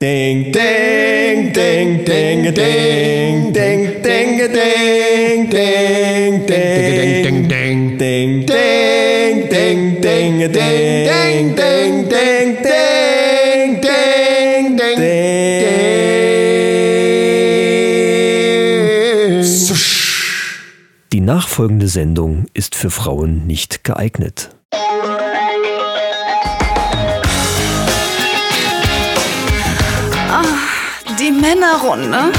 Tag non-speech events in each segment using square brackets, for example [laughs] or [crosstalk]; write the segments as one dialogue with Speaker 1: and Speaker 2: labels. Speaker 1: Ding, ding, ding, ding, ding, ding, ding, ding, ding, ding, ding,
Speaker 2: Ding, ding, ding,
Speaker 1: ding, ding, ding, ding, ding, ding, ding, ding, ding, ding, ding, ding.
Speaker 3: Die nachfolgende Sendung ist für Frauen nicht geeignet.
Speaker 4: Die Männerrunde.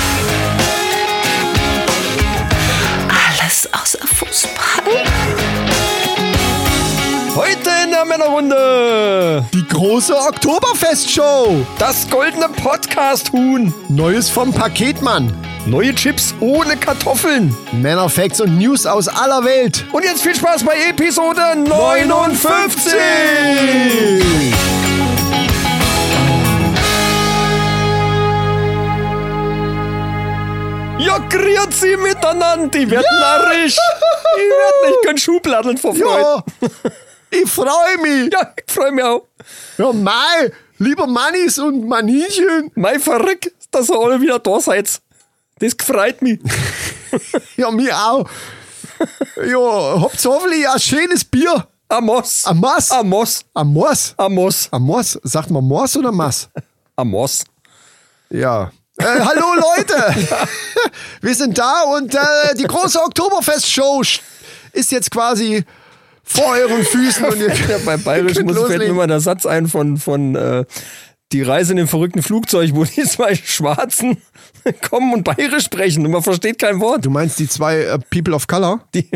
Speaker 4: Alles außer Fußball.
Speaker 1: Heute in der Männerrunde
Speaker 2: Die große Oktoberfestshow.
Speaker 1: das goldene Podcast-Huhn.
Speaker 2: Neues vom Paketmann.
Speaker 1: Neue Chips ohne Kartoffeln.
Speaker 2: Männerfacts und News aus aller Welt.
Speaker 1: Und jetzt viel Spaß bei Episode 59. Ja, grüezi miteinander. Ich werd narrisch. Ich werd nicht ganz Schubladeln vor Freude.
Speaker 2: Ja, ich freue mich.
Speaker 1: Ja, ich freu mich auch.
Speaker 2: Ja, Mai, lieber Mannis und Maninchen.
Speaker 1: Mein Verrück, dass ihr alle wieder da seid. Das gefreut mich.
Speaker 2: [laughs] Ja, mir auch. Ja, habt hoffentlich ein schönes Bier.
Speaker 1: Amos.
Speaker 2: Am Mass. Am
Speaker 1: Amos.
Speaker 2: Mass.
Speaker 1: Amos.
Speaker 2: Am Mass. Sagt man Mass oder Mass?
Speaker 1: Amos.
Speaker 2: Ja. Äh, hallo Leute! [laughs] Wir sind da und äh, die große Oktoberfest-Show sch- ist jetzt quasi vor euren Füßen und ihr
Speaker 1: [laughs] Ja, bei
Speaker 2: ihr
Speaker 1: Bayerisch
Speaker 2: könnt
Speaker 1: muss fällt mir
Speaker 2: loslegen.
Speaker 1: mal der Satz ein von, von äh, die Reise in dem verrückten Flugzeug, wo [laughs] die zwei Schwarzen [laughs] kommen und Bayerisch sprechen und man versteht kein Wort.
Speaker 2: Du meinst die zwei äh, People of Color?
Speaker 1: Die,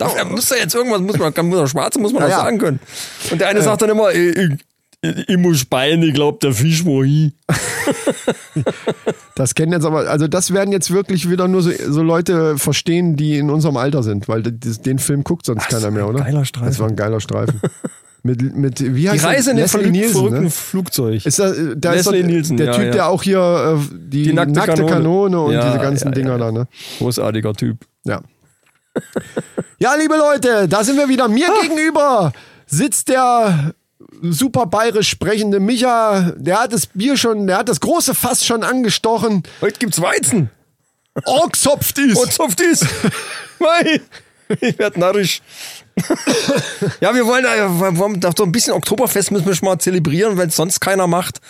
Speaker 1: dafür muss er jetzt irgendwas, muss man, kann, muss man Schwarze muss man
Speaker 2: Ja,
Speaker 1: auch
Speaker 2: ja.
Speaker 1: sagen können. Und der eine sagt dann immer, ich, ich, ich, ich muss speien, ich glaub, der Fisch war hier.
Speaker 2: Das kennen jetzt aber, also das werden jetzt wirklich wieder nur so, so Leute verstehen, die in unserem Alter sind, weil d- d- den Film guckt sonst keiner mehr, oder?
Speaker 1: geiler Streifen.
Speaker 2: Das war ein geiler Streifen.
Speaker 1: [laughs]
Speaker 2: mit, mit, wie
Speaker 1: Die
Speaker 2: heißt
Speaker 1: Reise in dem
Speaker 2: Leslie
Speaker 1: verrückten,
Speaker 2: Nielsen,
Speaker 1: verrückten
Speaker 2: ne?
Speaker 1: Flugzeug.
Speaker 2: Ist da, äh, da ist doch
Speaker 1: Leslie Nielsen,
Speaker 2: der
Speaker 1: ja,
Speaker 2: Typ,
Speaker 1: ja.
Speaker 2: der auch hier äh, die,
Speaker 1: Die nackte
Speaker 2: nackte, Kanone.
Speaker 1: Kanone
Speaker 2: und
Speaker 1: Ja,
Speaker 2: diese ganzen
Speaker 1: ja, ja,
Speaker 2: Dinger da, ne?
Speaker 1: Großartiger Typ.
Speaker 2: Ja.
Speaker 1: [laughs]
Speaker 2: Ja, liebe Leute, da sind wir wieder. Mir
Speaker 1: Ah.
Speaker 2: gegenüber sitzt der super bayerisch sprechende Micha. Der hat das Bier schon, der hat das große Fass schon angestochen.
Speaker 1: Heute gibt's Weizen.
Speaker 2: Orgsopft ist.
Speaker 1: Und
Speaker 2: [laughs]
Speaker 1: auf dies. Mei. Ich werd narrisch. ja, wir wollen, äh, wir wollen doch so ein bisschen Oktoberfest müssen wir schon mal zelebrieren, weil es sonst keiner macht.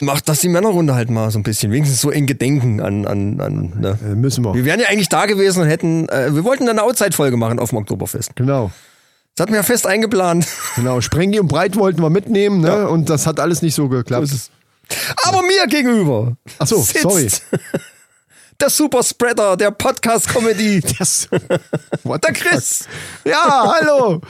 Speaker 1: Macht das die Männerrunde halt mal so ein bisschen. Wenigstens so in Gedenken an. an, an ne?
Speaker 2: Äh, müssen wir.
Speaker 1: Wir wären ja eigentlich da gewesen und hätten. Äh, wir wollten dann eine Outside-Folge machen auf dem Oktoberfest.
Speaker 2: Genau,
Speaker 1: Das hatten wir ja fest eingeplant.
Speaker 2: genau. Sprengi und Breit wollten wir mitnehmen, ne? Und das hat alles nicht so geklappt.
Speaker 1: Aber mir gegenüber.
Speaker 2: Ach so,
Speaker 1: sitzt
Speaker 2: sorry.
Speaker 1: [laughs] Der Superspreader der [laughs] Podcast-Comedy.
Speaker 2: Das,
Speaker 1: What der Chris.
Speaker 2: ja, hallo.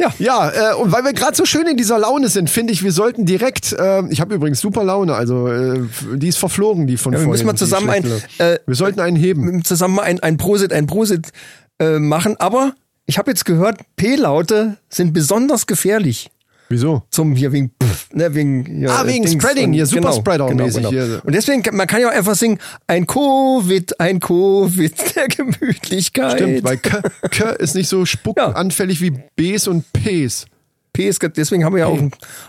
Speaker 1: Ja.
Speaker 2: ja äh, und weil wir gerade so schön in dieser Laune sind, finde ich, wir sollten direkt. Äh, ich habe übrigens super Laune, also äh, die ist verflogen, die von
Speaker 1: wir
Speaker 2: vorhin.
Speaker 1: müssen mal
Speaker 2: die
Speaker 1: zusammen ein-
Speaker 2: schlechte Laune.
Speaker 1: äh,
Speaker 2: wir sollten einen heben.
Speaker 1: zusammen mal ein, ein Prosit, ein Prosit äh, machen. Aber ich habe jetzt gehört, P-Laute sind besonders gefährlich.
Speaker 2: Wieso?
Speaker 1: Zum hier wegen, pff, ne, wegen, genau, ja,
Speaker 2: Ah, wegen Spreading, hier, Superspreader-mäßig hier.
Speaker 1: Und deswegen, man kann ja auch einfach singen, ein Covid, ein Covid [laughs] der Gemütlichkeit.
Speaker 2: Stimmt, weil K, K ist nicht so spuckanfällig wie Bs und Ps.
Speaker 1: P ist, ge- deswegen haben wir ja auch,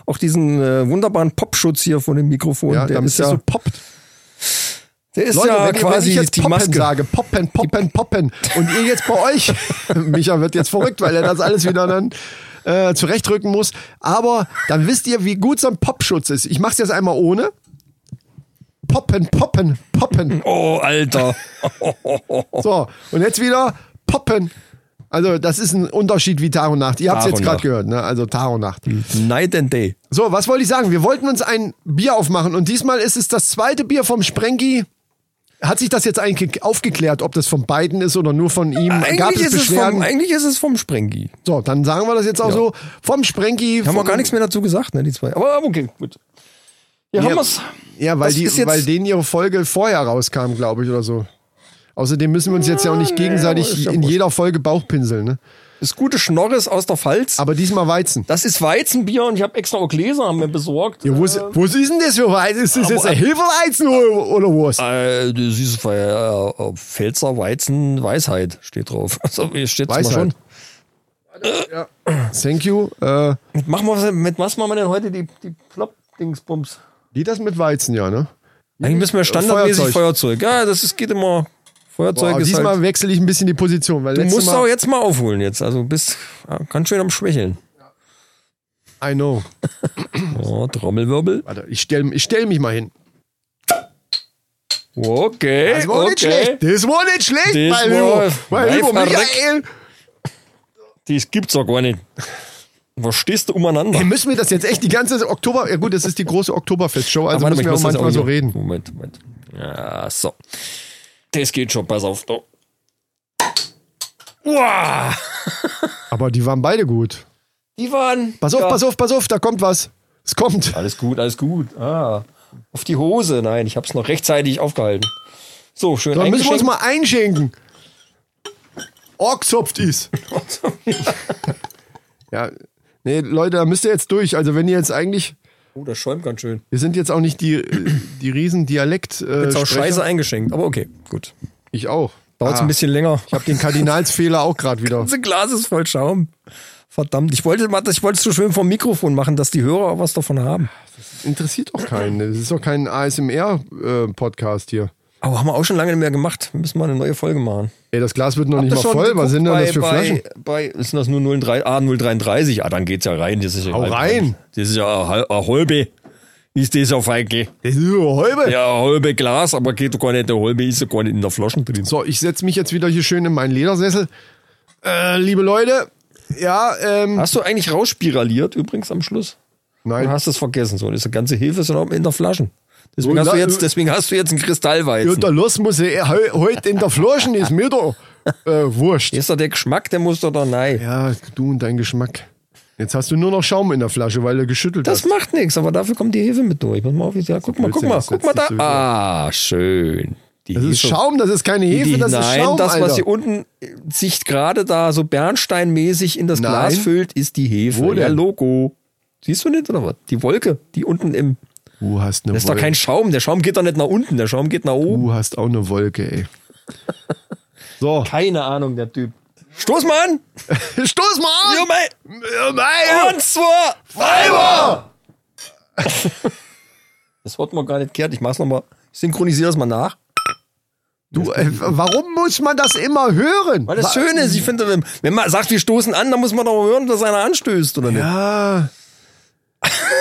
Speaker 1: auch diesen äh, wunderbaren Popschutz hier von dem Mikrofon.
Speaker 2: Ja,
Speaker 1: der
Speaker 2: damit
Speaker 1: ist
Speaker 2: es ja,
Speaker 1: ja,
Speaker 2: so poppt.
Speaker 1: der ist
Speaker 2: Leute,
Speaker 1: ja
Speaker 2: wenn,
Speaker 1: quasi
Speaker 2: quasi wenn ich jetzt
Speaker 1: die
Speaker 2: poppen
Speaker 1: Maske.
Speaker 2: sage, poppen, poppen, poppen und ihr jetzt bei euch, [laughs] Micha wird jetzt verrückt, weil er das alles wieder dann äh, zurechtrücken muss, aber dann wisst ihr, wie gut so ein Popschutz ist. Ich mach's jetzt einmal ohne. Poppen, poppen, poppen.
Speaker 1: Oh, Alter. Oh.
Speaker 2: So, und jetzt wieder poppen. Also, das ist ein Unterschied wie Tag und Nacht. Ihr habt's
Speaker 1: Tag
Speaker 2: jetzt
Speaker 1: und
Speaker 2: gerade
Speaker 1: Nacht. Mhm.
Speaker 2: gehört, ne? Also Tag und Nacht.
Speaker 1: Night and Day.
Speaker 2: So, was wollte ich sagen? Wir wollten uns ein Bier aufmachen und diesmal ist es das zweite Bier vom Sprengi. Hat sich das jetzt eigentlich aufgeklärt, ob das von beiden ist oder nur von ihm? Gab
Speaker 1: Eigentlich
Speaker 2: es
Speaker 1: ist, es vom,
Speaker 2: Beschwerden?
Speaker 1: eigentlich ist es vom Sprengi.
Speaker 2: so, dann sagen wir das jetzt auch so. Vom Sprengi.
Speaker 1: Haben wir
Speaker 2: vom,
Speaker 1: gar nichts mehr dazu gesagt, ne, die zwei. Aber okay, gut. Ja, haben wir's.
Speaker 2: Ja, weil,
Speaker 1: Das
Speaker 2: die,
Speaker 1: ist jetzt-
Speaker 2: weil denen ihre Folge vorher rauskam, glaube ich, oder so. Außerdem müssen wir uns jetzt ja auch nicht
Speaker 1: aber ist
Speaker 2: gegenseitig
Speaker 1: ja
Speaker 2: in
Speaker 1: wurscht.
Speaker 2: jeder Folge Bauchpinseln. Ne?
Speaker 1: Das gute Schnorres aus der Pfalz.
Speaker 2: Aber diesmal Weizen.
Speaker 1: Das ist Weizenbier und ich habe extra auch Gläser haben wir besorgt.
Speaker 2: Ja, wo, ist, wo ist denn das für Weizen? Ist das jetzt ein Hefeweizen oder, oder was?
Speaker 1: Äh, das ist äh, Pfälzer Weizen Weisheit steht drauf. [laughs] Also hier steht's mal
Speaker 2: Weisheit.
Speaker 1: schon.
Speaker 2: Thank you. Äh,
Speaker 1: Mit, machen wir, mit was machen wir denn heute die, die Plop-Dingsbums?
Speaker 2: Die das mit Weizen, ja, ne?
Speaker 1: Eigentlich müssen wir standardmäßig
Speaker 2: Feuerzeug.
Speaker 1: Feuerzeug. Ja, das ist, geht immer. Feuerzeug
Speaker 2: Boah,
Speaker 1: ist
Speaker 2: diesmal
Speaker 1: halt,
Speaker 2: wechsle ich ein bisschen die Position, weil
Speaker 1: Du
Speaker 2: letztes
Speaker 1: musst
Speaker 2: Mal,
Speaker 1: auch jetzt mal aufholen jetzt. Also bist ja, ganz schön am Schwächeln.
Speaker 2: I know.
Speaker 1: Oh, Trommelwirbel.
Speaker 2: Warte, ich stell, ich stell mich mal hin.
Speaker 1: Okay,
Speaker 2: Das war nicht
Speaker 1: okay.
Speaker 2: schlecht. Das war nicht schlecht,
Speaker 1: Das
Speaker 2: mein
Speaker 1: war
Speaker 2: Lieber. Mein lieber
Speaker 1: live verrückt.
Speaker 2: Michael.
Speaker 1: Das gibt's doch gar nicht. Was stehst du umeinander?
Speaker 2: Hey, müssen wir das jetzt echt die ganze Oktober... Ja gut, das ist die große Oktoberfest-Show, also
Speaker 1: Ah, warte
Speaker 2: müssen
Speaker 1: mal, ich
Speaker 2: wir auch
Speaker 1: muss das
Speaker 2: manchmal so
Speaker 1: hier-
Speaker 2: reden.
Speaker 1: Moment, Moment. Ja, so. Das geht schon, pass auf. Oh. Uah.
Speaker 2: Aber die waren beide gut.
Speaker 1: Die waren.
Speaker 2: Pass auf, pass auf, pass auf, da kommt was. Es kommt.
Speaker 1: Alles gut, alles gut. Ah. Auf die Hose. Nein, ich hab's noch rechtzeitig aufgehalten. So, schön
Speaker 2: Dann müssen wir uns
Speaker 1: eingeschenkt.
Speaker 2: mal einschenken. Orgzopft
Speaker 1: [laughs]
Speaker 2: ist. ja, nee, Leute, da müsst ihr jetzt durch. Also wenn ihr jetzt eigentlich...
Speaker 1: Oh, das schäumt ganz schön.
Speaker 2: Wir sind jetzt auch nicht die, die riesen Dialekt... Äh,
Speaker 1: Ist auch
Speaker 2: Sprecher.
Speaker 1: scheiße eingeschenkt, aber okay, gut.
Speaker 2: Ich auch.
Speaker 1: Dauert
Speaker 2: Ah,
Speaker 1: ein bisschen länger.
Speaker 2: Ich [laughs] habe den Kardinalsfehler auch gerade wieder.
Speaker 1: Unser Glas ist voll Schaum. Verdammt, ich wollte mal- ich wollte es so schön vom Mikrofon machen, dass die Hörer auch was davon haben.
Speaker 2: Interessiert doch keinen. Das ist doch kein ASMR-Podcast äh, hier.
Speaker 1: Aber haben wir auch schon lange nicht mehr gemacht. Wir müssen mal eine neue Folge machen.
Speaker 2: Ey, das Glas wird noch nicht
Speaker 1: Habt
Speaker 2: mal
Speaker 1: ihr schon
Speaker 2: voll. Was
Speaker 1: geguckt
Speaker 2: sind denn das für
Speaker 1: bei,
Speaker 2: Flaschen?
Speaker 1: Bei, bei, ist das nur 03, ah, 033? Ah, dann geht's ja rein. Das ist ja
Speaker 2: Hau
Speaker 1: halb-
Speaker 2: rein.
Speaker 1: Das ist ja ein Holbe. Ist das auf Heike?
Speaker 2: Das ist nur Holbe.
Speaker 1: Ja, ein halbe Glas, aber geht doch gar nicht. Der Holbe ist ja gar nicht in der Flasche drin.
Speaker 2: So, ich setze mich jetzt wieder hier schön in meinen Ledersessel. Äh, liebe Leute, ja, ähm,
Speaker 1: Hast du eigentlich rausspiraliert übrigens am Schluss? Du
Speaker 2: nein.
Speaker 1: hast es vergessen. So, diese ganze Hefe ist ja noch in der Flasche. Deswegen,
Speaker 2: So,
Speaker 1: hast du
Speaker 2: Oh, la-
Speaker 1: jetzt, deswegen hast du jetzt einen
Speaker 2: Ja,
Speaker 1: Kristallweizen.
Speaker 2: der Lust muss er he- heute in der Flaschen, ist mir doch äh,
Speaker 1: [laughs]
Speaker 2: wurscht.
Speaker 1: ist doch der Geschmack, der muss doch da rein.
Speaker 2: Ja, du und dein Geschmack. Jetzt hast du nur noch Schaum in der Flasche, weil du geschüttelt
Speaker 1: Das
Speaker 2: hast.
Speaker 1: macht nichts, aber dafür kommt die Hefe mit durch. Pass mal auf, ja, guck mal, guck mal,
Speaker 2: Blödsinn,
Speaker 1: guck mal
Speaker 2: das
Speaker 1: da.
Speaker 2: setzt sich
Speaker 1: Ah, schön. Die
Speaker 2: Das ist
Speaker 1: Hefe-
Speaker 2: Schaum, das ist keine Hefe,
Speaker 1: die,
Speaker 2: das ist
Speaker 1: nein,
Speaker 2: Schaum,
Speaker 1: das, was
Speaker 2: Alter.
Speaker 1: hier unten äh, sich gerade da so bernsteinmäßig in das
Speaker 2: Nein.
Speaker 1: Glas füllt, ist die Hefe.
Speaker 2: Wo
Speaker 1: Ja,
Speaker 2: denn?
Speaker 1: Logo. Siehst du nicht, oder was? Die Wolke, die unten im.
Speaker 2: Du hast eine
Speaker 1: Das ist doch
Speaker 2: Wolke.
Speaker 1: kein Schaum. Der Schaum geht doch nicht nach unten, der Schaum geht nach oben.
Speaker 2: Du hast auch eine Wolke,
Speaker 1: [laughs]
Speaker 2: ey. So,
Speaker 1: Keine Ahnung, der Typ. Stoß mal an!
Speaker 2: stoß mal
Speaker 1: Jo,
Speaker 2: an!
Speaker 1: mei.
Speaker 2: Ja, mei,
Speaker 1: Und zwar.
Speaker 2: Weiber!
Speaker 1: Das wird man gar nicht kehrt. Ich mach's nochmal. Ich synchronisiere das mal nach.
Speaker 2: Du, äh, warum muss man das immer hören?
Speaker 1: Weil das Schöne ist, ich finde, wenn, wenn man sagt, wir stoßen an, dann muss man doch hören, dass einer anstößt, oder nicht?
Speaker 2: Ja.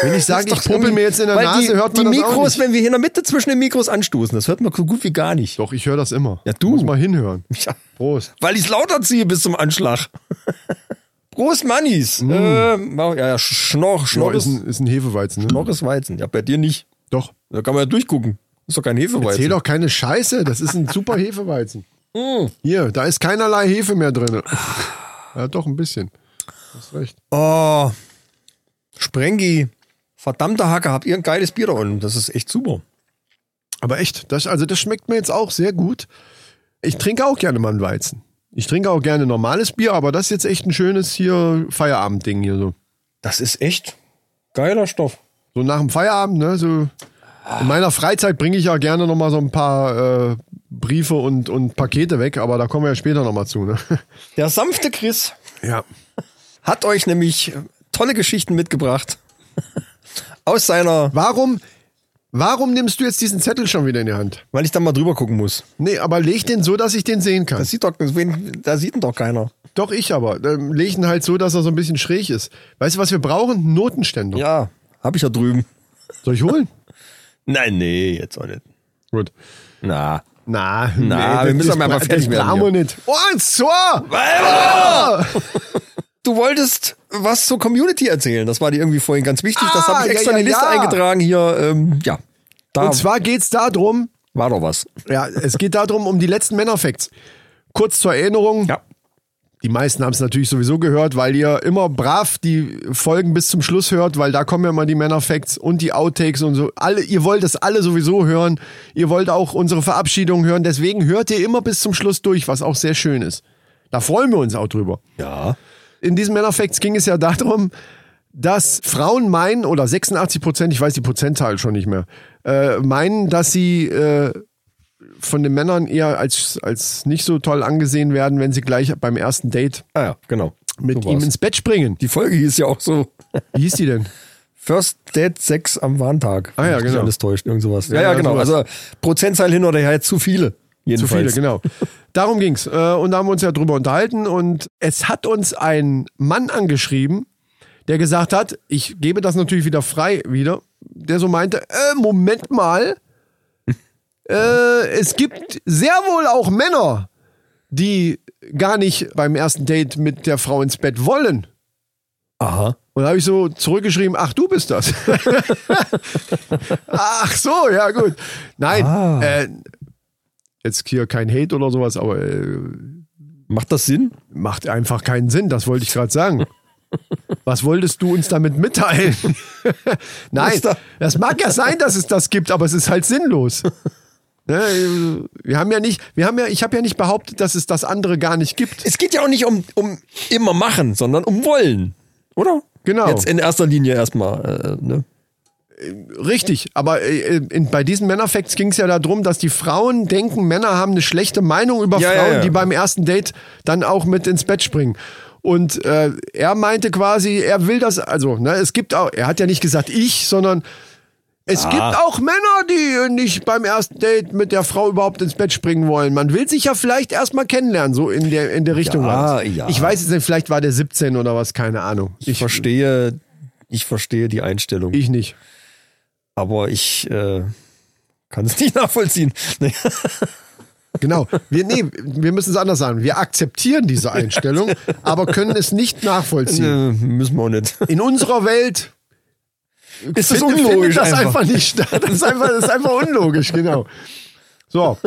Speaker 2: Wenn ich sage,
Speaker 1: Das
Speaker 2: ich
Speaker 1: ist doch
Speaker 2: popel
Speaker 1: irgendwie-
Speaker 2: mir jetzt in der
Speaker 1: weil
Speaker 2: Nase,
Speaker 1: die,
Speaker 2: hört
Speaker 1: die
Speaker 2: man das
Speaker 1: Mikros,
Speaker 2: auch nicht.
Speaker 1: wenn wir hier in der Mitte zwischen den Mikros anstoßen, das hört man so gut wie gar nicht. [laughs]
Speaker 2: Doch, ich höre das immer.
Speaker 1: Ja, du.
Speaker 2: Muss mal hinhören.
Speaker 1: Ja,
Speaker 2: Prost.
Speaker 1: weil ich es lauter ziehe bis zum Anschlag. [laughs] Prost, Mannis. Ähm, ja, ja, Schnorr,
Speaker 2: Mm. Ja,
Speaker 1: Schnorr
Speaker 2: ist,
Speaker 1: ist,
Speaker 2: ein, ist ein Hefeweizen, ne?
Speaker 1: Schnorr ist Weizen. Ja, bei dir nicht.
Speaker 2: Doch.
Speaker 1: Da kann man ja durchgucken. Ist doch kein
Speaker 2: Erzähl
Speaker 1: Hefeweizen.
Speaker 2: doch keine Scheiße. Das ist ein super Hefeweizen. Hier, da ist keinerlei Hefe mehr drin. Ja, doch, ein bisschen. Hast recht.
Speaker 1: Oh, Sprengi. Verdammte Hacke, habt ihr ein geiles Bier da unten. Das ist echt super.
Speaker 2: Aber echt, das, also das schmeckt mir jetzt auch sehr gut. Ich trinke auch gerne mal einen Weizen. Ich trinke auch gerne normales Bier, aber das ist jetzt echt ein schönes hier Feierabendding hier so.
Speaker 1: Das ist echt geiler Stoff.
Speaker 2: So nach dem Feierabend, ne? So in meiner Freizeit bringe ich ja gerne noch mal so ein paar äh, Briefe und, und Pakete weg, aber da kommen wir ja später noch mal zu, ne?
Speaker 1: Der sanfte Chris
Speaker 2: Ja.
Speaker 1: hat euch nämlich äh, tolle Geschichten mitgebracht. [laughs] Aus seiner
Speaker 2: Warum, warum nimmst du jetzt diesen Zettel schon wieder in die Hand?
Speaker 1: Weil ich da mal drüber gucken muss.
Speaker 2: Nee, aber leg den so, dass ich den sehen kann.
Speaker 1: Das sieht doch, wen- da sieht ihn doch keiner.
Speaker 2: Doch ich aber. Ähm, leg ihn halt so, dass er so ein bisschen schräg ist. Weißt du, was wir brauchen? Notenständer.
Speaker 1: Ja, hab ich ja drüben.
Speaker 2: Soll ich
Speaker 1: [laughs]
Speaker 2: holen?
Speaker 1: Nein, nee, jetzt auch nicht.
Speaker 2: Gut.
Speaker 1: Na.
Speaker 2: Na,
Speaker 1: Na,
Speaker 2: das-
Speaker 1: wir müssen
Speaker 2: das
Speaker 1: aber mal
Speaker 2: bra-
Speaker 1: fertig
Speaker 2: das
Speaker 1: werden
Speaker 2: brauchen wir nicht. Oh, eins, zwei!
Speaker 1: Du wolltest was zur Community erzählen. Das war dir irgendwie vorhin ganz wichtig. das
Speaker 2: Ah,
Speaker 1: habe ich
Speaker 2: ja,
Speaker 1: extra in die
Speaker 2: ja,
Speaker 1: Liste
Speaker 2: ja.
Speaker 1: eingetragen hier. Ähm, ja, da
Speaker 2: Und zwar geht's darum,
Speaker 1: war doch was.
Speaker 2: ja, es geht darum, um die letzten Männerfacts. Kurz zur Erinnerung,
Speaker 1: Ja.
Speaker 2: die meisten haben es natürlich sowieso gehört, weil ihr immer brav die Folgen bis zum Schluss hört, weil da kommen ja immer die Männerfacts und die Outtakes und so. Alle, ihr wollt das alle sowieso hören. Ihr wollt auch unsere Verabschiedung hören. Deswegen hört ihr immer bis zum Schluss durch, was auch sehr schön ist. Da freuen wir uns auch drüber.
Speaker 1: Ja.
Speaker 2: in diesen Männerfacts ging es ja darum, dass Frauen meinen, oder 86 Prozent, ich weiß die Prozentzahl schon nicht mehr, äh, meinen, dass sie äh, von den Männern eher als, als nicht so toll angesehen werden, wenn sie gleich beim ersten Date
Speaker 1: Ah ja, genau.
Speaker 2: mit
Speaker 1: So war's.
Speaker 2: ihm ins Bett springen.
Speaker 1: Die Folge hieß ja auch so. [laughs]
Speaker 2: Wie hieß die denn?
Speaker 1: First Dead 6 am Warntag.
Speaker 2: Ah, ja,
Speaker 1: Wenn mich nicht
Speaker 2: genau.
Speaker 1: Alles täuscht, irgend sowas. Ja,
Speaker 2: Ja,
Speaker 1: ja,
Speaker 2: ja,
Speaker 1: genau.
Speaker 2: sowas.
Speaker 1: Also Prozentzahl hin oder her, zu viele.
Speaker 2: Zu
Speaker 1: Jedenfalls.
Speaker 2: viele, genau. Darum ging's. Äh, Und da haben wir uns ja drüber unterhalten. Und es hat uns ein Mann angeschrieben, der gesagt hat, ich gebe das natürlich wieder frei wieder, der so meinte, äh, Moment mal, äh, es gibt sehr wohl auch Männer, die gar nicht beim ersten Date mit der Frau ins Bett wollen.
Speaker 1: Aha.
Speaker 2: Und da habe ich so zurückgeschrieben, ach, du bist das. ach so, ja gut. Nein, äh, jetzt hier kein Hate oder sowas, aber äh,
Speaker 1: Macht das Sinn?
Speaker 2: macht einfach keinen Sinn, das wollte ich gerade sagen. Was wolltest du uns damit mitteilen? [laughs] Nein,
Speaker 1: Muster.
Speaker 2: das mag ja sein, dass es das gibt, aber es ist halt sinnlos. Ne, äh, Wir haben ja nicht, wir haben ja, ich habe ja nicht behauptet, dass es das andere gar nicht gibt.
Speaker 1: Es geht ja auch nicht um, um immer machen, sondern um wollen. Oder?
Speaker 2: Genau.
Speaker 1: Jetzt in erster Linie erstmal. Äh, ne?
Speaker 2: Richtig, aber äh, in, bei diesen Männerfacts ging es ja darum, dass die Frauen denken, Männer haben eine schlechte Meinung über
Speaker 1: Ja,
Speaker 2: Frauen,
Speaker 1: ja, ja.
Speaker 2: die beim ersten Date dann auch mit ins Bett springen. Und äh, er meinte quasi, er will das, also ne, es gibt auch, er hat ja nicht gesagt ich, sondern
Speaker 1: Ah.
Speaker 2: es gibt auch Männer, die äh, nicht beim ersten Date mit der Frau überhaupt ins Bett springen wollen. Man will sich ja vielleicht erstmal kennenlernen, so in der, in der Richtung.
Speaker 1: Ja,
Speaker 2: war das.
Speaker 1: ja.
Speaker 2: Ich weiß jetzt nicht, vielleicht war der 17 oder was, keine Ahnung.
Speaker 1: Ich verstehe, ich verstehe die Einstellung,
Speaker 2: Ich nicht.
Speaker 1: aber ich äh, kann es [laughs] nicht nachvollziehen. Nee.
Speaker 2: [laughs] Genau. Wir, nee, wir müssen es anders sagen. Wir akzeptieren diese
Speaker 1: [laughs]
Speaker 2: Einstellung, aber können es nicht nachvollziehen.
Speaker 1: Äh, müssen wir
Speaker 2: [laughs]
Speaker 1: auch nicht.
Speaker 2: In unserer Welt
Speaker 1: Ist das
Speaker 2: findet-
Speaker 1: unlogisch
Speaker 2: findet das
Speaker 1: einfach.
Speaker 2: einfach, nicht statt. Das ist einfach, das ist einfach unlogisch, genau. So,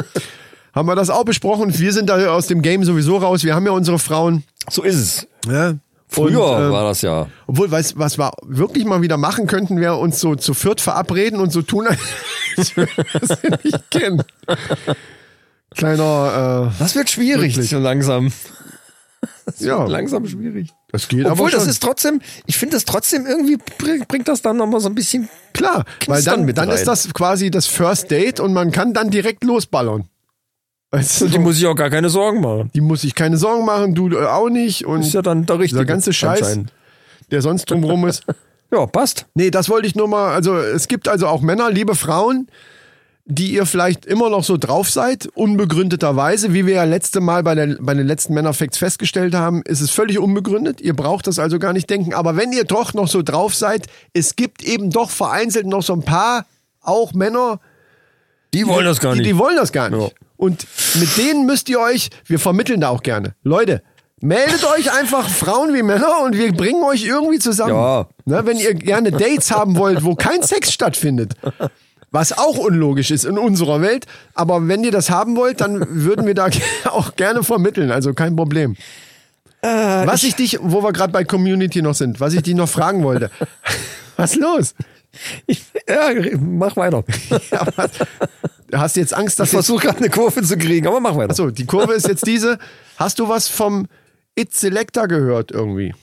Speaker 2: haben wir das auch besprochen. Wir sind da aus dem Game sowieso raus. Wir haben ja unsere Frauen.
Speaker 1: So ist es.
Speaker 2: Ne?
Speaker 1: Früher
Speaker 2: Und, ähm,
Speaker 1: war das ja.
Speaker 2: obwohl, weißt, was wir wirklich mal wieder machen könnten, wäre uns so zu viert verabreden und so tun, als [laughs] würden wir es nicht kennen. Kleiner, äh,
Speaker 1: Das wird schwierig,
Speaker 2: Wirklich.
Speaker 1: so langsam.
Speaker 2: äh, ja,
Speaker 1: Langsam schwierig.
Speaker 2: das geht aber
Speaker 1: Obwohl, das
Speaker 2: schon.
Speaker 1: ist trotzdem, ich finde das trotzdem irgendwie, bring- bringt das dann nochmal so ein bisschen.
Speaker 2: Klar, weil
Speaker 1: Knistern
Speaker 2: dann,
Speaker 1: mit
Speaker 2: dann
Speaker 1: rein.
Speaker 2: ist das quasi das First Date und man kann dann direkt losballern. Weißt du,
Speaker 1: Die muss ich auch gar keine Sorgen machen.
Speaker 2: die muss ich keine Sorgen machen, du äh, auch nicht und
Speaker 1: Ist ja dann der richtige.
Speaker 2: dieser ganze Scheiß,
Speaker 1: anscheinend.
Speaker 2: der sonst drumrum
Speaker 1: [laughs]
Speaker 2: ist.
Speaker 1: Ja, passt.
Speaker 2: Nee, das wollte ich nur mal, also es gibt also auch Männer, liebe Frauen, die ihr vielleicht immer noch so drauf seid, unbegründeterweise, wie wir ja letzte Mal bei, der, bei den letzten Männerfacts festgestellt haben, ist es völlig unbegründet, ihr braucht das also gar nicht denken, aber wenn ihr doch noch so drauf seid, es gibt eben doch vereinzelt noch so ein paar, auch Männer,
Speaker 1: Die wollen das gar
Speaker 2: die,
Speaker 1: nicht.
Speaker 2: Die wollen das gar nicht.
Speaker 1: Ja.
Speaker 2: Und mit denen müsst ihr euch, wir vermitteln da auch gerne. Leute, meldet euch einfach Frauen wie Männer und wir bringen euch irgendwie zusammen.
Speaker 1: Ja.
Speaker 2: Ne, wenn ihr gerne Dates haben wollt, wo kein Sex stattfindet. Was auch unlogisch ist in unserer Welt. Aber wenn ihr das haben wollt, dann würden wir da [laughs] auch gerne vermitteln. Also kein Problem. was ich dich, wo wir gerade bei Community noch sind, was ich dich noch fragen wollte. Was los?
Speaker 1: Ich, ja,
Speaker 2: [laughs]
Speaker 1: mach weiter.
Speaker 2: Ja, was? Hast du jetzt Angst, dass
Speaker 1: Ich
Speaker 2: jetzt
Speaker 1: versuche gerade eine Kurve zu kriegen, aber mach weiter.
Speaker 2: So, die Kurve ist jetzt diese. Hast du was vom It Selector gehört irgendwie?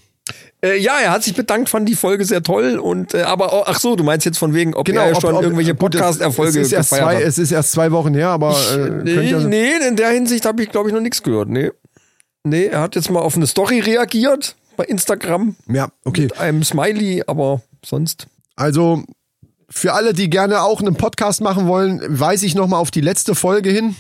Speaker 1: Äh, ja, er hat sich bedankt, fand die Folge sehr toll und äh, aber oh, ach so, du meinst jetzt von wegen,
Speaker 2: Genau,
Speaker 1: ob er Genau, schon irgendwelche
Speaker 2: äh, gut, es-
Speaker 1: Podcast-Erfolge
Speaker 2: es ist
Speaker 1: gefeiert
Speaker 2: erst zwei,
Speaker 1: hat.
Speaker 2: Es ist erst zwei Wochen her, aber äh, könnte
Speaker 1: nee,
Speaker 2: ja,
Speaker 1: nee, in der Hinsicht habe ich glaube ich noch nichts gehört. Nee. Nee, er hat jetzt mal auf eine Story reagiert bei Instagram
Speaker 2: ja, okay.
Speaker 1: mit einem Smiley, aber sonst
Speaker 2: Also für alle, die gerne auch einen Podcast machen wollen, weise ich nochmal auf die letzte Folge hin.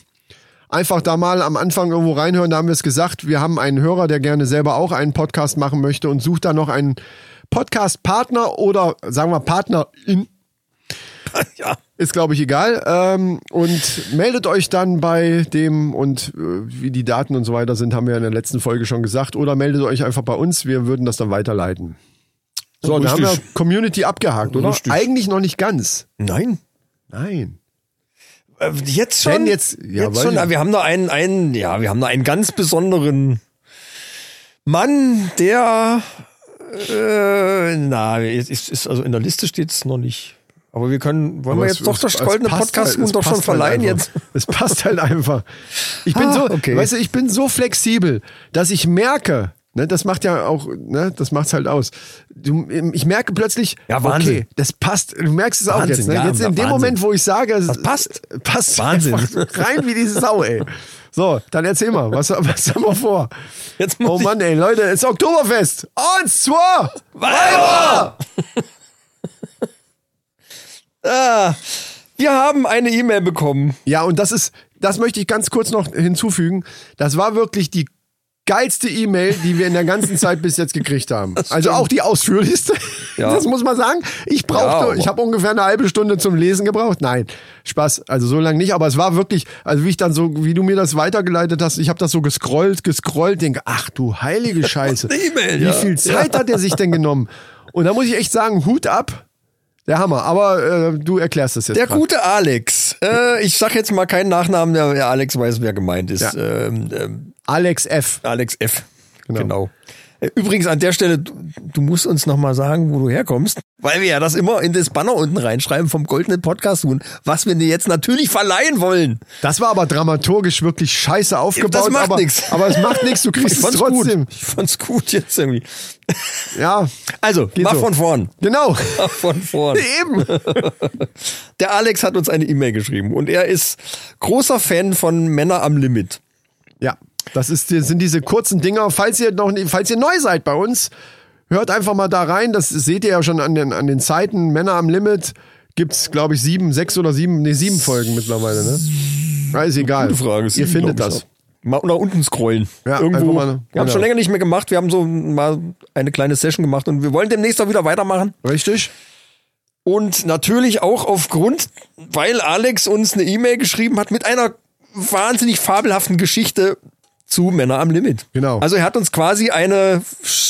Speaker 2: Einfach da mal am Anfang irgendwo reinhören, da haben wir es gesagt. Wir haben einen Hörer, der gerne selber auch einen Podcast machen möchte und sucht da noch einen Podcast-Partner oder sagen wir Partnerin.
Speaker 1: [laughs] ja,
Speaker 2: Ist, glaube ich, egal. Ähm, und meldet euch dann bei dem und äh, wie die Daten und so weiter sind, haben wir ja in der letzten Folge schon gesagt. Oder meldet euch einfach bei uns, wir würden das dann weiterleiten. So, dann haben wir
Speaker 1: Richtig.
Speaker 2: Community abgehakt, oder?
Speaker 1: Richtig.
Speaker 2: Eigentlich noch nicht ganz.
Speaker 1: nein.
Speaker 2: Nein.
Speaker 1: Äh, Jetzt schon.
Speaker 2: Wenn jetzt- ja,
Speaker 1: jetzt
Speaker 2: weiß
Speaker 1: schon.
Speaker 2: ich-
Speaker 1: Aber Wir haben da einen, einen, ja, wir haben da einen ganz besonderen Mann, der, äh, na, es ist, ist also in der Liste steht es noch nicht. Aber wir können, wollen
Speaker 2: Aber
Speaker 1: wir
Speaker 2: es-
Speaker 1: jetzt doch
Speaker 2: es-
Speaker 1: das
Speaker 2: es
Speaker 1: goldene
Speaker 2: passt
Speaker 1: Podcast
Speaker 2: es
Speaker 1: und doch schon
Speaker 2: passt halt
Speaker 1: verleihen
Speaker 2: einfach.
Speaker 1: jetzt.
Speaker 2: Es passt halt einfach. Ich bin
Speaker 1: Ah,
Speaker 2: so,
Speaker 1: okay.
Speaker 2: weißt du, ich bin so flexibel, dass ich merke, ne, das macht ja auch, ne, das macht's halt aus. Du, ich merke plötzlich,
Speaker 1: Ja, Wahnsinn.
Speaker 2: okay, das passt. Du merkst es auch
Speaker 1: Wahnsinn,
Speaker 2: jetzt, ne?
Speaker 1: ja,
Speaker 2: Jetzt in dem
Speaker 1: Wahnsinn.
Speaker 2: Moment, wo ich sage, es
Speaker 1: Das passt.
Speaker 2: Äh, passt
Speaker 1: Wahnsinn.
Speaker 2: einfach rein wie diese Sau, ey. So, dann erzähl mal, was, was haben wir vor?
Speaker 1: Jetzt muss
Speaker 2: Oh
Speaker 1: ich-
Speaker 2: Mann, ey, Leute, es ist Oktoberfest. Eins, zwei,
Speaker 1: Weiber! Ah, wir haben eine E-Mail bekommen.
Speaker 2: Ja, und das ist, das möchte ich ganz kurz noch hinzufügen. Das war wirklich die geilste E-Mail, die wir in der ganzen Zeit bis jetzt gekriegt haben. Also auch die ausführlichste. [laughs]
Speaker 1: Ja.
Speaker 2: Das muss man sagen. Ich
Speaker 1: Ja,
Speaker 2: brauchte,
Speaker 1: aber-
Speaker 2: ich habe ungefähr eine halbe Stunde zum Lesen gebraucht. Nein, Spaß. Also so lange nicht. Aber es war wirklich, also wie ich dann so, wie du mir das weitergeleitet hast, ich habe das so gescrollt, gescrollt, denke, ach du
Speaker 1: [laughs]
Speaker 2: heilige Scheiße.
Speaker 1: Eine E-Mail,
Speaker 2: wie
Speaker 1: ja.
Speaker 2: viel Zeit hat er sich denn genommen? Und da muss ich echt sagen, Hut ab. Der Hammer. Aber äh, du erklärst das jetzt.
Speaker 1: Der
Speaker 2: grad.
Speaker 1: gute Alex. Äh, ich sag jetzt mal keinen Nachnamen, der, der Alex weiß, wer gemeint ist.
Speaker 2: Ja.
Speaker 1: Ähm, ähm,
Speaker 2: Alex F.
Speaker 1: Alex F.
Speaker 2: Genau.
Speaker 1: Genau. Äh, Übrigens an der Stelle, du, du musst uns nochmal sagen, wo du herkommst, weil wir ja das immer in das Banner unten reinschreiben vom goldenen Podcast tun, was wir dir jetzt natürlich verleihen wollen.
Speaker 2: Das war aber dramaturgisch wirklich scheiße aufgebaut.
Speaker 1: Das macht
Speaker 2: aber,
Speaker 1: nix.
Speaker 2: [laughs] aber es macht nichts, du
Speaker 1: Ich
Speaker 2: kriegst es
Speaker 1: fand's
Speaker 2: trotzdem.
Speaker 1: gut. Ich fand's gut jetzt irgendwie.
Speaker 2: Ja,
Speaker 1: Also,
Speaker 2: Geht
Speaker 1: mach
Speaker 2: so.
Speaker 1: von vorn. [laughs]
Speaker 2: genau. [laughs]
Speaker 1: Mach von vorn.
Speaker 2: Eben.
Speaker 1: Der Alex hat uns eine E-Mail geschrieben und er ist großer Fan von Männer am Limit.
Speaker 2: Ja, das ist, das sind diese kurzen Dinger. Falls ihr noch, nie- falls ihr neu seid bei uns, hört einfach mal da rein. Das seht ihr ja schon an den, an den Zeiten. Männer am Limit gibt's, glaube ich, sieben, sechs oder sieben, nee, sieben Folgen mittlerweile, ne? Ja, ist egal.
Speaker 1: Gute Frage.
Speaker 2: ihr
Speaker 1: Sieben,
Speaker 2: findet
Speaker 1: glaub ich,
Speaker 2: das.
Speaker 1: ja. Mal nach unten scrollen.
Speaker 2: Ja,
Speaker 1: Irgendwo.
Speaker 2: einfach mal-
Speaker 1: wir haben
Speaker 2: genau.
Speaker 1: schon länger nicht mehr gemacht. Wir haben so mal eine kleine Session gemacht und wir wollen demnächst auch wieder weitermachen.
Speaker 2: Richtig?
Speaker 1: Und natürlich auch aufgrund, weil Alex uns eine E-Mail geschrieben hat mit einer wahnsinnig fabelhaften Geschichte zu Männer am Limit.
Speaker 2: Genau.
Speaker 1: Also er hat uns quasi eine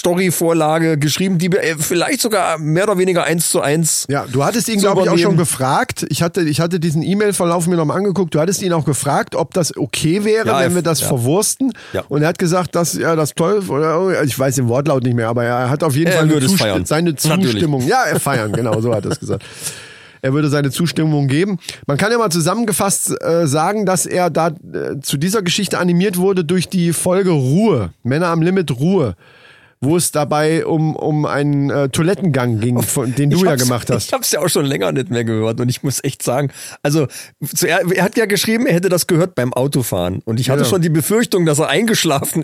Speaker 1: Story-Vorlage geschrieben, die wir äh, vielleicht sogar mehr oder weniger eins zu eins.
Speaker 2: Ja, du hattest ihn,
Speaker 1: zu
Speaker 2: glaube ich, auch schon
Speaker 1: übernehmen.
Speaker 2: gefragt. Ich hatte, ich hatte diesen E-Mail-Verlauf mir nochmal angeguckt. Du hattest ihn auch gefragt, ob das okay wäre,
Speaker 1: Ja,
Speaker 2: wenn
Speaker 1: er-
Speaker 2: wir das
Speaker 1: ja.
Speaker 2: verwursten.
Speaker 1: Ja.
Speaker 2: Und er hat gesagt, dass er das toll, oder, ich weiß den Wortlaut nicht mehr, aber er hat auf jeden
Speaker 1: Er
Speaker 2: Fall eine
Speaker 1: würde es
Speaker 2: Zusti-
Speaker 1: feiern.
Speaker 2: seine
Speaker 1: Natürlich.
Speaker 2: Zustimmung. Ja, er feiern, genau, so hat er es gesagt. Er würde seine Zustimmung geben. Man kann ja mal zusammengefasst äh, sagen, dass er da äh, zu dieser Geschichte animiert wurde durch die Folge Ruhe, Männer am Limit Ruhe, wo es dabei um, um einen äh, Toilettengang ging, von, den du
Speaker 1: Ich
Speaker 2: ja
Speaker 1: hab's-
Speaker 2: gemacht hast.
Speaker 1: Ich hab's ja auch schon länger nicht mehr gehört und ich muss echt sagen, also zuer- er hat ja geschrieben, er hätte das gehört beim Autofahren und ich hatte
Speaker 2: Ja.
Speaker 1: schon die Befürchtung, dass er eingeschlafen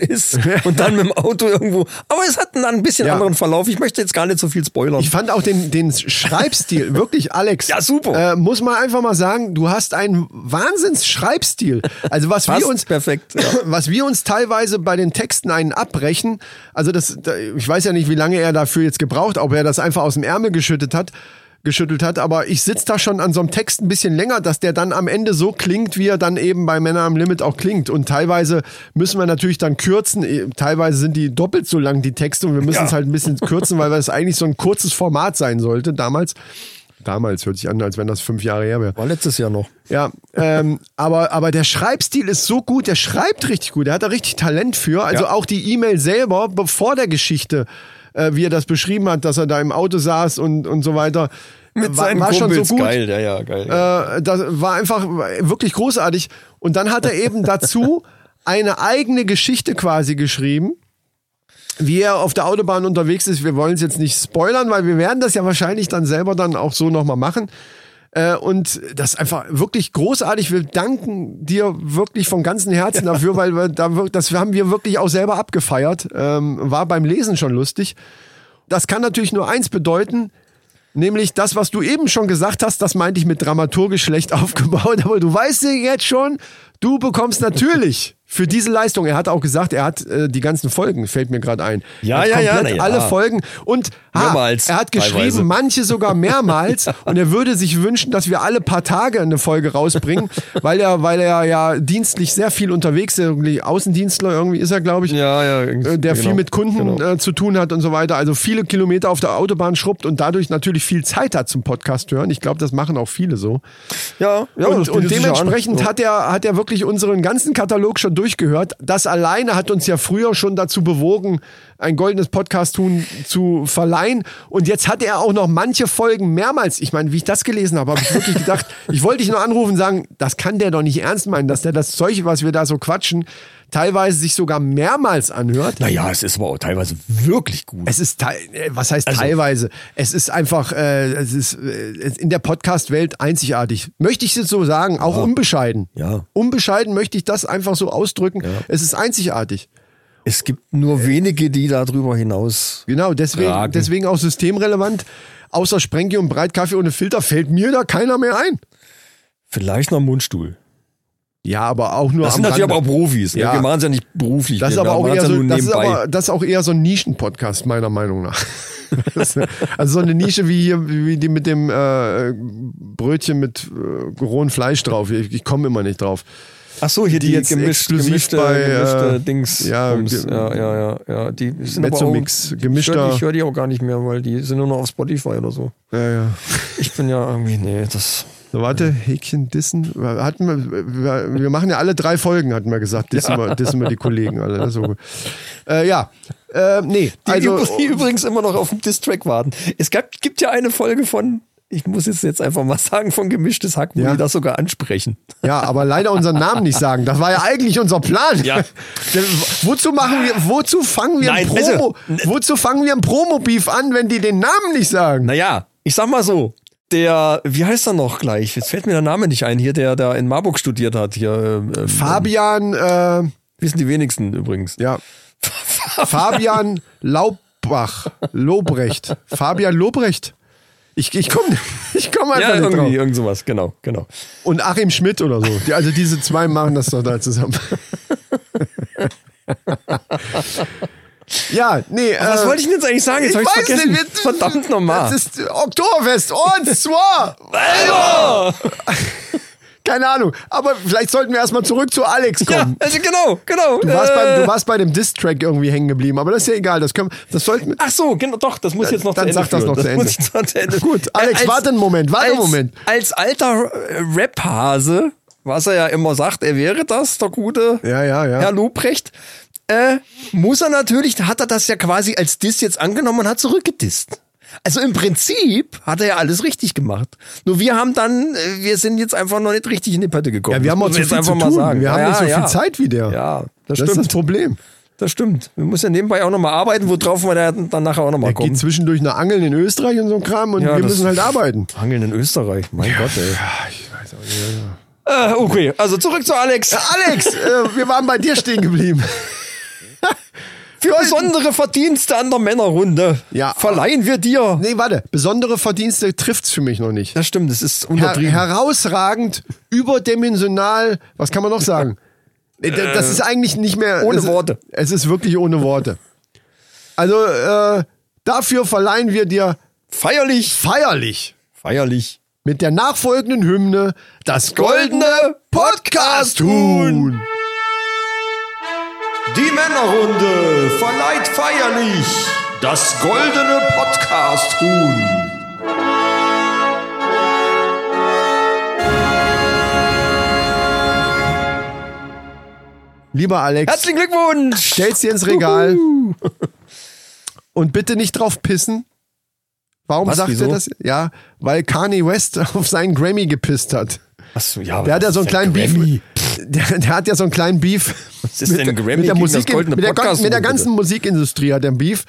Speaker 2: [laughs]
Speaker 1: ist und dann mit dem Auto irgendwo, aber es hat einen, ein bisschen
Speaker 2: Ja.
Speaker 1: anderen Verlauf. Ich möchte jetzt gar nicht so viel spoilern.
Speaker 2: Ich fand auch den, den Schreibstil, [laughs] wirklich, Alex.
Speaker 1: Ja, super.
Speaker 2: Äh, muss man einfach mal sagen, du hast einen Wahnsinns-Schreibstil. Also, was
Speaker 1: Passt
Speaker 2: wir uns.
Speaker 1: perfekt, ja.
Speaker 2: [laughs] Was wir uns teilweise bei den Texten einen abbrechen, also das, da- ich weiß ja nicht, wie lange er dafür jetzt gebraucht, ob er das einfach aus dem Ärmel geschüttet hat, geschüttelt hat, aber ich sitze da schon an so einem Text ein bisschen länger, dass der dann am Ende so klingt, wie er dann eben bei Männer am Limit auch klingt. Und teilweise müssen wir natürlich dann kürzen, eh, teilweise sind die doppelt so lang, die Texte, und wir müssen es halt ein bisschen kürzen, weil das eigentlich so ein kurzes Format sein sollte damals. Damals hört sich an, als wenn das fünf Jahre her wäre.
Speaker 1: war letztes Jahr noch.
Speaker 2: Ja, ähm, aber, aber der Schreibstil ist so gut, der schreibt richtig gut, der hat da richtig Talent für. Also
Speaker 1: Ja.
Speaker 2: auch die E-Mail selber, bevor der Geschichte, äh, wie er das beschrieben hat, dass er da im Auto saß und, und so weiter,
Speaker 1: Mit
Speaker 2: war,
Speaker 1: seinen
Speaker 2: war schon so
Speaker 1: Kumpels.
Speaker 2: gut.
Speaker 1: Geil, ja, ja, geil.
Speaker 2: Äh, das war einfach wirklich großartig. Und dann hat er eben dazu eine eigene Geschichte quasi geschrieben, wie er auf der Autobahn unterwegs ist. Wir wollen es jetzt nicht spoilern, weil wir werden das ja wahrscheinlich dann selber dann auch so nochmal machen. Äh, Und das ist einfach wirklich großartig. Wir danken dir wirklich von ganzem Herzen dafür, weil wir da, wir- das haben wir wirklich auch selber abgefeiert. Ähm, war beim Lesen schon lustig. Das kann natürlich nur eins bedeuten, Nämlich das, was du eben schon gesagt hast, das meinte ich mit dramaturgisch schlecht [laughs] aufgebaut, aber du weißt ja jetzt schon, du bekommst natürlich für diese Leistung, er hat auch gesagt, er hat äh, die ganzen Folgen, fällt mir gerade ein. Er
Speaker 1: Ja,
Speaker 2: hat
Speaker 1: ja, ja,
Speaker 2: komplett
Speaker 1: na ja.
Speaker 2: Alle Folgen und ha,
Speaker 1: Mehrmals,
Speaker 2: er hat geschrieben,
Speaker 1: teilweise.
Speaker 2: manche sogar
Speaker 1: [laughs]
Speaker 2: mehrmals und er würde sich wünschen, dass wir alle paar Tage eine Folge rausbringen, weil er, weil er ja dienstlich sehr viel unterwegs ist, irgendwie Außendienstler irgendwie ist er, glaube ich
Speaker 1: ja, ja.
Speaker 2: äh, der
Speaker 1: genau.
Speaker 2: viel mit Kunden äh, zu tun hat und so weiter, also viele Kilometer auf der Autobahn schrubbt und dadurch natürlich viel Zeit hat zum Podcast hören. Ich glaube, das machen auch viele so.
Speaker 1: Ja, ja das
Speaker 2: und
Speaker 1: bietet
Speaker 2: und
Speaker 1: sich ja an.
Speaker 2: dementsprechend
Speaker 1: Ja.
Speaker 2: hat er, hat er wirklich unseren ganzen Katalog schon durchgehört. Das alleine hat uns ja früher schon dazu bewogen, ein goldenes Podcast-Tun zu verleihen. Und jetzt hat er auch noch manche Folgen mehrmals. Ich meine, wie ich das gelesen habe, habe ich wirklich
Speaker 1: [laughs]
Speaker 2: gedacht, ich wollte dich nur anrufen und sagen, das kann der doch nicht ernst meinen, dass der das Zeug, was wir da so quatschen, teilweise sich sogar mehrmals anhört.
Speaker 1: Naja, es ist aber auch teilweise wirklich gut.
Speaker 2: Es ist teil- äh, was heißt
Speaker 1: Also
Speaker 2: teilweise? Es ist einfach, äh, es ist äh, es- in der Podcast-Welt einzigartig. Möchte ich es jetzt so sagen, auch unbescheiden.
Speaker 1: Ja.
Speaker 2: Unbescheiden möchte ich das einfach so ausdrücken. Es ist einzigartig.
Speaker 1: Es gibt nur wenige, die darüber hinaus.
Speaker 2: Genau, deswegen,
Speaker 1: Fragen.
Speaker 2: deswegen auch systemrelevant. Außer Sprengi und Breitkaffee ohne Filter fällt mir da keiner mehr ein.
Speaker 1: Vielleicht noch einen Mundstuhl.
Speaker 2: Ja, aber auch nur
Speaker 1: Das
Speaker 2: am
Speaker 1: sind natürlich
Speaker 2: Rande.
Speaker 1: aber auch Profis. Ne?
Speaker 2: Ja.
Speaker 1: Wir machen es ja nicht beruflich.
Speaker 2: Das ist
Speaker 1: wir
Speaker 2: aber auch
Speaker 1: machen
Speaker 2: eher
Speaker 1: es ja
Speaker 2: so,
Speaker 1: nur
Speaker 2: das ist
Speaker 1: nebenbei.
Speaker 2: aber, das ist auch eher so ein Nischen-Podcast, meiner Meinung nach. [laughs] Das ist- also so eine Nische wie hier, wie die mit dem äh, Brötchen mit äh, rohem Fleisch drauf. Ich, ich komme immer nicht drauf.
Speaker 1: Ach so, hier die,
Speaker 2: jetzt
Speaker 1: gemischt,
Speaker 2: exklusiv
Speaker 1: gemischte,
Speaker 2: bei,
Speaker 1: gemischte
Speaker 2: äh,
Speaker 1: Dings.
Speaker 2: ja,
Speaker 1: Bums.
Speaker 2: ge-
Speaker 1: ja, ja, ja, ja. Die sind aber auch,
Speaker 2: Mezzomix, gemischter-
Speaker 1: Ich höre die, ich hör die auch gar nicht mehr, weil die sind nur noch auf Spotify oder so.
Speaker 2: Ja, ja.
Speaker 1: Ich bin ja irgendwie, nee, das.
Speaker 2: So, warte, Häkchen dissen. Hatten wir, wir machen ja alle drei Folgen, hatten wir gesagt. Dissen, wir, dissen wir die Kollegen alle. Das ist so gut. Äh, ja, äh, nee.
Speaker 1: Die,
Speaker 2: also,
Speaker 1: übr- die übrigens immer noch auf dem Distrack warten. Es gab, gibt ja eine Folge von, ich muss es jetzt einfach mal [laughs] sagen, von gemischtes Hack, wo
Speaker 2: Ja.
Speaker 1: die das sogar ansprechen.
Speaker 2: Ja, aber leider unseren Namen nicht sagen. Das war ja eigentlich unser Plan.
Speaker 1: Ja.
Speaker 2: Denn [laughs] wozu machen wir, wozu fangen wir ein
Speaker 1: Nein, also,
Speaker 2: Promo, wozu fangen wir ein Promo-Beef an, wenn die den Namen nicht sagen?
Speaker 1: Naja, ich sag mal so, der, wie heißt er noch gleich? Jetzt fällt mir der Name nicht ein, hier, der da in Marburg studiert hat. Hier, ähm,
Speaker 2: Fabian, äh,
Speaker 1: wissen die wenigsten übrigens. [laughs]
Speaker 2: ja, Fabian Laubbach, Lobrecht. Fabian Lobrecht. Ich, ich komme ich komm [laughs] einfach
Speaker 1: Ja,
Speaker 2: nicht
Speaker 1: irgendwie,
Speaker 2: drauf.
Speaker 1: irgend sowas, genau, genau.
Speaker 2: Und Achim Schmidt oder so. Die, also diese zwei machen das doch da zusammen. [laughs] ja, nee.
Speaker 1: Was
Speaker 2: äh,
Speaker 1: wollte ich denn jetzt eigentlich sagen? Jetzt habe ich vergessen.
Speaker 2: wir-
Speaker 1: Verdammt nochmal.
Speaker 2: Das ist Oktoberfest und zwar. [laughs] Keine Ahnung. Aber vielleicht sollten wir erstmal zurück zu Alex
Speaker 1: Ja,
Speaker 2: kommen.
Speaker 1: also genau, genau.
Speaker 2: Du, warst
Speaker 1: äh,
Speaker 2: beim, du warst bei dem Diss-Track irgendwie hängen geblieben, aber das ist ja egal. Das, können, das sollten wir.
Speaker 1: Ach so, genau, doch, das muss ich jetzt noch
Speaker 2: Dann
Speaker 1: zu Ende
Speaker 2: sag das
Speaker 1: führen.
Speaker 2: noch zu Ende.
Speaker 1: Muss ich noch
Speaker 2: [laughs]
Speaker 1: zu Ende.
Speaker 2: Gut,
Speaker 1: Äh,
Speaker 2: Alex, warte einen Moment, warte einen
Speaker 1: als,
Speaker 2: Moment.
Speaker 1: Als alter äh, Rap-Hase, was er ja immer sagt, er wäre das, der gute
Speaker 2: Ja, ja, ja.
Speaker 1: Herr Lobrecht, äh, muss er natürlich, hat er das ja quasi als Diss jetzt angenommen und hat zurückgedisst. Also im Prinzip hat er ja alles richtig gemacht. Nur wir haben dann, äh, wir sind jetzt einfach noch nicht richtig in die Pötte gekommen.
Speaker 2: Ja, wir haben auch
Speaker 1: Das muss
Speaker 2: zu
Speaker 1: man
Speaker 2: viel
Speaker 1: jetzt
Speaker 2: zu
Speaker 1: einfach
Speaker 2: tun.
Speaker 1: mal sagen.
Speaker 2: Wir haben
Speaker 1: ja,
Speaker 2: nicht so viel
Speaker 1: ja.
Speaker 2: Zeit wie der.
Speaker 1: Ja,
Speaker 2: das
Speaker 1: das,
Speaker 2: ist das
Speaker 1: stimmt.
Speaker 2: Problem.
Speaker 1: Das stimmt. Wir müssen ja nebenbei auch nochmal arbeiten, worauf wir da- dann nachher auch nochmal
Speaker 2: Er geht
Speaker 1: kommen.
Speaker 2: zwischendurch nach Angeln in Österreich und so ein Kram und
Speaker 1: Ja,
Speaker 2: wir
Speaker 1: das- Ah,
Speaker 2: müssen halt
Speaker 1: [laughs]
Speaker 2: arbeiten.
Speaker 1: Angeln in Österreich, mein Gott, ey.
Speaker 2: Ja, ich weiß auch nicht.
Speaker 1: Äh, okay, also zurück zu Alex.
Speaker 2: Alex, äh, wir waren bei dir stehen geblieben.
Speaker 1: Für besondere Verdienste an der Männerrunde
Speaker 2: Ja.
Speaker 1: verleihen wir dir.
Speaker 2: Nee, warte. Besondere Verdienste trifft's für mich noch nicht.
Speaker 1: Das stimmt, das ist
Speaker 2: her
Speaker 1: untertrieben.
Speaker 2: herausragend, überdimensional, was kann man noch
Speaker 1: [laughs]
Speaker 2: sagen? Nee, d- Das ist eigentlich nicht mehr.
Speaker 1: ohne
Speaker 2: es, ist-
Speaker 1: Worte.
Speaker 2: Es ist wirklich ohne Worte. Also, äh, dafür verleihen wir dir
Speaker 1: Feierlich.
Speaker 2: feierlich
Speaker 1: Feierlich.
Speaker 2: mit der nachfolgenden Hymne das goldene Podcast-Huhn.
Speaker 1: Podcast-Huhn. Die Männerrunde verleiht feierlich das goldene Podcast-Huhn.
Speaker 2: Lieber Alex,
Speaker 1: Herzlichen Glückwunsch.
Speaker 2: stell's dir ins Regal. Und bitte nicht drauf pissen. Warum
Speaker 1: Was,
Speaker 2: sagt
Speaker 1: wieso?
Speaker 2: er das? Ja, weil Kanye West [laughs] auf seinen Grammy gepisst hat.
Speaker 1: Achso, ja, aber
Speaker 2: Der hat ja
Speaker 1: das
Speaker 2: so einen
Speaker 1: ist
Speaker 2: kleinen
Speaker 1: ein
Speaker 2: Beef.
Speaker 1: Grammy.
Speaker 2: [laughs] Der, der hat ja so einen kleinen Beef.
Speaker 1: Was ist denn ein Grammy
Speaker 2: mit der
Speaker 1: gegen
Speaker 2: Musik,
Speaker 1: das goldene
Speaker 2: mit der, gan-
Speaker 1: Podcast-Huhn,
Speaker 2: mit der
Speaker 1: bitte?
Speaker 2: ganzen Musikindustrie hat er einen Beef.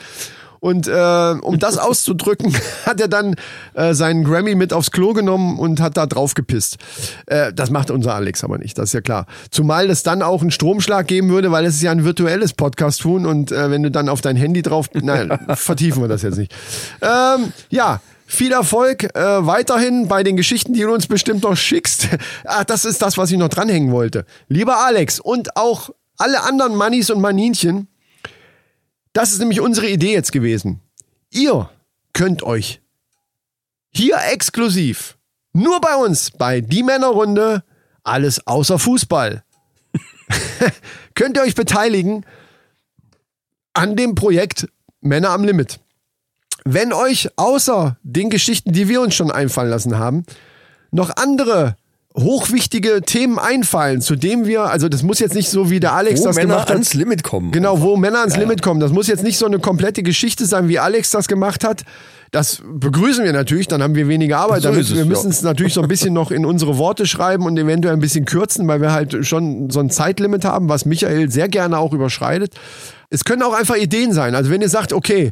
Speaker 2: Und äh, um
Speaker 1: [laughs]
Speaker 2: das auszudrücken, [laughs] hat er dann äh, seinen Grammy mit aufs Klo genommen und hat da drauf gepisst. Äh, das macht unser Alex aber nicht, das ist ja klar. Zumal es dann auch einen Stromschlag geben würde, weil es ist ja ein virtuelles Podcast tun und äh, wenn du dann auf dein Handy drauf. [laughs] Nein, vertiefen wir das jetzt nicht. Ähm, ja. Viel Erfolg äh, weiterhin bei den Geschichten, die du uns bestimmt noch schickst. [laughs] Ach, das ist das, was ich noch dranhängen wollte. Lieber Alex und auch alle anderen Mannis und Maninchen, das ist nämlich unsere Idee jetzt gewesen. Ihr könnt euch hier exklusiv, nur bei uns, bei Die Männerrunde, alles außer Fußball, [laughs] könnt ihr euch beteiligen an dem Projekt Männer am Limit. Wenn euch außer den Geschichten, die wir uns schon einfallen lassen haben, noch andere hochwichtige Themen einfallen, zu denen wir, also das muss jetzt nicht so wie der Alex
Speaker 1: Wo
Speaker 2: das
Speaker 1: Männer
Speaker 2: gemacht hat,
Speaker 1: ans Limit kommen.
Speaker 2: Genau, wo Männer ans Limit kommen. Das muss jetzt nicht so eine komplette Geschichte sein, wie Alex das gemacht hat. Das begrüßen wir natürlich, dann haben wir weniger Arbeit.
Speaker 1: So
Speaker 2: damit.
Speaker 1: ist es,
Speaker 2: wir
Speaker 1: ja.
Speaker 2: müssen es natürlich so ein bisschen noch in unsere Worte schreiben und eventuell ein bisschen kürzen, weil wir halt schon so ein Zeitlimit haben, was Michael sehr gerne auch überschreitet. Es können auch einfach Ideen sein. Also wenn ihr sagt, okay,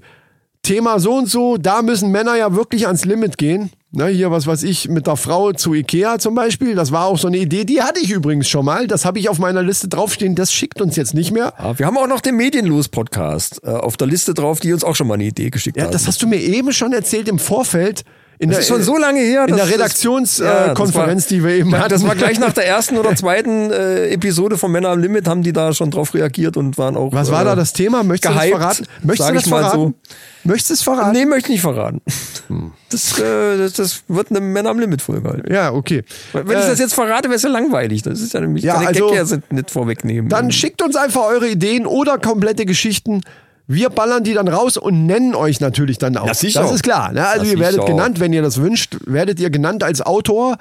Speaker 2: Thema so und so, da müssen Männer ja wirklich ans Limit gehen. Ne, hier, was weiß ich, mit der Frau zu Ikea zum Beispiel. Das war auch so eine Idee, die hatte ich übrigens schon mal. Das habe ich auf meiner Liste draufstehen. Das schickt uns jetzt nicht mehr.
Speaker 1: Ja, wir haben auch noch den Medienlos-Podcast äh, auf der Liste drauf, die uns auch schon mal eine Idee geschickt
Speaker 2: Ja,
Speaker 1: haben.
Speaker 2: das hast du mir eben schon erzählt im Vorfeld. In
Speaker 1: Das ist schon so lange her.
Speaker 2: Äh, In
Speaker 1: dass-
Speaker 2: der Redaktionskonferenz,
Speaker 1: das-
Speaker 2: äh,
Speaker 1: das
Speaker 2: Konferenz,
Speaker 1: war-
Speaker 2: die wir eben
Speaker 1: Ja,
Speaker 2: hatten.
Speaker 1: Das war
Speaker 2: [laughs]
Speaker 1: gleich nach der ersten oder zweiten äh, Episode von Männer am Limit, haben die da schon drauf reagiert und waren auch.
Speaker 2: Was war
Speaker 1: äh,
Speaker 2: da das Thema? Möchtest
Speaker 1: gehypt,
Speaker 2: du das verraten? Möchtest
Speaker 1: sag
Speaker 2: du das
Speaker 1: ich mal
Speaker 2: verraten?
Speaker 1: so.
Speaker 2: Möchtest du es verraten?
Speaker 1: Nee, möchte ich nicht verraten.
Speaker 2: Hm.
Speaker 1: Das, äh, das, das wird eine Männer am Limit Folge halt.
Speaker 2: Ja, okay.
Speaker 1: Wenn ich
Speaker 2: Äh,
Speaker 1: das jetzt verrate, wäre es ja langweilig. Das ist ja nämlich
Speaker 2: Ja,
Speaker 1: ja,
Speaker 2: also-
Speaker 1: Gag ja sind nicht vorwegnehmen.
Speaker 2: Dann schickt uns einfach eure Ideen oder komplette Geschichten. Wir ballern die dann raus und nennen euch natürlich dann auch.
Speaker 1: Ja, sicher.
Speaker 2: Das ist klar. Ne? Also
Speaker 1: Ja,
Speaker 2: ihr werdet
Speaker 1: sicher.
Speaker 2: genannt, wenn ihr das wünscht, werdet ihr genannt als Autor.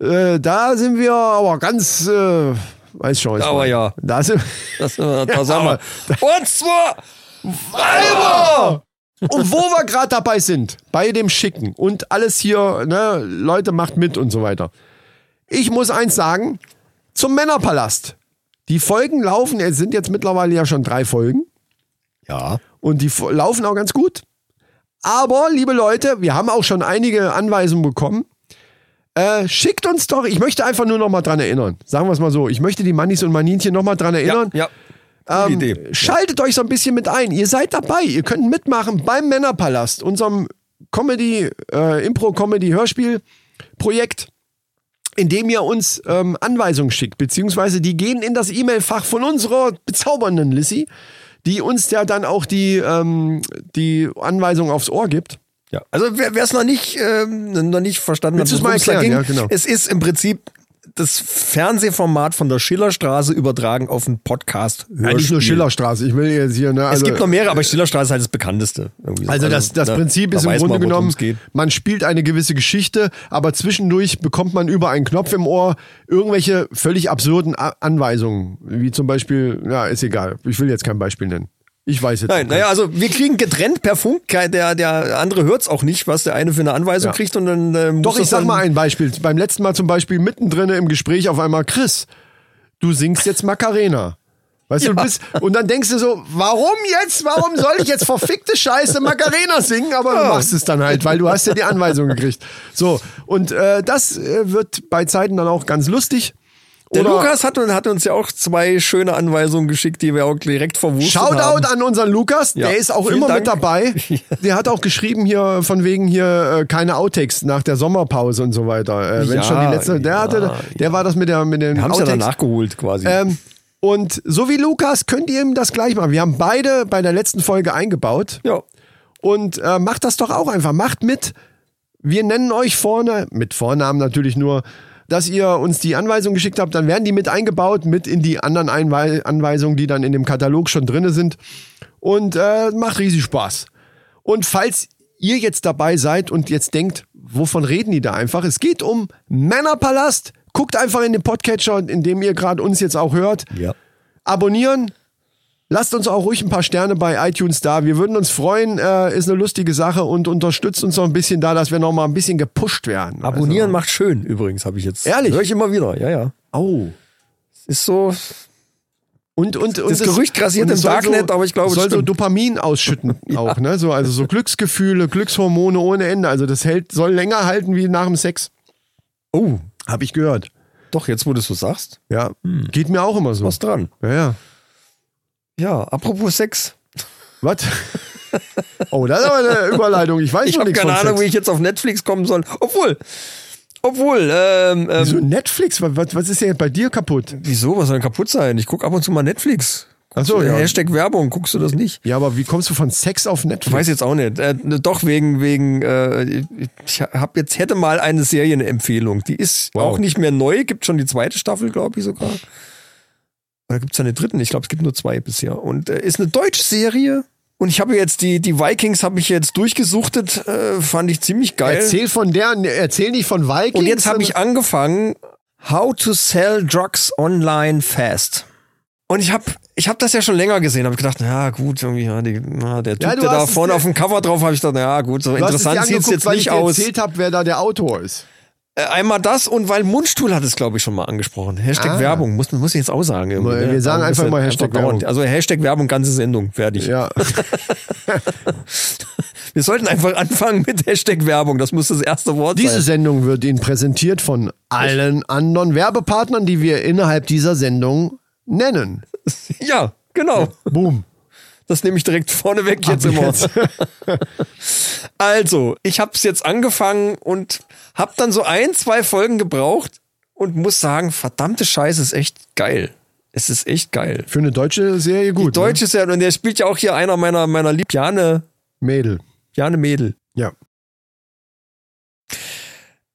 Speaker 2: Äh, da sind wir aber ganz, äh, weiß schon. jetzt
Speaker 1: Aber
Speaker 2: mal.
Speaker 1: ja.
Speaker 2: Da sind
Speaker 1: das, äh,
Speaker 2: [laughs]
Speaker 1: da sagen
Speaker 2: aber-
Speaker 1: wir. Und zwar
Speaker 2: Weiber! Und wo wir gerade dabei sind, bei dem Schicken und alles hier, ne, Leute macht mit und so weiter. Ich muss eins sagen, zum Männerpalast. Die Folgen laufen, es sind jetzt mittlerweile ja schon drei Folgen.
Speaker 1: Ja.
Speaker 2: Und die f- laufen auch ganz gut. Aber, liebe Leute, wir haben auch schon einige Anweisungen bekommen. Äh, schickt uns doch, ich möchte einfach nur noch mal dran erinnern. Sagen wir es mal so, ich möchte die Mannis und Maninchen noch mal dran
Speaker 1: Ja,
Speaker 2: erinnern.
Speaker 1: ja.
Speaker 2: Ähm,
Speaker 1: Gute Idee.
Speaker 2: Schaltet euch so ein bisschen mit ein. Ihr seid dabei. Ihr könnt mitmachen beim Männerpalast, unserem Comedy, äh, Impro-Comedy-Hörspiel-Projekt, indem ihr uns ähm, Anweisungen schickt, beziehungsweise die gehen in das E-Mail-Fach von unserer bezaubernden Lissy, die uns ja dann auch die, ähm, die Anweisung aufs Ohr gibt.
Speaker 1: Ja, also wer es noch nicht, ähm, noch nicht verstanden
Speaker 2: Willst du's mal
Speaker 1: worum's da
Speaker 2: erklären?
Speaker 1: ging,
Speaker 2: Ja, genau.
Speaker 1: es ist im Prinzip das Fernsehformat von der Schillerstraße übertragen auf einen Podcast.
Speaker 2: Ja, nicht nur Schillerstraße. Ich will jetzt hier, ne?
Speaker 1: Es
Speaker 2: also-
Speaker 1: gibt noch mehrere, aber Schillerstraße ist halt das bekannteste. Irgendwie so.
Speaker 2: Also das, das
Speaker 1: da-
Speaker 2: Prinzip
Speaker 1: da
Speaker 2: ist im
Speaker 1: weiß
Speaker 2: Grunde
Speaker 1: man,
Speaker 2: genommen,
Speaker 1: worum's geht.
Speaker 2: man spielt eine gewisse Geschichte, aber zwischendurch bekommt man über einen Knopf im Ohr irgendwelche völlig absurden A Anweisungen, wie zum Beispiel, ja, ist egal, ich will jetzt kein Beispiel nennen. Ich weiß jetzt
Speaker 1: Nein,
Speaker 2: nicht.
Speaker 1: naja, also wir kriegen getrennt per Funk, kein- der, der andere hört's auch nicht, was der eine für eine Anweisung
Speaker 2: Ja.
Speaker 1: kriegt und dann ähm, muss
Speaker 2: Doch, ich
Speaker 1: das
Speaker 2: sag
Speaker 1: dann-
Speaker 2: mal ein Beispiel. Beim letzten Mal zum Beispiel mittendrin im Gespräch auf einmal, Chris, du singst jetzt Macarena. Weißt du, du bist, und dann denkst du so, warum jetzt? Warum soll ich jetzt verfickte Scheiße Macarena singen? Aber du machst es dann halt, weil du hast ja die Anweisung gekriegt. So, und äh, das äh, wird bei Zeiten dann auch ganz lustig.
Speaker 1: Der
Speaker 2: Oder
Speaker 1: Lukas hat, hat uns ja auch zwei schöne Anweisungen geschickt, die wir auch direkt verwurstet haben.
Speaker 2: Shoutout an unseren Lukas,
Speaker 1: Ja,
Speaker 2: der ist auch
Speaker 1: vielen
Speaker 2: immer
Speaker 1: Dank.
Speaker 2: mit
Speaker 1: [laughs]
Speaker 2: dabei. Der hat auch geschrieben hier von wegen hier äh, keine Outtakes nach der Sommerpause und so weiter. Äh, wenn
Speaker 1: Ja,
Speaker 2: schon die letzte, der
Speaker 1: ja,
Speaker 2: hatte, der war das mit der mit den
Speaker 1: Wir haben's ja
Speaker 2: Outtakes.
Speaker 1: dann nachgeholt quasi.
Speaker 2: Ähm, und so wie Lukas könnt ihr ihm das gleich machen. Wir haben beide bei der letzten Folge eingebaut.
Speaker 1: ja.
Speaker 2: Und äh, macht das doch auch einfach. Macht mit. Wir nennen euch vorne, mit Vornamen natürlich nur, dass ihr uns die Anweisung geschickt habt. Dann werden die mit eingebaut, mit in die anderen Einwei Anweisungen, die dann in dem Katalog schon drinne sind. Und äh, macht riesig Spaß. Und falls ihr jetzt dabei seid und jetzt denkt, wovon reden die da einfach? Es geht um Männerpalast. Guckt einfach in den Podcatcher, in dem ihr gerade uns jetzt auch hört
Speaker 1: ja.
Speaker 2: abonnieren. Lasst uns auch ruhig ein paar Sterne bei iTunes da. Wir würden uns freuen. Äh, ist eine lustige Sache und unterstützt uns noch ein bisschen da, dass wir noch mal ein bisschen gepusht werden. Also,
Speaker 1: Abonnieren macht schön, übrigens, habe ich jetzt.
Speaker 2: Ehrlich?
Speaker 1: Hör ich immer wieder, ja, ja.
Speaker 2: Also, oh.
Speaker 1: Ist so.
Speaker 2: Und, und, und
Speaker 1: Das Gerücht grassiert
Speaker 2: und es
Speaker 1: im
Speaker 2: soll
Speaker 1: Darknet, aber ich glaube, es
Speaker 2: soll so
Speaker 1: stimmt.
Speaker 2: Dopamin
Speaker 1: [laughs]
Speaker 2: ausschütten auch, ne? So, also so Glücksgefühle, Glückshormone ohne Ende. Also das hält, soll länger halten wie nach dem Sex.
Speaker 1: Oh,
Speaker 2: Habe ich gehört.
Speaker 1: doch, jetzt, wo du es so sagst,
Speaker 2: Ja, geht mir auch immer so.
Speaker 1: Hm. was dran.
Speaker 2: Ja, ja.
Speaker 1: Ja, apropos Sex.
Speaker 2: Was?
Speaker 1: [laughs]
Speaker 2: oh, das ist aber eine Überleitung. Ich weiß
Speaker 1: Ich
Speaker 2: noch
Speaker 1: habe
Speaker 2: nichts
Speaker 1: keine
Speaker 2: von
Speaker 1: Ahnung,
Speaker 2: Sex.
Speaker 1: wie ich jetzt auf Netflix kommen soll. Obwohl. Obwohl, ähm, ähm
Speaker 2: Wieso Netflix? Was, was- was ist denn bei dir kaputt?
Speaker 1: wieso? Was soll denn kaputt sein? Ich gucke ab und zu mal Netflix.
Speaker 2: Ach so,
Speaker 1: Äh,
Speaker 2: ja.
Speaker 1: Hashtag Werbung, guckst du das nicht?
Speaker 2: Ja, aber wie kommst du von Sex auf
Speaker 1: Ich
Speaker 2: Netflix?
Speaker 1: weiß jetzt auch nicht. Äh, ne, doch, wegen, wegen, äh, ich hab jetzt, hätte mal eine Serienempfehlung. Die ist
Speaker 2: Wow.
Speaker 1: auch nicht mehr neu, gibt schon die zweite Staffel, glaube ich sogar. Oder gibt's eine dritten? Ich glaube, es gibt nur zwei bisher. Und äh, ist eine deutsche Serie. Und ich habe jetzt die, die Vikings habe ich jetzt durchgesuchtet, äh, fand ich ziemlich geil.
Speaker 2: erzähl von der, ne, erzähl nicht von Vikings.
Speaker 1: Und jetzt habe ich angefangen, How to Sell Drugs Online Fast. Und ich habe ich hab das ja schon länger gesehen, habe gedacht, na gut, irgendwie, ja, die, na, der Typ,
Speaker 2: Ja, du
Speaker 1: der da
Speaker 2: hast es
Speaker 1: vorne
Speaker 2: dir-
Speaker 1: auf dem Cover drauf, habe ich gedacht, na ja, gut, so
Speaker 2: Du hast es dir
Speaker 1: interessant sieht es
Speaker 2: angeguckt,
Speaker 1: jetzt
Speaker 2: weil ich
Speaker 1: nicht
Speaker 2: dir
Speaker 1: aus.
Speaker 2: erzählt habe, wer da der Autor ist.
Speaker 1: Äh, Einmal das und weil Mundstuhl hat es, glaube ich, schon mal angesprochen. Hashtag
Speaker 2: Ah.
Speaker 1: Werbung, muss, muss ich jetzt auch sagen. irgendwie,
Speaker 2: Wir
Speaker 1: ne?
Speaker 2: sagen
Speaker 1: Darum ist
Speaker 2: einfach
Speaker 1: ja
Speaker 2: mal Hashtag
Speaker 1: dauernd.
Speaker 2: Werbung.
Speaker 1: Also Hashtag Werbung, ganze Sendung, fertig.
Speaker 2: Ja.
Speaker 1: Wir sollten einfach [laughs] anfangen mit Hashtag Werbung, das muss das erste Wort
Speaker 2: Diese
Speaker 1: sein.
Speaker 2: Sendung wird Ihnen präsentiert von allen anderen Werbepartnern, die wir innerhalb dieser Sendung nennen.
Speaker 1: Ja, genau.
Speaker 2: Boom.
Speaker 1: Das nehme ich direkt vorneweg jetzt
Speaker 2: Ab
Speaker 1: immer.
Speaker 2: jetzt.
Speaker 1: Also, ich habe es jetzt angefangen und habe dann so ein, zwei Folgen gebraucht und muss sagen, verdammte Scheiße, ist echt geil. Es ist echt geil.
Speaker 2: Für eine deutsche Serie gut.
Speaker 1: Deutsch ist ja, und der spielt ja auch hier einer meiner, meiner Lieb, Jane,
Speaker 2: ne? Mädel.
Speaker 1: Jane Mädel.
Speaker 2: Ja.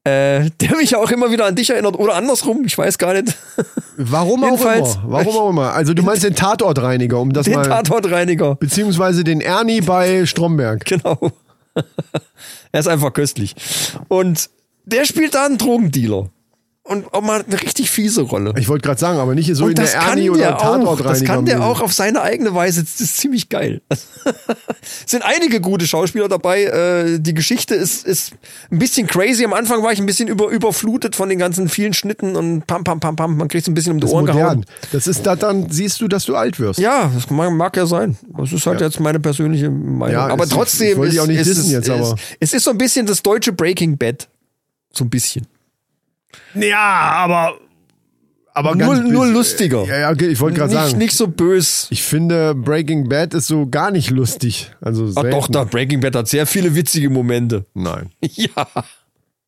Speaker 1: Äh, [laughs] der mich ja auch immer wieder an dich erinnert oder andersrum, ich weiß gar nicht.
Speaker 2: Warum auch
Speaker 1: Jedenfalls-
Speaker 2: immer. Warum auch immer. Also du meinst den Tatortreiniger, um das
Speaker 1: Den
Speaker 2: mal.
Speaker 1: Tatortreiniger. [laughs]
Speaker 2: beziehungsweise den Ernie bei Stromberg.
Speaker 1: Genau. er ist einfach köstlich. Und der spielt da einen Drogendealer. Und auch mal eine richtig fiese Rolle.
Speaker 2: Ich wollte gerade sagen, aber nicht so
Speaker 1: Und
Speaker 2: in der
Speaker 1: das kann
Speaker 2: Ernie oder
Speaker 1: der auch,
Speaker 2: Tatortreiniger.
Speaker 1: das kann der
Speaker 2: Mühle.
Speaker 1: auch auf seine eigene Weise. Das ist ziemlich geil. [laughs] sind einige gute Schauspieler dabei. Äh, die Geschichte ist, ist ein bisschen crazy. Am Anfang war ich ein bisschen über, überflutet von den ganzen vielen Schnitten und pam, pam, pam, pam. Man kriegt so ein bisschen um die
Speaker 2: Das ist
Speaker 1: Ohren gehauen.
Speaker 2: modern. Das ist da, dann siehst du, dass du alt wirst.
Speaker 1: Ja, das mag, mag ja sein. Das ist halt jetzt meine persönliche Meinung.
Speaker 2: Ja,
Speaker 1: aber
Speaker 2: es- ich
Speaker 1: trotzdem
Speaker 2: wollte
Speaker 1: ist,
Speaker 2: dich auch nicht
Speaker 1: ist,
Speaker 2: dissen jetzt,
Speaker 1: ist,
Speaker 2: aber-
Speaker 1: es ist so ein bisschen das deutsche Breaking Bad. So ein bisschen.
Speaker 2: Ja, aber aber
Speaker 1: Nur,
Speaker 2: ganz
Speaker 1: nur
Speaker 2: bisschen-
Speaker 1: lustiger.
Speaker 2: Ja, ja, okay, ich wollte gerade
Speaker 1: Nicht,
Speaker 2: sagen.
Speaker 1: nicht so bös.
Speaker 2: Ich finde Breaking Bad ist so gar nicht lustig. Also
Speaker 1: Ach
Speaker 2: selten.
Speaker 1: doch, da Breaking Bad hat sehr viele witzige Momente.
Speaker 2: Nein.
Speaker 1: [laughs] Ja,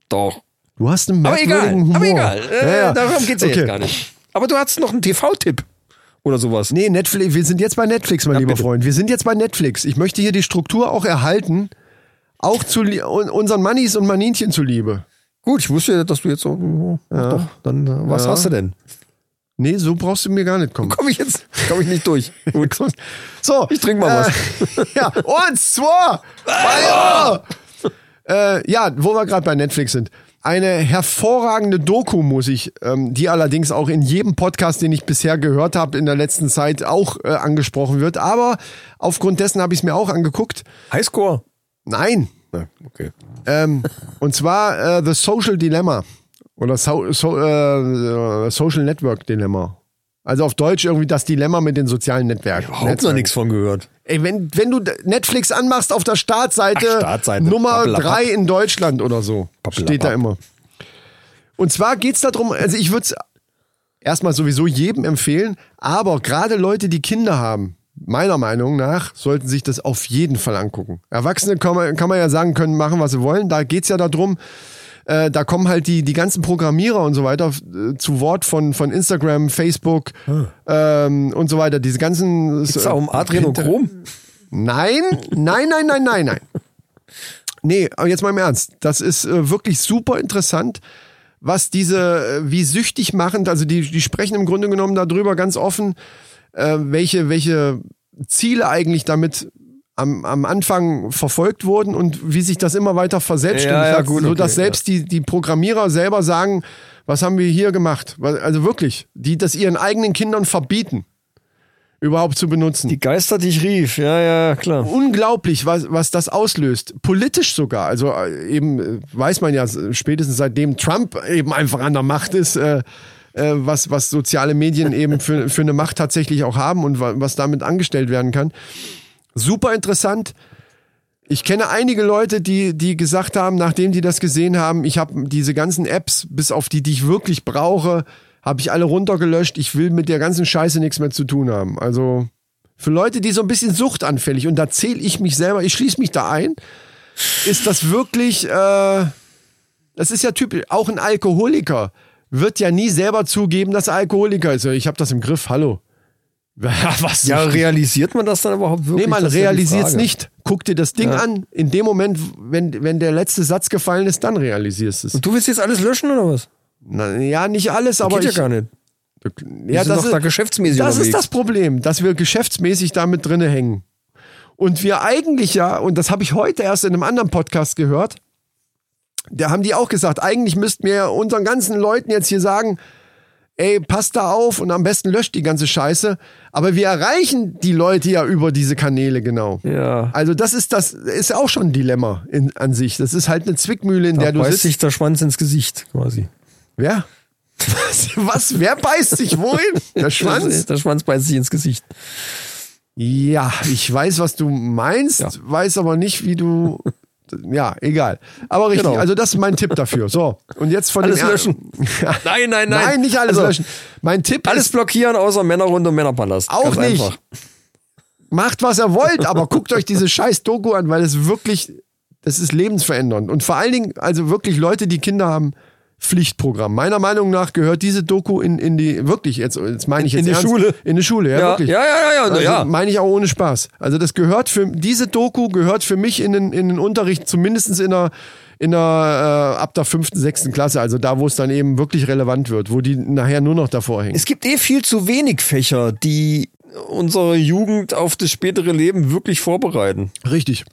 Speaker 1: doch.
Speaker 2: Du hast einen
Speaker 1: Aber egal,
Speaker 2: merkwürdigen Humor.
Speaker 1: aber egal. Äh,
Speaker 2: Ja, ja.
Speaker 1: Darum geht's ja
Speaker 2: Okay.
Speaker 1: jetzt gar nicht. Aber du hast noch einen TV-Tipp oder sowas.
Speaker 2: Nee, Netflix, wir sind jetzt bei Netflix, mein lieber
Speaker 1: bitte.
Speaker 2: Freund. Wir sind jetzt bei Netflix. Ich möchte hier die Struktur auch erhalten, auch zu li- un- unseren Mannis und Maninchen zuliebe.
Speaker 1: Gut, ich wusste ja, dass du jetzt so. Ja. Doch, dann äh, was
Speaker 2: Ja.
Speaker 1: hast du denn?
Speaker 2: Nee, so brauchst du mir gar nicht kommen.
Speaker 1: [laughs] Komm ich jetzt, komm ich nicht durch. [laughs] Gut.
Speaker 2: [laughs] So.
Speaker 1: Ich trink mal
Speaker 2: was. [laughs] ja, eins, zwei, drei, ja. Äh, ja, wo wir gerade bei Netflix sind. Eine hervorragende Doku muss ich, ähm, die allerdings auch in jedem Podcast, den ich bisher gehört habe, in der letzten Zeit auch äh, angesprochen wird. Aber aufgrund dessen habe ich es mir auch angeguckt.
Speaker 1: Highscore.
Speaker 2: Nein.
Speaker 1: Okay. [laughs]
Speaker 2: Ähm, und zwar äh, The Social Dilemma oder so, so, äh, Social Network Dilemma. Also auf Deutsch irgendwie das Dilemma mit den sozialen Netzwerken.
Speaker 1: Überhaupt noch nichts von gehört.
Speaker 2: Ey, wenn, wenn du Netflix anmachst auf der Startseite,
Speaker 1: Ach, Startseite.
Speaker 2: Nummer
Speaker 1: Pappelapapp.
Speaker 2: 3 in Deutschland oder so,
Speaker 1: Pappelapapp.
Speaker 2: steht da immer. Und zwar geht's darum, also ich würde es erstmal sowieso jedem empfehlen, aber gerade Leute, die Kinder haben, meiner Meinung nach, sollten sich das auf jeden Fall angucken. Erwachsene kann man, kann man ja sagen, können machen, was sie wollen. Da geht's ja darum, äh, da kommen halt die, die ganzen Programmierer und so weiter äh, zu Wort von, von Instagram, Facebook
Speaker 1: Ah.
Speaker 2: ähm, und so weiter. Diese ganzen.
Speaker 1: Ist da um Adrenochrom?
Speaker 2: Nein, nein, nein, nein, nein, nein. Nee, aber jetzt mal im Ernst. Das ist äh, wirklich super interessant, was diese, äh, wie süchtig machend, also die, die sprechen im Grunde genommen darüber ganz offen, äh, welche, welche Ziele eigentlich damit am, am Anfang verfolgt wurden und wie sich das immer weiter verselbstständigt
Speaker 1: Ja, ja,
Speaker 2: hat,
Speaker 1: gut,
Speaker 2: so
Speaker 1: okay,
Speaker 2: dass
Speaker 1: ja.
Speaker 2: selbst die, die Programmierer selber sagen, was haben wir hier gemacht? Weil- Also wirklich, die das ihren eigenen Kindern verbieten, überhaupt zu benutzen
Speaker 1: Die Geister, die ich rief. Ja, ja, klar.
Speaker 2: unglaublich, was, was das auslöst. Politisch sogar. Also äh, eben äh, weiß man ja äh, spätestens seitdem Trump eben einfach an der Macht ist, äh, äh, was, was soziale Medien eben für, für eine Macht tatsächlich auch haben und wa- was damit angestellt werden kann. Super interessant. Ich kenne einige Leute, die, die gesagt haben, nachdem die das gesehen haben, ich habe diese ganzen Apps, bis auf die, die ich wirklich brauche, habe ich alle runtergelöscht. Ich will mit der ganzen Scheiße nichts mehr zu tun haben. Also für Leute, die so ein bisschen suchtanfällig, und da zähle ich mich selber, ich schließe mich da ein, ist das wirklich, äh, das ist ja typisch, auch ein Alkoholiker wird ja nie selber zugeben, dass er Alkoholiker ist. Ich habe das im Griff, hallo. [laughs] Was?
Speaker 1: Ja, realisiert man das dann überhaupt wirklich?
Speaker 2: Nee, man
Speaker 1: Das ist ja die
Speaker 2: realisiert es
Speaker 1: Frage.
Speaker 2: nicht. Guck dir das Ding an. In dem Moment, wenn, wenn der letzte Satz gefallen ist, dann realisierst du es.
Speaker 1: Und du willst jetzt alles löschen oder was?
Speaker 2: Na, Ja, nicht alles, aber
Speaker 1: Geht
Speaker 2: ich,
Speaker 1: ja gar nicht.
Speaker 2: ja,
Speaker 1: sind
Speaker 2: das,
Speaker 1: doch
Speaker 2: ist,
Speaker 1: da geschäftsmäßig
Speaker 2: das ist
Speaker 1: unterwegs.
Speaker 2: das Problem, dass wir geschäftsmäßig damit drinne hängen. Und wir eigentlich ja, und das habe ich heute erst in einem anderen Podcast gehört, da haben die auch gesagt, eigentlich müssten wir unseren ganzen Leuten jetzt hier sagen, ey, passt da auf und am besten löscht die ganze Scheiße. Aber wir erreichen die Leute ja über diese Kanäle genau.
Speaker 3: Ja.
Speaker 2: Also das ist das ist auch schon ein Dilemma in, an sich. Das ist halt eine Zwickmühle, in
Speaker 1: Da
Speaker 2: der du
Speaker 1: beißt
Speaker 2: sitzt.
Speaker 1: sich der Schwanz ins Gesicht quasi.
Speaker 2: Wer? [laughs] Was, was? Wer beißt sich wohin?
Speaker 1: [laughs]
Speaker 2: Der Schwanz?
Speaker 1: Der Schwanz beißt sich ins Gesicht.
Speaker 2: Ja, ich weiß, was du meinst,
Speaker 1: Ja.
Speaker 2: weiß aber nicht, wie du. Ja, egal. Aber richtig,
Speaker 1: Genau.
Speaker 2: also das ist mein Tipp dafür. So, und jetzt von
Speaker 1: Alles
Speaker 2: dem Er- [laughs]
Speaker 1: löschen. Nein, nein, nein.
Speaker 2: Nein, nicht alles
Speaker 1: Also,
Speaker 2: löschen. Mein Tipp
Speaker 1: Alles
Speaker 2: ist,
Speaker 1: blockieren außer Männerrunde und Männerpalast.
Speaker 2: Auch
Speaker 1: Ganz
Speaker 2: nicht.
Speaker 1: Einfach.
Speaker 2: macht was ihr wollt, aber guckt euch diese scheiß Doku an, weil es wirklich, das ist lebensverändernd. Und vor allen Dingen, also wirklich Leute, die Kinder haben, Pflichtprogramm. Meiner Meinung nach gehört diese Doku in, in die, wirklich, jetzt, jetzt meine ich jetzt
Speaker 1: In die
Speaker 2: ernst,
Speaker 1: Schule.
Speaker 2: In die Schule, ja,
Speaker 1: Ja, ja,
Speaker 2: wirklich.
Speaker 1: ja, ja,
Speaker 2: Also
Speaker 1: ja.
Speaker 2: meine ich auch ohne Spaß. Also das gehört für diese Doku gehört für mich in den, in den Unterricht, zumindest in der in der äh, ab der fünften, sechsten Klasse, also da, wo es dann eben wirklich relevant wird, wo die nachher nur noch davor hängen.
Speaker 1: Es gibt eh viel zu wenig Fächer, die unsere Jugend auf das spätere Leben wirklich vorbereiten.
Speaker 2: Richtig.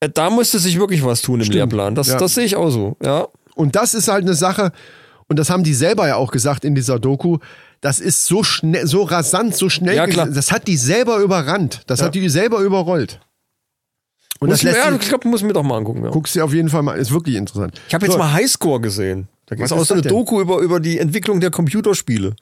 Speaker 1: Äh, Da müsste sich wirklich was tun im Lehrplan. Das,
Speaker 2: Ja.
Speaker 1: das sehe ich auch so. Ja.
Speaker 2: Und das ist halt eine Sache, und das haben die selber ja auch gesagt in dieser Doku, das ist so schnell, so rasant, so schnell,
Speaker 1: Ja,
Speaker 2: ge-
Speaker 1: klar.
Speaker 2: das hat die selber überrannt, das hat die selber überrollt. Und
Speaker 1: Muss
Speaker 2: das
Speaker 1: ich mir,
Speaker 2: lässt
Speaker 1: ja,
Speaker 2: sich,
Speaker 1: ich glaube, muss ich mir doch mal angucken. Ja.
Speaker 2: guckst dir auf jeden Fall mal, ist wirklich interessant.
Speaker 1: Ich habe jetzt mal Highscore gesehen. Da gibt
Speaker 2: Was
Speaker 1: es auch
Speaker 2: ist
Speaker 1: so eine
Speaker 2: das denn?
Speaker 1: Doku über, über die Entwicklung der Computerspiele.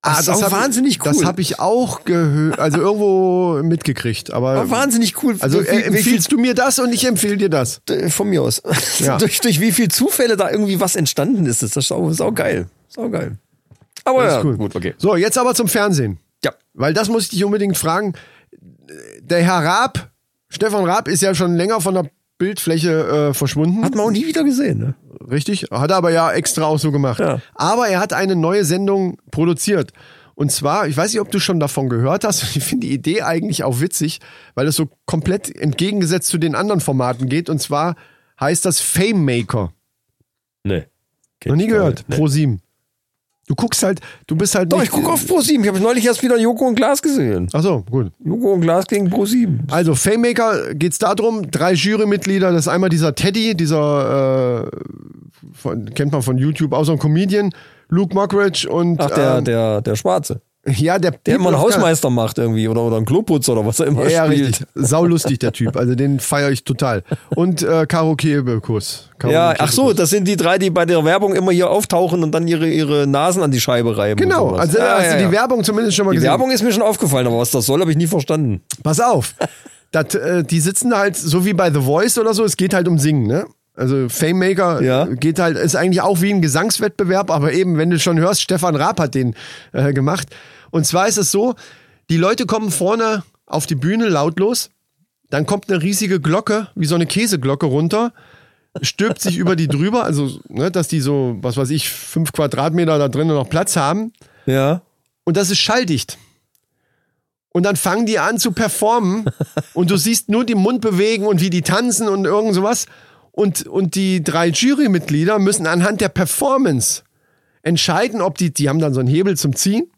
Speaker 1: Das ist auch
Speaker 2: hab ich-
Speaker 1: wahnsinnig cool.
Speaker 2: ah, Das habe ich auch gehört, also irgendwo mitgekriegt, aber
Speaker 1: War wahnsinnig cool.
Speaker 2: also
Speaker 1: Durch
Speaker 2: äh,
Speaker 1: wie, wie viel,
Speaker 2: empfiehlst du mir das und ich empfehle dir das.
Speaker 1: äh, von mir aus. [laughs]
Speaker 2: Ja.
Speaker 1: durch, durch wie viel Zufälle da irgendwie was entstanden ist. Das ist auch, ist auch geil. Ist auch geil. Aber
Speaker 2: Das
Speaker 1: ja,
Speaker 2: ist cool.
Speaker 1: gut, okay.
Speaker 2: So, jetzt aber zum Fernsehen.
Speaker 1: Ja.
Speaker 2: Weil das muss ich dich unbedingt fragen. Der Herr Raab, Stefan Raab ist ja schon länger von der Bildfläche äh, verschwunden.
Speaker 1: Hat man auch nie wieder gesehen, ne?
Speaker 2: Richtig, hat er aber ja extra auch so gemacht.
Speaker 1: Ja.
Speaker 2: Aber er hat eine neue Sendung produziert. Und zwar, ich weiß nicht, ob du schon davon gehört hast, [laughs] ich finde die Idee eigentlich auch witzig, weil es so komplett entgegengesetzt zu den anderen Formaten geht. Und zwar heißt das Fame Maker.
Speaker 3: Nee.
Speaker 2: Noch nie gehört, Pro 7. Du guckst halt, du bist halt
Speaker 1: Doch,
Speaker 2: nicht...
Speaker 1: Oh, ich gucke auf Pro7. Ich habe neulich erst wieder Joko und Glas gesehen.
Speaker 2: Ach so, gut.
Speaker 1: Joko und Glas gegen Pro7.
Speaker 2: Also, Fame-Maker geht es darum, drei Jurymitglieder, das ist einmal dieser Teddy, dieser, äh, von, kennt man von YouTube, auch so ein Comedian, Luke Mockridge und...
Speaker 1: Ach, der,
Speaker 2: ähm,
Speaker 1: der, der Schwarze.
Speaker 2: ja, der,
Speaker 1: Der immer
Speaker 2: People
Speaker 1: einen
Speaker 2: of Color.
Speaker 1: Hausmeister macht irgendwie oder, oder einen Kloputz oder was er immer
Speaker 2: Ja, ja,
Speaker 1: spielt.
Speaker 2: richtig. Saulustig, der Typ. Also den feiere ich total. Und äh, Karo Kebekus. Karo
Speaker 1: Ja,
Speaker 2: Kebekus.
Speaker 1: ach so, das sind die drei, die bei der Werbung immer hier auftauchen und dann ihre, ihre Nasen an die Scheibe reiben. und
Speaker 2: Genau,
Speaker 1: sowas.
Speaker 2: also
Speaker 1: ja,
Speaker 2: hast
Speaker 1: ja,
Speaker 2: du die
Speaker 1: ja.
Speaker 2: Werbung zumindest schon mal
Speaker 1: Die
Speaker 2: gesehen.
Speaker 1: Werbung ist mir schon aufgefallen, aber was das soll, habe ich nie verstanden.
Speaker 2: Pass auf. Das, äh, die sitzen da halt so wie bei The Voice oder so, es geht halt um Singen, ne? Also Fame Maker
Speaker 1: Ja.
Speaker 2: geht halt, ist eigentlich auch wie ein Gesangswettbewerb, aber eben, wenn du schon hörst, Stefan Raab hat den äh, gemacht. Und zwar ist es so, die Leute kommen vorne auf die Bühne lautlos, dann kommt eine riesige Glocke, wie so eine Käseglocke runter, stülpt sich über die drüber, also, ne, dass die so, was weiß ich, fünf Quadratmeter da drinnen noch Platz haben
Speaker 1: Ja.
Speaker 2: und das ist schalldicht. Und dann fangen die an zu
Speaker 1: [laughs]
Speaker 2: performen und du siehst nur den Mund bewegen und wie die tanzen und irgend sowas. Und, und die drei Jurymitglieder müssen anhand der Performance entscheiden, ob die, die haben dann so einen Hebel zum Ziehen,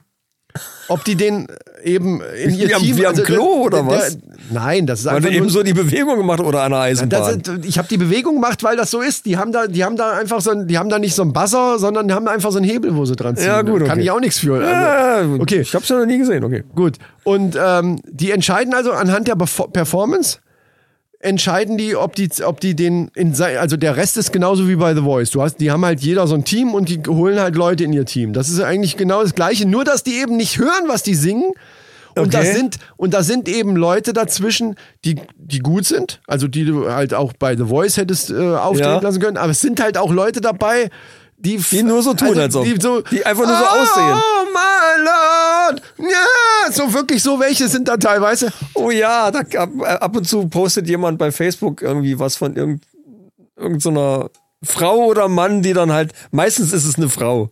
Speaker 2: ob die den eben in ihr
Speaker 1: Wie am-
Speaker 2: Team... also
Speaker 1: wie am Klo oder
Speaker 2: der,
Speaker 1: was?
Speaker 2: nein, das ist
Speaker 1: Weil
Speaker 2: einfach
Speaker 1: du
Speaker 2: nur,
Speaker 1: eben so die Bewegung gemacht oder an der
Speaker 2: das,
Speaker 1: Eisenbahn.
Speaker 2: ich habe die Bewegung gemacht, weil das so ist. Die haben da, die haben da einfach so, ein, die haben da nicht so einen Buzzer, sondern die haben einfach so einen Hebel, wo sie dran ziehen.
Speaker 1: Ja, gut,
Speaker 2: Kann
Speaker 1: okay.
Speaker 2: ich auch nichts für.
Speaker 1: Ja,
Speaker 2: Also, okay,
Speaker 1: Ich habe es ja noch nie gesehen, okay.
Speaker 2: Gut. Und ähm, die entscheiden also anhand der Befo- Performance, entscheiden die, ob die, ob die den, in, sei- also der Rest ist genauso wie bei The Voice. Du hast, die haben halt jeder so ein Team und die holen halt Leute in ihr Team. Das ist eigentlich genau das Gleiche, nur dass die eben nicht hören, was die singen. Und,
Speaker 1: Okay.
Speaker 2: da sind, und da sind eben Leute dazwischen, die, die gut sind, also die du halt auch bei The Voice hättest äh, auftreten
Speaker 1: Ja.
Speaker 2: lassen können, aber es sind halt auch Leute dabei, die, f-
Speaker 1: Die nur so tun, als
Speaker 2: Also
Speaker 1: ob.
Speaker 2: Die, so,
Speaker 1: Die einfach nur so
Speaker 2: oh,
Speaker 1: aussehen.
Speaker 2: Oh my lord! Ja, so wirklich so welche sind da teilweise.
Speaker 1: Oh ja, da, ab, ab und zu postet jemand bei Facebook irgendwie was von irgendeiner irgend so einer Frau oder Mann, die dann halt, meistens ist es eine Frau,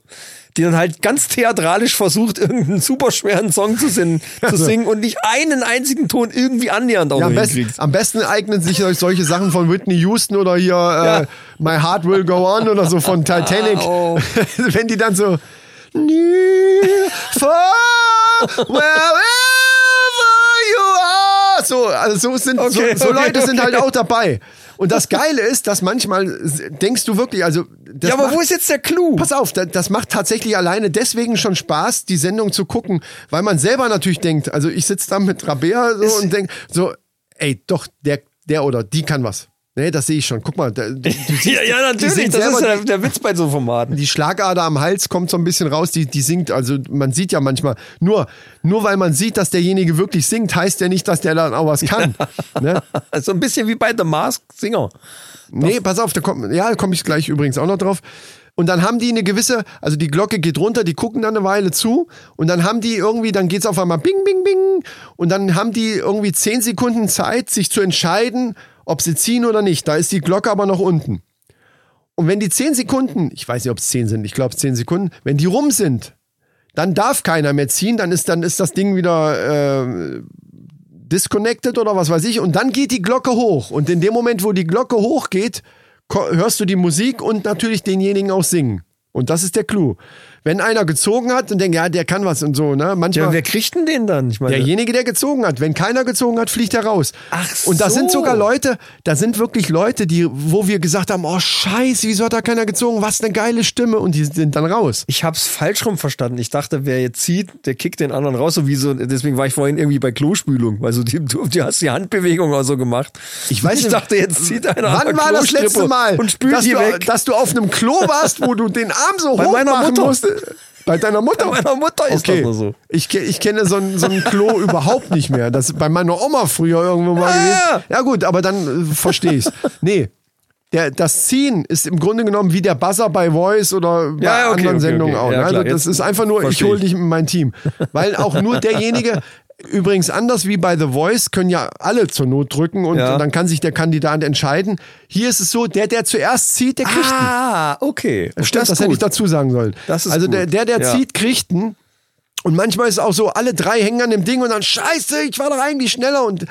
Speaker 1: die dann halt ganz theatralisch versucht, irgendeinen superschweren Song zu singen,
Speaker 2: [laughs]
Speaker 1: zu singen und nicht einen einzigen Ton irgendwie annähernd auch
Speaker 2: Ja,
Speaker 1: noch
Speaker 2: am, besten, Ah,
Speaker 1: hinkriegt.
Speaker 2: am besten eignen sich euch solche Sachen von Whitney Houston oder hier äh, My Heart Will Go On oder so
Speaker 1: [laughs]
Speaker 2: von Titanic.
Speaker 1: Oh.
Speaker 2: [laughs] Wenn die dann so Kneel for wherever you are Ja, so, also so, sind,
Speaker 1: Okay,
Speaker 2: so, so
Speaker 1: okay,
Speaker 2: Leute sind
Speaker 1: okay.
Speaker 2: halt auch dabei. Und das Geile ist, dass manchmal s- denkst du wirklich, also das
Speaker 1: ja, aber
Speaker 2: macht,
Speaker 1: wo ist jetzt der Clou?
Speaker 2: Pass auf, da- das macht tatsächlich alleine deswegen schon Spaß, die Sendung zu gucken, weil man selber natürlich denkt, also ich sitze da mit Rabea so und denk so, ey, doch, der, der oder die kann was. Nee, das sehe ich schon. Guck mal, da,
Speaker 1: [laughs]
Speaker 2: du, du
Speaker 1: ja, ja, natürlich,
Speaker 2: sind
Speaker 1: das ist
Speaker 2: selber
Speaker 1: ja der, der Witz bei so Formaten. [laughs]
Speaker 2: die Schlagader am Hals kommt so ein bisschen raus, die, die singt. Also man sieht ja manchmal, nur, nur weil man sieht, dass derjenige wirklich singt, heißt ja nicht, dass der dann auch was
Speaker 1: [laughs]
Speaker 2: kann. Ne?
Speaker 1: So ein bisschen wie bei The Mask Singer.
Speaker 2: Nee, pass auf, da kommt, ja, komme ich gleich übrigens auch noch drauf. Und dann haben die eine gewisse, also die Glocke geht runter, die gucken dann eine Weile zu und dann haben die irgendwie, dann geht's auf einmal bing, bing, bing und dann haben die irgendwie zehn Sekunden Zeit, sich zu entscheiden, ob sie ziehen oder nicht. Da ist die Glocke aber noch unten. Und wenn die zehn Sekunden, ich weiß nicht, ob es zehn sind, ich glaube zehn Sekunden, wenn die rum sind, dann darf keiner mehr ziehen, dann ist, dann ist das Ding wieder äh, disconnected oder was weiß ich. Und dann geht die Glocke hoch. Und in dem Moment, wo die Glocke hochgeht, ko- hörst du die Musik und natürlich denjenigen auch singen. Und das ist der Clou. Wenn einer gezogen hat und denkt, ja, der kann was und so, ne?
Speaker 1: Ja,
Speaker 2: Manchmal.
Speaker 1: wer kriegt denn den dann? Ich meine,
Speaker 2: Derjenige, der gezogen hat. Wenn keiner gezogen hat, fliegt er raus.
Speaker 1: Ach
Speaker 2: Und da
Speaker 1: so.
Speaker 2: sind sogar Leute, da sind wirklich Leute, die, wo wir gesagt haben, oh scheiße, wieso hat da keiner gezogen? Was eine geile Stimme. Und die sind dann raus.
Speaker 1: Ich hab's falsch rum verstanden. Ich dachte, wer jetzt zieht, der kickt den anderen raus. So wie so, deswegen war ich vorhin irgendwie bei Klospülung. Also die, du, du hast die Handbewegung auch so gemacht.
Speaker 2: Ich weiß
Speaker 1: ich
Speaker 2: nicht,
Speaker 1: dachte, jetzt zieht einer an
Speaker 2: Wann
Speaker 1: der
Speaker 2: war das
Speaker 1: Klostrippe
Speaker 2: letzte Mal,
Speaker 1: Und spült
Speaker 2: dass,
Speaker 1: die
Speaker 2: du,
Speaker 1: weg.
Speaker 2: dass du auf einem Klo warst, wo du den Arm so
Speaker 1: Bei
Speaker 2: hoch
Speaker 1: meiner
Speaker 2: machen
Speaker 1: Mutter.
Speaker 2: musste? Bei deiner Mutter?
Speaker 1: Bei meiner Mutter ist
Speaker 2: okay.
Speaker 1: das nur so.
Speaker 2: Ich, ke- ich kenne so ein, so ein Klo [laughs] überhaupt nicht mehr. Das ist bei meiner Oma früher irgendwo
Speaker 1: Ah,
Speaker 2: mal gewesen. Ja gut, aber dann äh, verstehe ich's. Nee, der, das Ziehen ist im Grunde genommen wie der Buzzer bei Voice oder bei
Speaker 1: Ja, ja, okay,
Speaker 2: anderen
Speaker 1: okay,
Speaker 2: Sendungen
Speaker 1: okay.
Speaker 2: auch.
Speaker 1: Ja,
Speaker 2: ne?
Speaker 1: klar,
Speaker 2: also das
Speaker 1: jetzt
Speaker 2: ist einfach nur, ich
Speaker 1: versteh
Speaker 2: hole
Speaker 1: ich.
Speaker 2: dich in mein Team. Weil auch nur derjenige, übrigens anders wie bei The Voice, können ja alle zur Not drücken und,
Speaker 1: Ja.
Speaker 2: und dann kann sich der Kandidat entscheiden. Hier ist es so, der, der zuerst zieht, der kriegt ihn.
Speaker 1: Ah, okay.
Speaker 2: Stimmt, das,
Speaker 1: ist
Speaker 2: hätte
Speaker 1: gut.
Speaker 2: ich dazu sagen sollen.
Speaker 1: Das ist
Speaker 2: also
Speaker 1: gut.
Speaker 2: der, der, der
Speaker 1: Ja.
Speaker 2: zieht, kriegt einen. Und manchmal ist es auch so, alle drei hängen an dem Ding und dann, scheiße, ich war doch eigentlich schneller und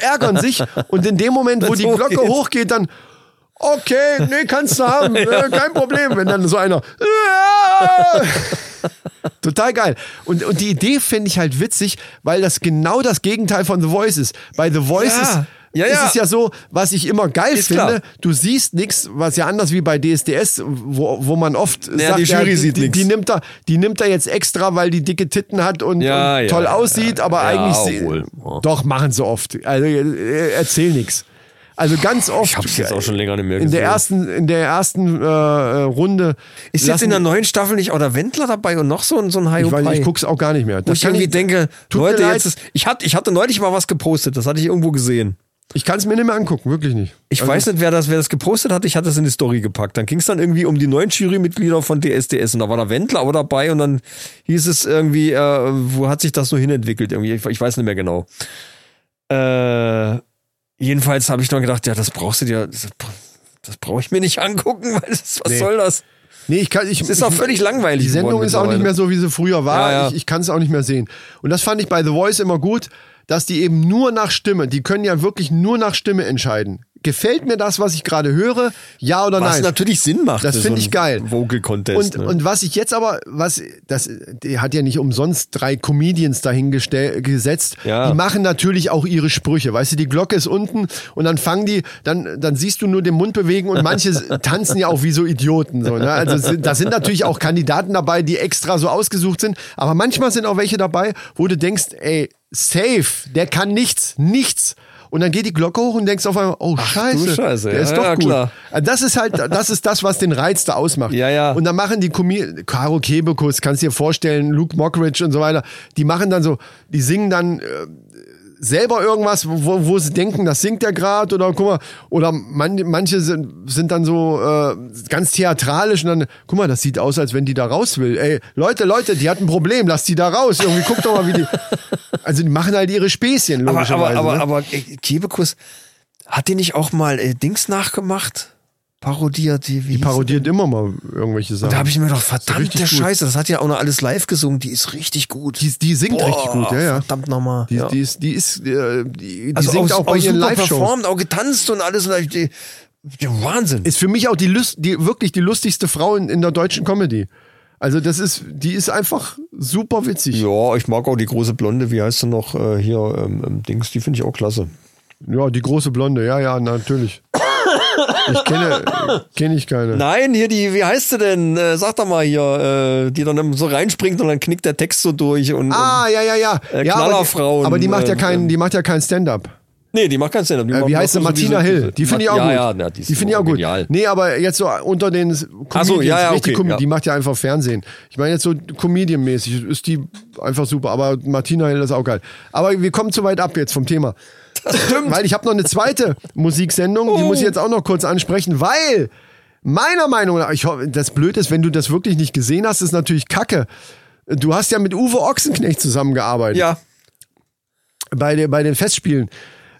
Speaker 2: ärgern
Speaker 1: [laughs]
Speaker 2: sich. Und in dem Moment, wo
Speaker 1: Wenn's
Speaker 2: die Glocke
Speaker 1: hochgeht.
Speaker 2: hochgeht, dann, okay, nee, kannst du
Speaker 1: [laughs]
Speaker 2: haben, äh, kein Problem. Wenn dann so einer, [laughs] Total geil. Und, und die Idee finde ich halt witzig, weil das genau das Gegenteil von The Voice ist. Bei The Voice
Speaker 1: Ja.
Speaker 2: ist,
Speaker 1: Ja,
Speaker 2: ist
Speaker 1: ja.
Speaker 2: es ja so, Also, was ich immer geil
Speaker 1: Ist
Speaker 2: finde,
Speaker 1: klar.
Speaker 2: du siehst nichts, was ja anders wie bei DSDS, wo, wo man oft sagt,
Speaker 1: die Jury sieht
Speaker 2: die,
Speaker 1: nix.
Speaker 2: die nimmt da, die nimmt da jetzt extra, weil die dicke Titten hat und,
Speaker 1: Ja,
Speaker 2: und
Speaker 1: ja,
Speaker 2: toll
Speaker 1: ja,
Speaker 2: aussieht,
Speaker 1: ja.
Speaker 2: aber
Speaker 1: Ja,
Speaker 2: eigentlich sie-
Speaker 1: obwohl.
Speaker 2: doch machen sie oft. Also äh, erzähl nichts. Also ganz oft.
Speaker 1: hab's jetzt auch schon länger nicht mehr
Speaker 2: in der
Speaker 1: gesehen.
Speaker 2: ersten, in der ersten äh, äh, Runde.
Speaker 1: Ist jetzt
Speaker 2: lassen-
Speaker 1: in der neuen Staffel nicht auch der Wendler dabei und noch so ein, so ein
Speaker 2: ich, weiß,
Speaker 1: Haiopai?
Speaker 2: nicht, ich guck's auch gar nicht mehr.
Speaker 1: Wo
Speaker 2: Das
Speaker 1: ich
Speaker 2: kann
Speaker 1: irgendwie
Speaker 2: ich-
Speaker 1: denke,
Speaker 2: Tut mir
Speaker 1: Leute,
Speaker 2: leid.
Speaker 1: jetzt ist, ich, hatte, ich hatte neulich mal was gepostet, das hatte ich irgendwo gesehen.
Speaker 2: Ich kann es mir nicht mehr angucken, wirklich nicht.
Speaker 1: Ich weiß nicht, wer das, wer das gepostet hat. Ich hatte es in die Story gepackt. Dann ging es dann irgendwie um die neuen Jurymitglieder von DSDS und da war der Wendler auch dabei und dann hieß es irgendwie, äh, wo hat sich das so hinentwickelt? Irgendwie, ich, ich weiß nicht mehr genau. Äh, jedenfalls habe ich dann gedacht, ja, das brauchst du dir, das, das brauche ich mir nicht [laughs] angucken, weil das, was
Speaker 2: Nee.
Speaker 1: soll das?
Speaker 2: Nee, ich kann, ich,
Speaker 1: Es ist auch völlig langweilig.
Speaker 2: Die Sendung
Speaker 1: geworden
Speaker 2: ist auch nicht mehr
Speaker 1: mittlerweile.
Speaker 2: so, wie sie früher war.
Speaker 1: Ja, ja.
Speaker 2: Ich, ich kann es auch nicht mehr sehen. Und das fand ich bei The Voice immer gut, dass die eben nur nach Stimme, die können ja wirklich nur nach Stimme entscheiden. Gefällt mir das, was ich gerade höre? Ja oder
Speaker 1: Was
Speaker 2: nein?
Speaker 1: natürlich Sinn macht.
Speaker 2: Das
Speaker 1: für
Speaker 2: finde
Speaker 1: so
Speaker 2: ich
Speaker 1: einen
Speaker 2: geil.
Speaker 1: Vocal Contest.
Speaker 2: Und,
Speaker 1: ne?
Speaker 2: und was ich jetzt aber, was, das die hat ja nicht umsonst drei Comedians dahingestellt, gesetzt.
Speaker 1: Ja.
Speaker 2: Die machen natürlich auch ihre Sprüche. Weißt du, die Glocke ist unten und dann fangen die, dann, dann siehst du nur den Mund bewegen und manche s- [laughs] tanzen ja auch wie so Idioten. So, ne? Also es sind- da sind natürlich auch Kandidaten dabei, die extra so ausgesucht sind. Aber manchmal sind auch welche dabei, wo du denkst, ey, safe, der kann nichts, nichts. Und dann geht die Glocke hoch und denkst auf einmal, oh Scheiße,
Speaker 1: Scheiße,
Speaker 2: der
Speaker 1: ja,
Speaker 2: ist doch
Speaker 1: ja,
Speaker 2: gut.
Speaker 1: klar.
Speaker 2: Also Das ist halt, das ist das, was den Reiz da ausmacht.
Speaker 1: Ja, ja.
Speaker 2: Und dann machen die Komi Caro Kebekus, kannst dir vorstellen, Luke Mockridge und so weiter, die machen dann so, die singen dann äh, selber irgendwas, wo, wo sie denken, das singt der gerade oder guck mal, oder man, manche sind, sind dann so äh, ganz theatralisch und dann, guck mal, das sieht aus, als wenn die da raus will. Ey, Leute, Leute, die hat ein Problem, lass die da raus. Irgendwie guck doch mal,
Speaker 1: [laughs]
Speaker 2: wie die. Also die machen halt ihre Späßchen,
Speaker 1: aber,
Speaker 2: logischerweise.
Speaker 1: aber, aber,
Speaker 2: ne?
Speaker 1: aber äh, Kebekus, hat die nicht auch mal äh, Dings nachgemacht? Parodiert die? Wie
Speaker 2: die parodiert immer mal irgendwelche Sachen.
Speaker 1: Da habe ich mir gedacht,
Speaker 2: richtig
Speaker 1: verdammte
Speaker 2: gut.
Speaker 1: Scheiße, das hat ja auch noch alles live gesungen, die ist richtig gut.
Speaker 2: Die, die singt richtig gut, ja, ja.
Speaker 1: Verdammt nochmal.
Speaker 2: Die,
Speaker 1: ja. Also
Speaker 2: die ist, die ist, äh, die, die singt auch, bei ihren
Speaker 1: super
Speaker 2: Live-Shows.
Speaker 1: performt, auch getanzt und alles. Und ich- die, die, Wahnsinn.
Speaker 2: Ist für mich auch die, Lust, die wirklich die lustigste Frau in, in der deutschen Comedy. Also das ist, die ist einfach super witzig. Ja,
Speaker 1: Ja, ich mag auch die große Blonde, wie heißt sie noch äh, hier, ähm, ähm, Dings, die finde ich auch klasse.
Speaker 2: die große Blonde, ja, ja, [laughs] natürlich. Ich kenne, kenne ich keine.
Speaker 1: Nein, hier die, wie heißt sie denn? Äh, sag doch mal hier, äh, die dann so reinspringt und dann knickt der Text so durch und.
Speaker 2: Ah, ja, ja, ja.
Speaker 1: Äh,
Speaker 2: ja aber, die,
Speaker 1: Knallerfrauen,
Speaker 2: aber die macht ja
Speaker 1: ähm,
Speaker 2: kein, die macht ja kein Stand-up.
Speaker 1: und, nee, die macht kein Stand-up. die
Speaker 2: Äh,
Speaker 1: macht-
Speaker 2: wie
Speaker 1: macht
Speaker 2: heißt sie?
Speaker 1: nur so
Speaker 2: Martina
Speaker 1: diese-
Speaker 2: Hill. Die finde ich auch
Speaker 1: ja,
Speaker 2: gut.
Speaker 1: Ja, ja, die, ist
Speaker 2: die finde ich auch gut.
Speaker 1: genial.
Speaker 2: Nee, aber jetzt so unter den S-
Speaker 1: Ach
Speaker 2: Comedians,
Speaker 1: so, ja, ja,
Speaker 2: richtig
Speaker 1: okay,
Speaker 2: Comedy,
Speaker 1: ja.
Speaker 2: die macht ja einfach Fernsehen. Ich meine jetzt so Comedian-mäßig ist die einfach super, aber Martina Hill ist auch geil. Aber wir kommen zu weit ab jetzt vom Thema.
Speaker 1: Stimmt. Oh.
Speaker 2: Weil ich habe noch eine
Speaker 1: [laughs]
Speaker 2: zweite Musiksendung, die muss ich jetzt auch noch kurz ansprechen, weil meiner Meinung nach, ich hoffe, das Blöde ist, wenn du das wirklich nicht gesehen hast, ist natürlich Kacke. Du hast ja mit Uwe Ochsenknecht zusammengearbeitet
Speaker 1: Ja.
Speaker 2: bei, den- bei den Festspielen.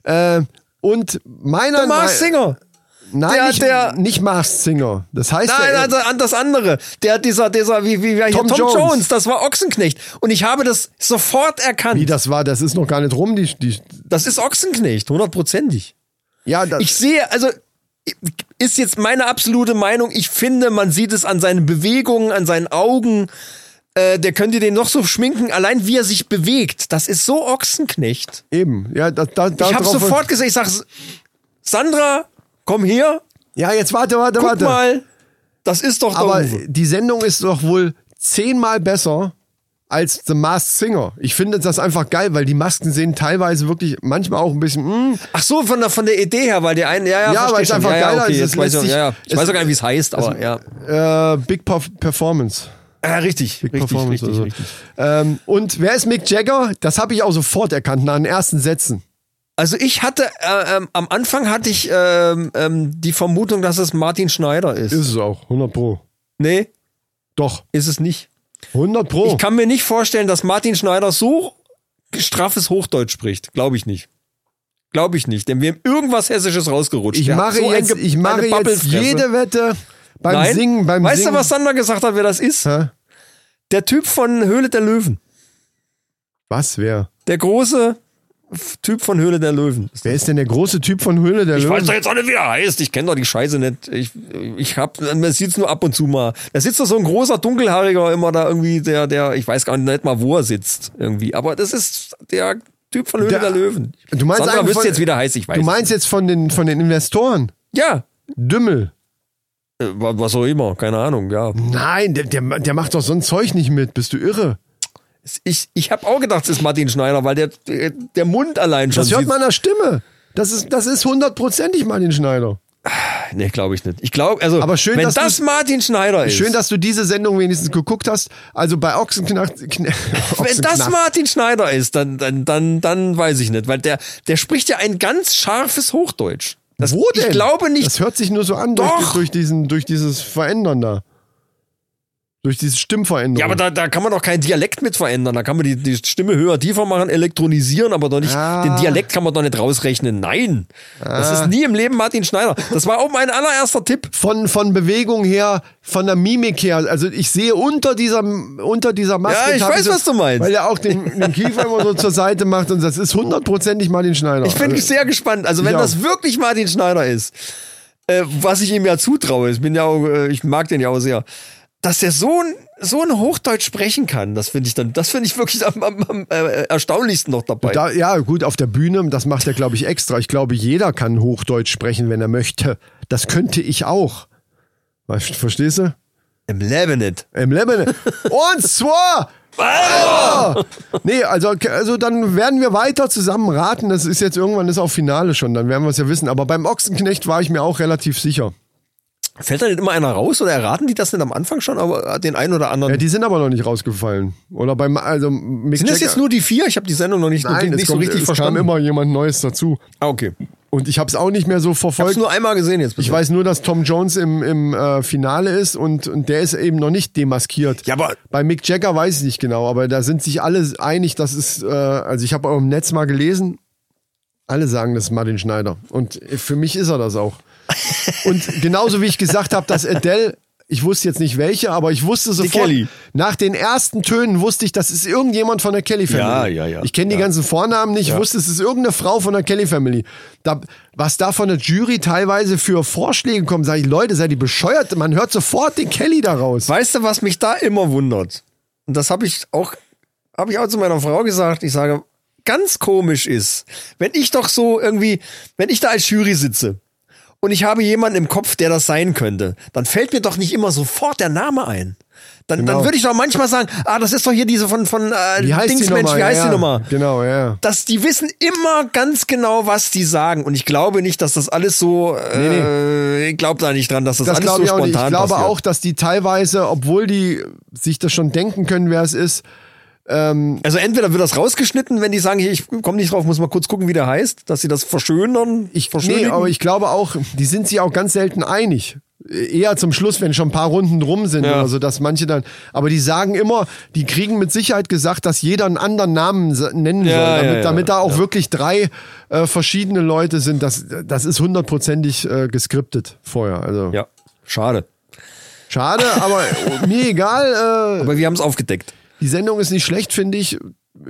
Speaker 2: Äh, und meiner
Speaker 1: Der Mars
Speaker 2: Meinung
Speaker 1: Singer.
Speaker 2: Nein,
Speaker 1: Der-
Speaker 2: nicht,
Speaker 1: der-
Speaker 2: nicht Mars Singer. Das heißt
Speaker 1: Nein,
Speaker 2: ja,
Speaker 1: also an das andere. Der, dieser, dieser, wie, wie, wie
Speaker 2: Tom
Speaker 1: Tom, Tom Jones.
Speaker 2: Jones,
Speaker 1: das war Ochsenknecht. Und ich habe das sofort erkannt.
Speaker 2: wie das war, das ist noch gar nicht rum. Die, die,
Speaker 1: Das ist Ochsenknecht, hundertprozentig.
Speaker 2: ja, das,
Speaker 1: Ich sehe, also ist jetzt meine absolute Meinung. Ich finde, man sieht es an seinen Bewegungen, an seinen Augen. Äh, der könnte den noch so schminken. Allein wie er sich bewegt, das ist so Ochsenknecht.
Speaker 2: eben. Ja, da, da,
Speaker 1: ich habe sofort gesagt, ich sag, Sandra, komm her,
Speaker 2: Ja, jetzt warte, warte,
Speaker 1: guck
Speaker 2: warte.
Speaker 1: mal. Das ist doch der
Speaker 2: Aber
Speaker 1: Uwe.
Speaker 2: die Sendung ist doch wohl zehnmal besser als The Masked Singer. Ich finde das einfach geil, weil die Masken sehen teilweise wirklich manchmal auch ein bisschen, hm, mh,
Speaker 1: Ach so, von der, von der Idee her, weil der eine, ja, ja,
Speaker 2: Ja,
Speaker 1: verstehe
Speaker 2: weil es
Speaker 1: schon.
Speaker 2: einfach
Speaker 1: ja, ja,
Speaker 2: geiler
Speaker 1: okay,
Speaker 2: ist, es
Speaker 1: Jetzt weiß ich,
Speaker 2: lässt
Speaker 1: auch-
Speaker 2: sich-
Speaker 1: ja, ja.
Speaker 2: es-
Speaker 1: ich
Speaker 2: also,
Speaker 1: weiß auch gar nicht, wie es heißt, aber ja.
Speaker 2: äh, Big Perf Performance.
Speaker 1: ja. Richtig,
Speaker 2: Big
Speaker 1: richtig,
Speaker 2: Performance.
Speaker 1: richtig,
Speaker 2: also.
Speaker 1: richtig.
Speaker 2: Ähm, und wer ist Mick Jagger? Das habe ich auch sofort erkannt nach den ersten Sätzen.
Speaker 1: Also ich hatte, äh, ähm, am Anfang hatte ich ähm, ähm, die Vermutung, dass es Martin Schneider ist.
Speaker 2: es auch, 100 pro.
Speaker 1: Nee,
Speaker 2: Doch, Oh.
Speaker 1: ist es nicht.
Speaker 2: 100 pro.
Speaker 1: Ich kann mir nicht vorstellen, dass Martin Schneider so straffes Hochdeutsch spricht. Glaube ich nicht. Glaube ich nicht, denn wir haben irgendwas Hessisches rausgerutscht.
Speaker 2: Ich
Speaker 1: Der hat
Speaker 2: mache,
Speaker 1: so ein
Speaker 2: jetzt,
Speaker 1: Ge-
Speaker 2: ich mache
Speaker 1: eine
Speaker 2: jetzt
Speaker 1: Babbelfresse.
Speaker 2: jede Wette beim
Speaker 1: Nein.
Speaker 2: Singen. Beim
Speaker 1: weißt
Speaker 2: Singen.
Speaker 1: du, was Sander gesagt hat, wer das ist?
Speaker 2: Hä?
Speaker 1: Der Typ von Höhle der Löwen.
Speaker 2: Was, wer?
Speaker 1: Der große F- Typ von Höhle der Löwen.
Speaker 2: Wer ist denn der große Typ von Höhle der
Speaker 1: Ich weiß
Speaker 2: Löwen?
Speaker 1: doch jetzt auch nicht, wie er heißt. Ich kenne doch die Scheiße nicht. Ich, ich hab, man sieht's nur ab und zu mal. Da sitzt doch so ein großer Dunkelhaariger immer da irgendwie, der, der, ich weiß gar nicht mal, wo er sitzt irgendwie. Aber das ist der Typ von Höhle der,
Speaker 2: Der-
Speaker 1: Löwen.
Speaker 2: Du meinst
Speaker 1: Sandra
Speaker 2: einen
Speaker 1: wüsste
Speaker 2: von-
Speaker 1: jetzt, wie der heißt, ich weiß.
Speaker 2: Du meinst jetzt von den, von den Investoren?
Speaker 1: Ja.
Speaker 2: Dümmel.
Speaker 1: Äh, wa- Was auch immer, keine Ahnung, ja.
Speaker 2: Nein, der, der, der macht doch so ein Zeug nicht mit. Bist du irre?
Speaker 1: Ich, ich habe auch gedacht, es ist Martin Schneider, weil der, der Mund allein schon
Speaker 2: Das hört
Speaker 1: sieht-
Speaker 2: meiner Stimme. Das ist, das ist hundertprozentig Martin Schneider.
Speaker 1: Nee, glaube ich nicht. Ich glaube, also,
Speaker 2: Aber schön,
Speaker 1: wenn
Speaker 2: dass
Speaker 1: das
Speaker 2: du-
Speaker 1: Martin Schneider ist.
Speaker 2: Schön, dass du diese Sendung wenigstens geguckt hast. Also bei Ochsenknacht. Kn-
Speaker 1: [laughs] Wenn das
Speaker 2: Ochsenknacht.
Speaker 1: Martin Schneider ist, dann, dann, dann, dann weiß ich nicht, weil der, der spricht ja ein ganz scharfes Hochdeutsch. Das,
Speaker 2: Wo denn?
Speaker 1: Ich glaube nicht.
Speaker 2: Das hört sich nur so an
Speaker 1: Doch.
Speaker 2: durch, durch, diesen, durch dieses Verändern da. Durch diese Stimmveränderung.
Speaker 1: ja, aber da, da kann man doch keinen Dialekt mit verändern. Da kann man die, die Stimme höher, tiefer machen, elektronisieren, aber doch nicht,
Speaker 2: Ah.
Speaker 1: den Dialekt kann man doch nicht rausrechnen. Nein. Das ist nie im Leben Martin Schneider. Das war auch mein allererster Tipp.
Speaker 2: von, von Bewegung her, von der Mimik her. Also ich sehe unter dieser, unter dieser Maske.
Speaker 1: Ja, ich
Speaker 2: hab
Speaker 1: weiß, was du meinst.
Speaker 2: Weil er auch den, den Kiefer immer so zur Seite macht und das ist hundertprozentig Martin Schneider.
Speaker 1: Ich bin sehr gespannt. Also, wenn
Speaker 2: Äh, Ja.
Speaker 1: das wirklich Martin Schneider ist, äh, was ich ihm ja zutraue, ich bin ja auch, äh, ich mag den ja auch sehr, dass der so ein, so ein Hochdeutsch sprechen kann, das finde ich dann, das finde ich wirklich am, am, am äh, erstaunlichsten noch dabei.
Speaker 2: da, ja, gut, auf der Bühne, das macht er, glaube ich, extra. Ich glaube, jeder kann Hochdeutsch sprechen, wenn er möchte. Das könnte ich auch. Weißt, verstehst du?
Speaker 1: Im Lebanon.
Speaker 2: Im
Speaker 1: [laughs]
Speaker 2: Lebanon. Und zwar. Ah! Nee, also, also dann werden wir weiter zusammen raten. Das ist jetzt irgendwann ist auch Finale schon, dann werden wir es ja wissen. Aber beim Ochsenknecht war ich mir auch relativ sicher.
Speaker 1: Fällt da nicht immer einer raus oder erraten die das nicht am Anfang schon, aber äh, den einen oder anderen?
Speaker 2: Ja, die sind aber noch nicht rausgefallen. Oder beim, also Mick
Speaker 1: sind das
Speaker 2: Jagger-
Speaker 1: jetzt nur die vier? Ich habe die Sendung noch nicht,
Speaker 2: Nein,
Speaker 1: nicht
Speaker 2: es
Speaker 1: so
Speaker 2: kommt,
Speaker 1: richtig
Speaker 2: es
Speaker 1: verstanden.
Speaker 2: kam immer jemand Neues dazu.
Speaker 1: ah, okay.
Speaker 2: Und ich habe es auch nicht mehr so
Speaker 1: Ich habe es
Speaker 2: verfolgt.
Speaker 1: nur einmal gesehen jetzt.
Speaker 2: Ich
Speaker 1: bisher.
Speaker 2: weiß nur, dass Tom Jones im, im äh, Finale ist und, und der ist eben noch nicht demaskiert.
Speaker 1: Ja, aber-
Speaker 2: bei Mick Jagger weiß ich nicht genau, aber da sind sich alle einig, das ist, äh, also ich habe auch im Netz mal gelesen, alle sagen, das ist Martin
Speaker 1: [laughs]
Speaker 2: Schneider. Und für mich ist er das auch. Und genauso wie ich gesagt habe, dass Adele Ich wusste jetzt nicht welche, aber ich wusste sofort.
Speaker 1: Kelly.
Speaker 2: Nach den ersten Tönen wusste ich, das ist irgendjemand von der Kelly Family.
Speaker 1: Ja, ja, ja.
Speaker 2: Ich kenne die
Speaker 1: Ja.
Speaker 2: ganzen Vornamen nicht. Ich wusste, es ist irgendeine Frau von der Kelly Family. Da, was da von der Jury teilweise für Vorschläge kommen, sage ich, Leute, seid ihr bescheuert? Man hört sofort den Kelly daraus.
Speaker 1: Weißt du, was mich da immer wundert? Und das habe ich auch, habe ich auch zu meiner Frau gesagt. Ich sage, ganz komisch ist, wenn ich doch so irgendwie, wenn ich da als Jury sitze und ich habe jemanden im Kopf, der das sein könnte, dann fällt mir doch nicht immer sofort der Name ein. Dann,
Speaker 2: Genau.
Speaker 1: dann würde ich doch manchmal sagen, ah, das ist doch hier diese von, von äh,
Speaker 2: Wie heißt die
Speaker 1: Dingsmensch,
Speaker 2: Nummer?
Speaker 1: wie heißt
Speaker 2: ja,
Speaker 1: die Nummer?
Speaker 2: Genau, ja.
Speaker 1: dass die wissen immer ganz genau, was die sagen. Und ich glaube nicht, dass das alles so. Äh, Ich glaube da nicht dran, dass das,
Speaker 2: Das
Speaker 1: alles
Speaker 2: glaube
Speaker 1: so
Speaker 2: ich auch nicht. Ich
Speaker 1: spontan
Speaker 2: glaube
Speaker 1: passiert.
Speaker 2: auch, dass die teilweise, obwohl die sich das schon denken können, wer es ist,
Speaker 1: Also entweder wird das rausgeschnitten, wenn die sagen, hier, ich komme nicht drauf, muss mal kurz gucken, wie der heißt, dass sie das verschönern.
Speaker 2: Ich, nee,
Speaker 1: verschönigen.
Speaker 2: aber ich glaube auch, die sind sich auch ganz selten einig. Eher zum Schluss, wenn schon ein paar Runden rum sind
Speaker 1: Ja.
Speaker 2: oder so, dass manche dann. Aber die sagen immer, die kriegen mit Sicherheit gesagt, dass jeder einen anderen Namen sa- nennen
Speaker 1: Ja,
Speaker 2: soll, damit,
Speaker 1: ja, ja,
Speaker 2: damit da auch wirklich drei äh, verschiedene Leute sind. Das, das ist hundertprozentig äh, geskriptet vorher. Also
Speaker 1: ja, schade.
Speaker 2: schade,
Speaker 1: [laughs]
Speaker 2: aber mir egal. Äh,
Speaker 1: Aber wir haben es aufgedeckt.
Speaker 2: die Sendung ist nicht schlecht, finde ich.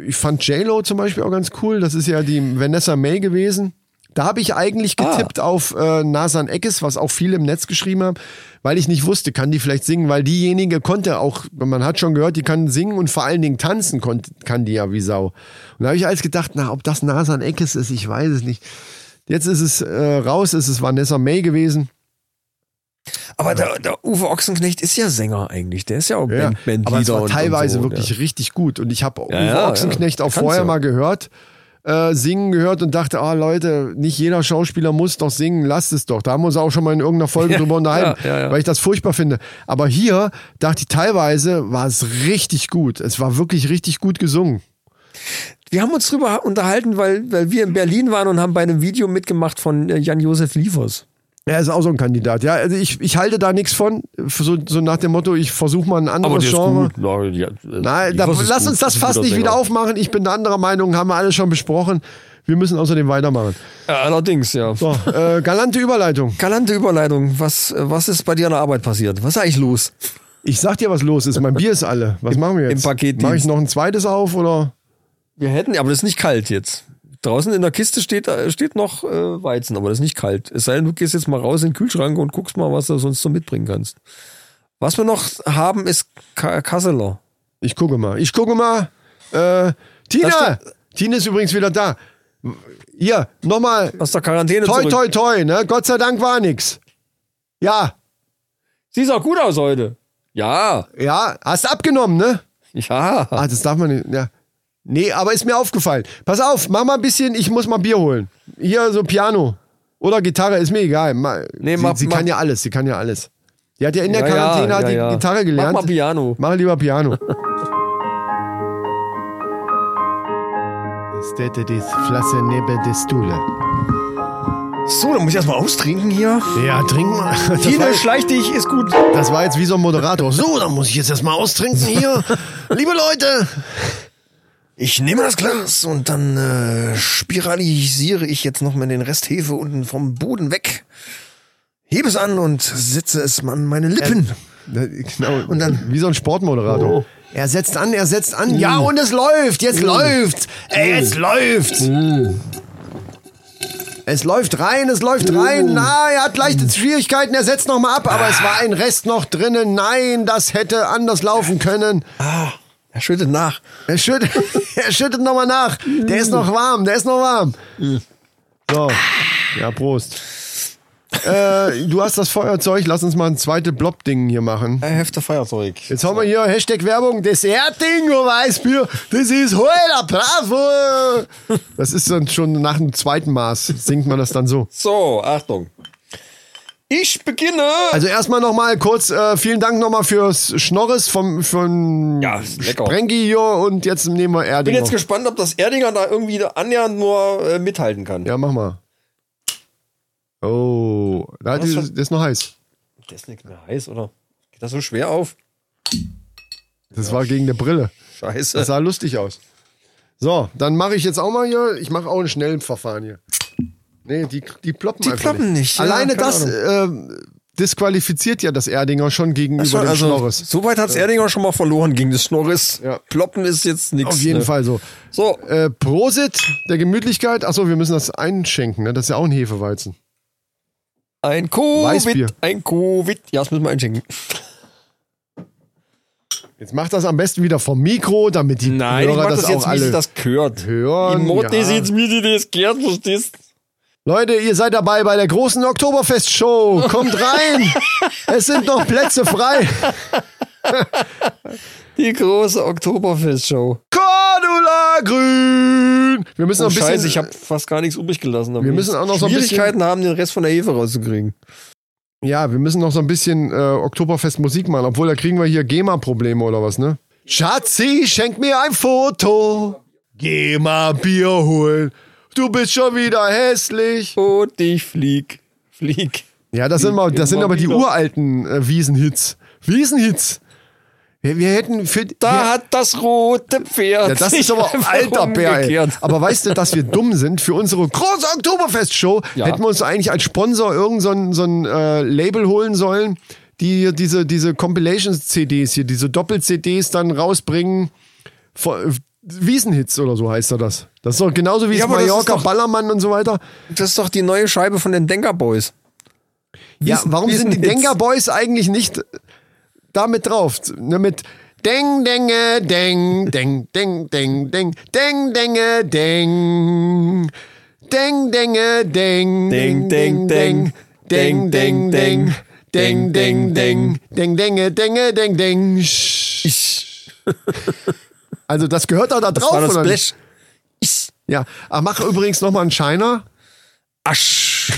Speaker 2: Ich fand J-Lo zum Beispiel auch ganz cool. Das ist ja die Vanessa May gewesen. Da habe ich eigentlich getippt auf äh, Nasan Eckes, was auch viele im Netz geschrieben haben, weil ich nicht wusste, kann die vielleicht singen, weil diejenige konnte auch, man hat schon gehört, die kann singen und vor allen Dingen tanzen konnt, kann die ja wie Sau. Und da habe ich alles gedacht, na, ob das Nasan Eckes ist, ich weiß es nicht. Jetzt ist es äh, raus, es ist Vanessa May gewesen.
Speaker 1: Aber der, der Uwe Ochsenknecht ist ja Sänger eigentlich. Der ist ja auch
Speaker 2: Ja,
Speaker 1: Band, Bandleader
Speaker 2: aber es war
Speaker 1: und-
Speaker 2: teilweise
Speaker 1: und so,
Speaker 2: wirklich
Speaker 1: Ja.
Speaker 2: richtig gut. Und ich habe Uwe
Speaker 1: ja,
Speaker 2: Ochsenknecht
Speaker 1: ja.
Speaker 2: auch
Speaker 1: Kann's
Speaker 2: vorher
Speaker 1: ja.
Speaker 2: mal gehört, äh, singen gehört und dachte, ah Leute, nicht jeder Schauspieler muss doch singen, lasst es doch. Da haben wir uns auch schon mal in irgendeiner Folge
Speaker 1: [laughs] Ja,
Speaker 2: drüber unterhalten,
Speaker 1: ja, ja, ja.
Speaker 2: weil ich das furchtbar finde. Aber hier dachte ich, teilweise war es richtig gut. Es war wirklich richtig gut gesungen.
Speaker 1: Wir haben uns drüber unterhalten, weil, weil wir in Berlin waren und haben bei einem Video mitgemacht von äh, Jan-Josef Liefers.
Speaker 2: Er ist auch so ein Kandidat. Ja, also ich, ich halte da nichts von. So, so nach dem Motto, ich versuche mal ein anderes Genre.
Speaker 1: Nein, ja, äh,
Speaker 2: Nein, da,
Speaker 1: Liefers ist
Speaker 2: lass
Speaker 1: gut.
Speaker 2: uns das
Speaker 1: Ist ein
Speaker 2: fast
Speaker 1: guter
Speaker 2: nicht
Speaker 1: Sänger.
Speaker 2: wieder aufmachen. Ich bin anderer Meinung, haben wir alles schon besprochen. Wir müssen außerdem weitermachen.
Speaker 1: Ja, allerdings, ja.
Speaker 2: So, äh, galante Überleitung.
Speaker 1: Galante Überleitung. Was, äh, was ist bei dir an der Arbeit passiert? Was ist eigentlich los?
Speaker 2: Ich sag dir, was los ist. Mein Bier ist alle. Was machen wir jetzt?
Speaker 1: im Paketdienst.
Speaker 2: Mache ich noch ein zweites auf oder?
Speaker 1: Wir hätten, aber das ist nicht kalt jetzt. Draußen in der Kiste steht, äh, steht noch äh, Weizen, aber das ist nicht kalt. Es sei denn, du gehst jetzt mal raus in den Kühlschrank und guckst mal, was du sonst so mitbringen kannst. Was wir noch haben, ist Ka Kasseler.
Speaker 2: Ich gucke mal. Ich gucke mal. Äh, Tina!
Speaker 1: Das
Speaker 2: Tina ist übrigens wieder da. Hier, nochmal.
Speaker 1: Aus der Quarantäne
Speaker 2: Toi,
Speaker 1: zurück.
Speaker 2: toi, toi, ne? Gott sei Dank war nix. Ja,
Speaker 1: Sieht auch gut aus heute. Ja,
Speaker 2: ja, hast abgenommen, ne?
Speaker 1: ja.
Speaker 2: Ah, das darf man nicht. Ja. Nee, aber ist mir aufgefallen. Pass auf, mach mal ein bisschen, ich muss mal Bier holen. Hier so Piano oder Gitarre, ist mir egal. Ma,
Speaker 1: Nee,
Speaker 2: sie
Speaker 1: mach-
Speaker 2: sie
Speaker 1: mach-
Speaker 2: kann ja alles, sie kann ja alles. Die hat ja in der
Speaker 1: Ja, ja,
Speaker 2: Quarantäne hat
Speaker 1: ja,
Speaker 2: die
Speaker 1: ja.
Speaker 2: Gitarre
Speaker 1: Mach
Speaker 2: gelernt.
Speaker 1: mal Piano.
Speaker 2: Mach lieber
Speaker 1: [laughs]
Speaker 2: Piano. Städte des Flasse neben des Stule.
Speaker 1: So, dann muss ich erstmal austrinken hier.
Speaker 2: Ja, trink mal. Das war,
Speaker 1: Tine, schleich dich, ist gut.
Speaker 2: das war jetzt wie so ein Moderator. So, dann muss ich jetzt erstmal austrinken
Speaker 1: [laughs]
Speaker 2: hier. Liebe Leute,
Speaker 1: Ich nehme das Glas und dann äh, spiralisiere ich jetzt nochmal den Rest Hefe unten vom Boden weg. Hebe es an und setze es an meine Lippen.
Speaker 2: Na, Genau. Und dann wie so ein Sportmoderator. Mm. Er setzt an, er setzt an. Ja, und es läuft. Jetzt läuft's. Ey, jetzt läuft's. Es läuft rein, es läuft rein. Na, er hat leichte Schwierigkeiten, er setzt nochmal ab, aber es war ein Rest noch drinnen. Nein, das hätte anders laufen können.
Speaker 1: ah. Er schüttet nach.
Speaker 2: Er schüttet, [laughs] er schüttet nochmal nach. Der ist noch warm, der ist noch warm. So, ja, Prost. Äh, du hast das Feuerzeug, lass uns mal ein zweites Blob-Ding hier machen.
Speaker 1: Hefte Feuerzeug.
Speaker 2: Jetzt haben wir hier Hashtag Werbung, Desserting, oh Weißbier, das ist heuer bravo. Das ist dann schon nach dem zweiten Maß, singt man das dann so.
Speaker 1: So, Achtung. Ich beginne.
Speaker 2: Also erstmal nochmal kurz, äh, vielen Dank nochmal fürs Schnorres vom, von
Speaker 1: Ja, ist lecker.
Speaker 2: Sprengi hier und jetzt nehmen wir
Speaker 1: bin
Speaker 2: Erdinger.
Speaker 1: jetzt gespannt, ob das Erdinger da irgendwie annähernd nur äh, mithalten kann.
Speaker 2: Ja, mach mal. Oh, da hat
Speaker 1: Was
Speaker 2: die,
Speaker 1: für-
Speaker 2: das ist noch heiß.
Speaker 1: Das ist nicht mehr heiß, oder? Geht das so schwer auf?
Speaker 2: Das war gegen der Brille.
Speaker 1: Scheiße.
Speaker 2: Das sah lustig aus. So, dann mache ich jetzt auch mal hier. Ich mache auch einen schnellen Verfahren hier. Nee, die, die ploppen
Speaker 1: Die
Speaker 2: einfach
Speaker 1: ploppen nicht, ja,
Speaker 2: Alleine
Speaker 1: keine
Speaker 2: das
Speaker 1: Ahnung.
Speaker 2: ähm, disqualifiziert ja das Erdinger schon gegenüber
Speaker 1: Schon,
Speaker 2: dem
Speaker 1: also,
Speaker 2: Schnorres.
Speaker 1: so weit hat Erdinger schon mal verloren gegen das Schnorris.
Speaker 2: Ja.
Speaker 1: Ploppen ist jetzt nichts.
Speaker 2: Auf jeden
Speaker 1: ne?
Speaker 2: Fall so.
Speaker 1: So,
Speaker 2: Äh, Prosit der Gemütlichkeit. Achso, wir müssen das einschenken, ne? Das ist ja auch ein Hefeweizen.
Speaker 1: ein Covid,
Speaker 2: Weißbier.
Speaker 1: ein Covid. Ja, das müssen wir einschenken.
Speaker 2: Jetzt macht das am besten wieder vom Mikro, damit die
Speaker 1: Nein, ich
Speaker 2: Hörer
Speaker 1: mach das,
Speaker 2: das
Speaker 1: jetzt,
Speaker 2: auch
Speaker 1: wie sie
Speaker 2: alle
Speaker 1: das gehört.
Speaker 2: hören.
Speaker 1: Die Mord
Speaker 2: ja.
Speaker 1: ist jetzt, wie sie das gehört, verstehst
Speaker 2: Leute, ihr seid dabei bei der großen Oktoberfest-Show. Kommt
Speaker 1: [laughs]
Speaker 2: rein! es sind noch Plätze frei.
Speaker 1: Die große Oktoberfest-Show.
Speaker 2: Cordula Grün! Wir müssen
Speaker 1: Oh,
Speaker 2: noch ein bisschen.
Speaker 1: Scheiße, ich habe fast gar nichts übrig gelassen.
Speaker 2: Wir müssen auch noch so ein bisschen-
Speaker 1: Schwierigkeiten haben, den Rest von der Hefe rauszukriegen.
Speaker 2: Ja, wir müssen noch so ein bisschen äh, Oktoberfest-Musik machen, obwohl da kriegen wir hier GEMA-Probleme oder was, ne? Schatzi, schenk mir ein Foto. Geh mal Bier holen. Du bist schon wieder hässlich.
Speaker 1: Und ich flieg, flieg.
Speaker 2: Ja, das sind, mal, das sind
Speaker 1: immer
Speaker 2: aber die
Speaker 1: wieder.
Speaker 2: uralten äh, Wiesenhits. Wiesenhits. Wir, wir hätten für.
Speaker 1: Da
Speaker 2: wir,
Speaker 1: hat das rote Pferd.
Speaker 2: ja, das ist
Speaker 1: sich
Speaker 2: aber
Speaker 1: einfach
Speaker 2: alter Bär.
Speaker 1: umgekehrt.
Speaker 2: Aber weißt du, dass wir dumm sind? Für unsere große Oktoberfest-Show
Speaker 1: Ja.
Speaker 2: hätten wir uns eigentlich als Sponsor irgend so ein, so ein äh, Label holen sollen, die hier diese, diese Compilations-CDs hier, diese Doppel-CDs dann rausbringen. Von, Wiesenhits oder so heißt er das. Das ist doch genauso wie
Speaker 1: Ja,
Speaker 2: es
Speaker 1: aber das ist
Speaker 2: Mallorca,
Speaker 1: doch-
Speaker 2: Ballermann und so weiter.
Speaker 1: Das ist doch die neue Scheibe von den Denker Boys.
Speaker 2: Ja,
Speaker 1: Wissen-
Speaker 2: warum sind die
Speaker 1: Wiesenhits.
Speaker 2: Denker Boys eigentlich nicht damit drauf? Ne, mit Deng, Denge, Deng, Deng, Deng, Deng, Deng, Deng, Denge, Deng, Deng, Denge, Deng,
Speaker 1: Deng, Deng,
Speaker 2: Deng, Deng, Deng,
Speaker 1: Deng,
Speaker 2: Deng, Deng, Deng, Deng, Denge, Denge, Deng, Deng. Sch. Also das gehört doch da
Speaker 1: Das war
Speaker 2: drauf,
Speaker 1: das
Speaker 2: oder nicht?
Speaker 1: Blech. Ich.
Speaker 2: Ja, Ah, mach übrigens nochmal einen Shiner.
Speaker 1: [laughs] Asch.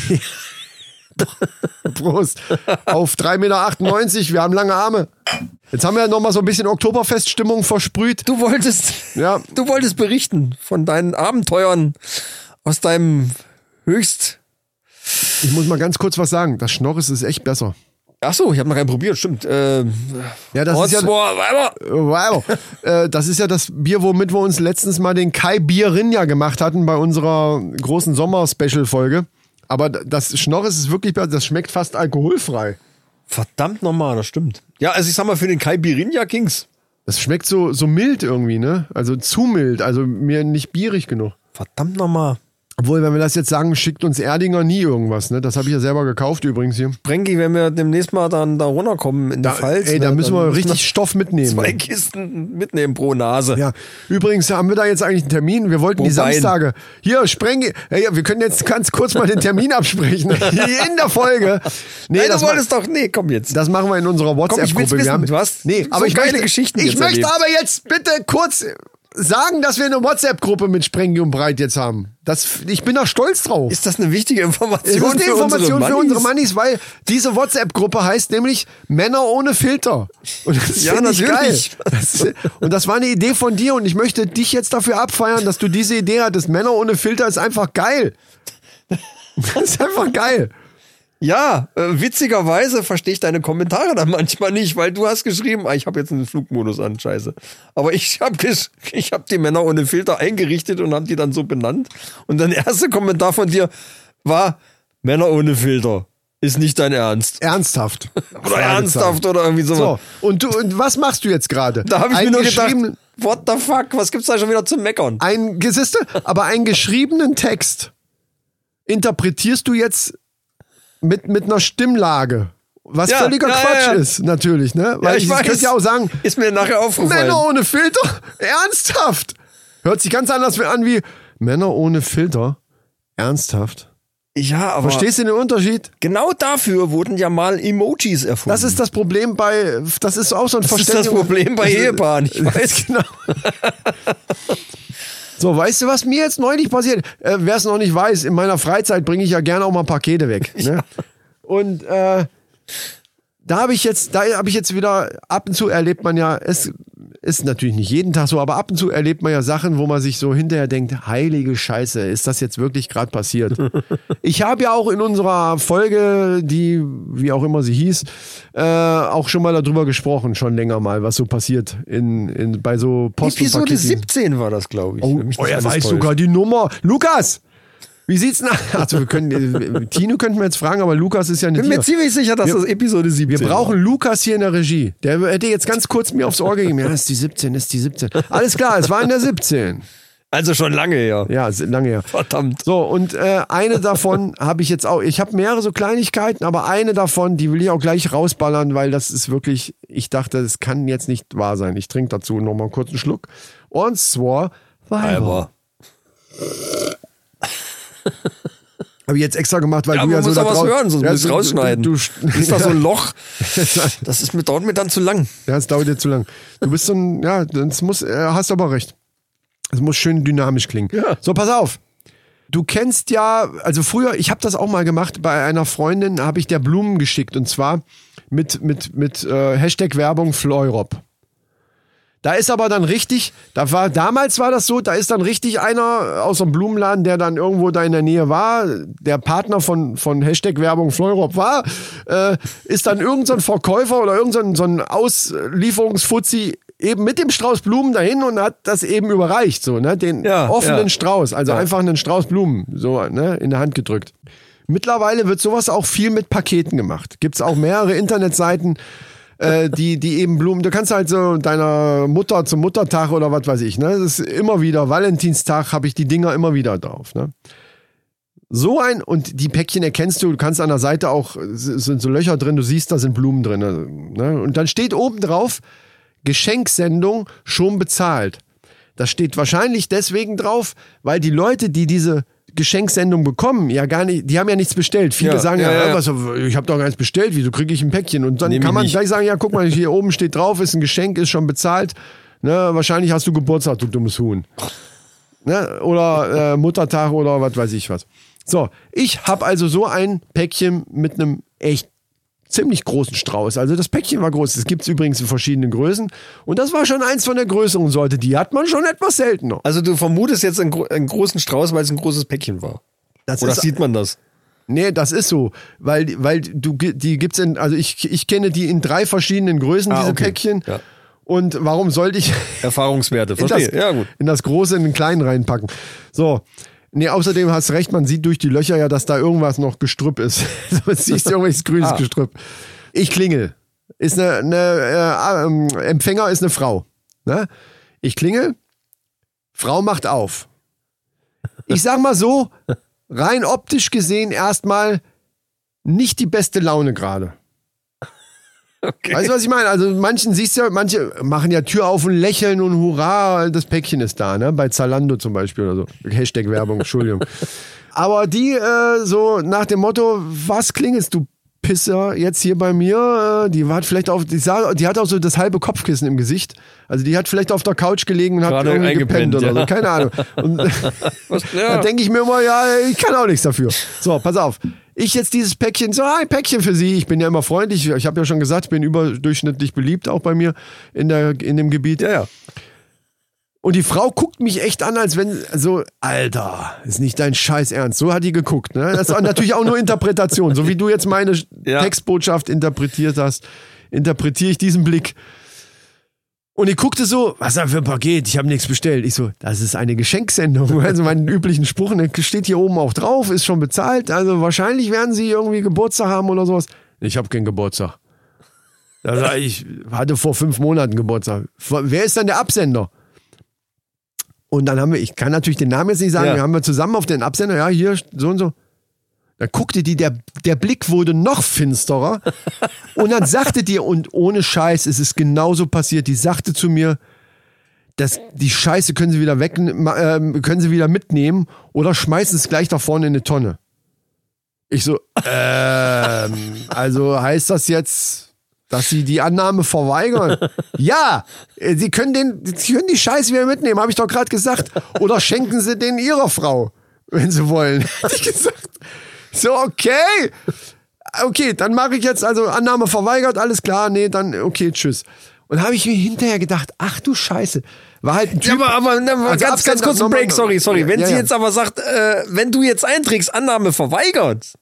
Speaker 2: Prost. Auf 3,98 Meter. Wir haben lange Arme. Jetzt haben wir noch mal so ein bisschen Oktoberfeststimmung versprüht.
Speaker 1: Du wolltest,
Speaker 2: Ja.
Speaker 1: [laughs] du wolltest berichten von deinen Abenteuern aus deinem höchst.
Speaker 2: Ich muss mal ganz kurz was sagen. Das Schnorris ist echt besser.
Speaker 1: Ach so, ich habe noch keinen probiert, stimmt. Ähm,
Speaker 2: Ja, das ist ja-
Speaker 1: Ortswar- Weiber.
Speaker 2: Äh, Wow. Äh, Das ist ja das Bier, womit wir uns letztens mal den Kai Bierin gemacht hatten bei unserer großen Sommer-Special-Folge. Aber das Schnorris ist wirklich besser. Das schmeckt fast alkoholfrei.
Speaker 1: Verdammt nochmal, das stimmt. Ja, also ich sag mal, für den Kai Birinja ging's.
Speaker 2: Das schmeckt so, so mild irgendwie, ne? Also zu mild. Also mir nicht bierig genug.
Speaker 1: Verdammt nochmal.
Speaker 2: Obwohl, wenn wir das jetzt sagen, schickt uns Erdinger nie irgendwas, ne? Das habe ich ja selber gekauft übrigens hier.
Speaker 1: Brenki, wenn wir demnächst mal dann da runterkommen in der Pfalz.
Speaker 2: Ey,
Speaker 1: ne,
Speaker 2: da müssen
Speaker 1: dann
Speaker 2: wir richtig Stoff mitnehmen.
Speaker 1: zwei Kisten mitnehmen pro Nase.
Speaker 2: Ja, übrigens haben wir da jetzt eigentlich einen Termin. Wir wollten die
Speaker 1: Wobei-
Speaker 2: Samstage. Hier, Spreng. Hey, wir können jetzt ganz kurz mal den
Speaker 1: [laughs]
Speaker 2: Termin absprechen. Hier in der Folge. Nee,
Speaker 1: Nein,
Speaker 2: das,
Speaker 1: du
Speaker 2: ma
Speaker 1: wolltest doch, nee, komm jetzt.
Speaker 2: das machen wir in unserer
Speaker 1: ich will's
Speaker 2: WhatsApp-Gruppe. Wir
Speaker 1: wissen.
Speaker 2: haben-
Speaker 1: Du hast
Speaker 2: nee,
Speaker 1: so
Speaker 2: aber ich
Speaker 1: geile
Speaker 2: möchte,
Speaker 1: Geschichten
Speaker 2: Ich
Speaker 1: jetzt
Speaker 2: möchte
Speaker 1: erlebt.
Speaker 2: aber jetzt bitte kurz sagen, dass wir eine WhatsApp-Gruppe mit Sprengi und Breit jetzt haben. Das, ich bin da stolz drauf.
Speaker 1: ist das eine wichtige Information?
Speaker 2: Es ist eine
Speaker 1: für
Speaker 2: Information
Speaker 1: unsere
Speaker 2: für unsere Mannis,
Speaker 1: Mannis?
Speaker 2: weil diese WhatsApp-Gruppe heißt nämlich Männer ohne Filter. Und das
Speaker 1: Ja,
Speaker 2: ja, ich geil.
Speaker 1: natürlich.
Speaker 2: Das, und das war eine Idee von dir und ich möchte dich jetzt dafür abfeiern, dass du diese Idee hattest. Männer ohne Filter ist einfach geil. Das ist einfach geil.
Speaker 1: Ja, äh, witzigerweise verstehe ich deine Kommentare dann manchmal nicht, weil du hast geschrieben, ah, ich habe jetzt einen Flugmodus an, scheiße. Aber ich habe ich hab die Männer ohne Filter eingerichtet und habe die dann so benannt. Und dein erster Kommentar von dir war, Männer ohne Filter ist nicht dein Ernst.
Speaker 2: Ernsthaft.
Speaker 1: Oder ernsthaft oder irgendwie so.
Speaker 2: So, und, du, und was machst du jetzt gerade?
Speaker 1: Da habe ich mir
Speaker 2: Einen
Speaker 1: nur gedacht,
Speaker 2: geschriebenen-
Speaker 1: what the fuck, was gibt's da schon wieder zu meckern?
Speaker 2: Ein, siehst du, aber einen geschriebenen Text interpretierst du jetzt mit, mit einer Stimmlage. Was
Speaker 1: Ja,
Speaker 2: völliger
Speaker 1: ja,
Speaker 2: Quatsch
Speaker 1: ja, ja.
Speaker 2: ist, natürlich, ne? Weil ich, ich könnte ja auch sagen,
Speaker 1: Ist mir nachher aufgefallen.
Speaker 2: Männer ohne Filter, ernsthaft. Hört sich ganz anders an wie Männer ohne Filter, ernsthaft.
Speaker 1: ja, aber
Speaker 2: Verstehst du den Unterschied?
Speaker 1: genau dafür wurden ja mal Emojis erfunden.
Speaker 2: Das ist das Problem bei, das ist auch so ein
Speaker 1: Das ist das Problem bei Ehepaaren. Ich weiß genau.
Speaker 2: So, weißt du, was mir jetzt neulich passiert? Äh, Wer es noch nicht weiß, in meiner Freizeit bringe ich ja gerne auch mal Pakete weg. Ne? Und äh, da habe ich jetzt, da habe ich jetzt wieder ab und zu erlebt man ja, es ist natürlich nicht jeden Tag so, aber ab und zu erlebt man ja Sachen, wo man sich so hinterher denkt, heilige Scheiße, ist das jetzt wirklich gerade
Speaker 1: [laughs]
Speaker 2: passiert? ich habe ja auch in unserer Folge, die wie auch immer sie hieß, äh, auch schon mal darüber gesprochen, schon länger mal, was so passiert in, in bei so Post und
Speaker 1: Episode
Speaker 2: Paketdiensten.
Speaker 1: 17 war das, glaube ich.
Speaker 2: Oh,
Speaker 1: wenn mich
Speaker 2: oh
Speaker 1: nicht
Speaker 2: er
Speaker 1: alles
Speaker 2: weiß
Speaker 1: täuscht.
Speaker 2: sogar die Nummer. Lukas! Wie sieht's nach? Also wir können, äh, Tino könnten wir jetzt fragen, aber Lukas ist ja nicht
Speaker 1: bin mir
Speaker 2: hier.
Speaker 1: ziemlich sicher, dass
Speaker 2: Wir-
Speaker 1: das Episode 17
Speaker 2: Wir brauchen Lukas hier in der Regie. Der hätte jetzt ganz kurz mir aufs Ohr gegeben. Ja, ist die 17, ist die 17. Alles klar, es war in der 17.
Speaker 1: Also schon lange her.
Speaker 2: Ja, ist lange her.
Speaker 1: Verdammt.
Speaker 2: So, und äh, eine davon habe ich jetzt auch. Ich habe mehrere so Kleinigkeiten, aber eine davon, die will ich auch gleich rausballern, weil das ist wirklich, ich dachte, das kann jetzt nicht wahr sein. Ich trinke dazu nochmal einen kurzen Schluck. Und zwar Weiber.
Speaker 1: Aber.
Speaker 2: Habe ich jetzt extra gemacht, weil
Speaker 1: Ja,
Speaker 2: du
Speaker 1: man
Speaker 2: ja so
Speaker 1: muss
Speaker 2: da
Speaker 1: doch was
Speaker 2: drau-
Speaker 1: hören, sonst
Speaker 2: Ja,
Speaker 1: muss ich
Speaker 2: du-
Speaker 1: rausschneiden.
Speaker 2: Du,
Speaker 1: ist
Speaker 2: [laughs]
Speaker 1: da so [laughs] ein Loch. Das ist mir, dauert mir dann zu lang.
Speaker 2: Ja, es dauert dir zu lang. Du bist so ein, ja, das muss, äh, hast aber recht. Es muss schön dynamisch klingen.
Speaker 1: Ja.
Speaker 2: So, pass auf. Du kennst ja, also früher, ich habe das auch mal gemacht, bei einer Freundin habe ich der Blumen geschickt und zwar mit, mit, mit äh, Hashtag Werbung Fleurop. Da ist aber dann richtig, da war, damals war das so, da ist dann richtig einer aus dem Blumenladen, der dann irgendwo da in der Nähe war, der Partner von, von Hashtag Werbung Fleurop war, äh, ist dann irgendein so ein Verkäufer oder irgendein so ein Auslieferungsfuzzi eben mit dem Strauß Blumen dahin und hat das eben überreicht, so, ne, den
Speaker 1: Ja,
Speaker 2: offenen
Speaker 1: ja.
Speaker 2: Strauß, also einfach einen Strauß Blumen, so, ne, in der Hand gedrückt. Mittlerweile wird sowas auch viel mit Paketen gemacht. Gibt's auch mehrere Internetseiten, äh, die, die eben Blumen. Du kannst halt so deiner Mutter zum Muttertag oder was weiß ich, ne? Das ist immer wieder, Valentinstag habe ich die Dinger immer wieder drauf, ne? So ein, und die Päckchen erkennst du, du kannst an der Seite auch, es sind so Löcher drin, du siehst, da sind Blumen drin. Ne? Und dann steht oben drauf, Geschenksendung schon bezahlt. Das steht wahrscheinlich deswegen drauf, weil die Leute, die diese Geschenksendung bekommen, ja gar nicht, die haben ja nichts bestellt. Viele
Speaker 1: Ja,
Speaker 2: sagen ja,
Speaker 1: ja, ja.
Speaker 2: "Ah, was, ich habe doch gar nichts bestellt, wieso kriege ich ein Päckchen? Und dann
Speaker 1: Nehm
Speaker 2: kann
Speaker 1: ich
Speaker 2: man
Speaker 1: nicht.
Speaker 2: gleich sagen, ja, guck mal, hier oben steht drauf, ist ein Geschenk, ist schon bezahlt. Ne, wahrscheinlich hast du Geburtstag, du dummes Huhn. Ne, oder äh, Muttertag oder was weiß ich was. So, ich habe also so ein Päckchen mit einem echt ziemlich großen Strauß. Also das Päckchen war groß. Das gibt es übrigens in verschiedenen Größen. Und das war schon eins von der größeren Sorte. Die hat man schon etwas seltener.
Speaker 1: Also du vermutest jetzt einen, gro- einen großen Strauß, weil es ein großes Päckchen war.
Speaker 2: Das
Speaker 1: Oder
Speaker 2: ist-
Speaker 1: sieht man das?
Speaker 2: Nee, das ist so, weil, weil du, die gibt's in, also ich, ich kenne die in drei verschiedenen Größen,
Speaker 1: Ah,
Speaker 2: diese
Speaker 1: okay.
Speaker 2: Päckchen.
Speaker 1: Ja.
Speaker 2: Und warum sollte
Speaker 1: [laughs]
Speaker 2: ich
Speaker 1: Erfahrungswerte,
Speaker 2: in das,
Speaker 1: verstehe. Ja, gut.
Speaker 2: in das Große in den Kleinen reinpacken? So. Nee, außerdem hast du recht, man sieht durch die Löcher ja, dass da irgendwas noch Gestrüpp ist. [laughs] du siehst irgendwelches grünes
Speaker 1: [laughs] Ah.
Speaker 2: Gestrüpp. Ich klingel. Ist eine, eine äh, ähm, Empfänger ist eine Frau. Ne? Ich klingel, Frau macht auf. Ich sag mal so, rein optisch gesehen erstmal nicht die beste Laune gerade.
Speaker 1: [laughs] Okay.
Speaker 2: Weißt du, was ich meine? Also manchen siehst du ja, manche machen ja Tür auf und lächeln und hurra, das Päckchen ist da, ne? Bei Zalando zum Beispiel oder so. Hashtag Werbung,
Speaker 1: [laughs]
Speaker 2: Entschuldigung. Aber die äh, so nach dem Motto, was klingelst du Pisser jetzt hier bei mir? Äh, die war vielleicht auf, die, sah, die hat auch so das halbe Kopfkissen im Gesicht. Also die hat vielleicht auf der Couch gelegen und hat
Speaker 1: Gerade
Speaker 2: irgendwie gepennt
Speaker 1: eingepennt,
Speaker 2: oder so.
Speaker 1: ja.
Speaker 2: Äh, Keine Ahnung. Und,
Speaker 1: [laughs] Was,
Speaker 2: da
Speaker 1: ja.
Speaker 2: denke ich mir immer, ja, ich kann auch nichts dafür. So, pass auf. Ich jetzt dieses Päckchen, so ein Päckchen für Sie. Ich bin ja immer freundlich. Ich habe ja schon gesagt, ich bin überdurchschnittlich beliebt, auch bei mir in, der, in dem Gebiet.
Speaker 1: ja, ja.
Speaker 2: Und die Frau guckt mich echt an, als wenn so, Alter, ist nicht dein Scheiß Ernst. So hat die geguckt. Ne? Das ist natürlich auch nur Interpretation. So wie du jetzt meine
Speaker 1: Ja.
Speaker 2: Textbotschaft interpretiert hast, interpretiere ich diesen Blick. Und ich guckte so, was da für ein Paket, ich habe nichts bestellt. Ich so, das ist eine Geschenksendung. [laughs] Also meinen üblichen Spruch, ne, steht hier oben auch drauf, ist schon bezahlt. Also wahrscheinlich werden sie irgendwie Geburtstag haben oder sowas. Ich habe keinen Geburtstag. Also ich hatte vor fünf Monaten Geburtstag. Wer ist dann der Absender? Und dann haben wir, ich kann natürlich den Namen jetzt nicht sagen,
Speaker 1: Ja.
Speaker 2: wir haben wir zusammen auf den Absender, ja, hier, so und so. Dann guckte die, der, der Blick wurde noch finsterer. und dann sagte die, und ohne Scheiß, es ist genauso passiert, die sagte zu mir, das, die Scheiße können sie wieder weg, ähm, können sie wieder mitnehmen oder schmeißen es gleich da vorne in eine Tonne. Ich so, ähm, also heißt das jetzt, dass sie die Annahme verweigern?
Speaker 1: [laughs]
Speaker 2: ja, äh, sie können den, sie können die Scheiße wieder mitnehmen, habe ich doch gerade gesagt. Oder schenken sie den ihrer Frau, wenn sie wollen. [laughs] Hätte ich gesagt. So, okay. Okay, dann mache ich jetzt also Annahme verweigert, alles klar, nee, dann okay, tschüss. Und habe ich mir hinterher gedacht, ach du Scheiße, war halt ein Typ.
Speaker 1: Ja, aber, aber na,
Speaker 2: Also
Speaker 1: ganz,
Speaker 2: Absender-
Speaker 1: ganz kurz ein
Speaker 2: nochmal-
Speaker 1: Break, sorry, sorry.
Speaker 2: Ja,
Speaker 1: Wenn
Speaker 2: ja,
Speaker 1: sie
Speaker 2: ja.
Speaker 1: jetzt aber sagt, äh, wenn du jetzt einträgst, Annahme verweigert,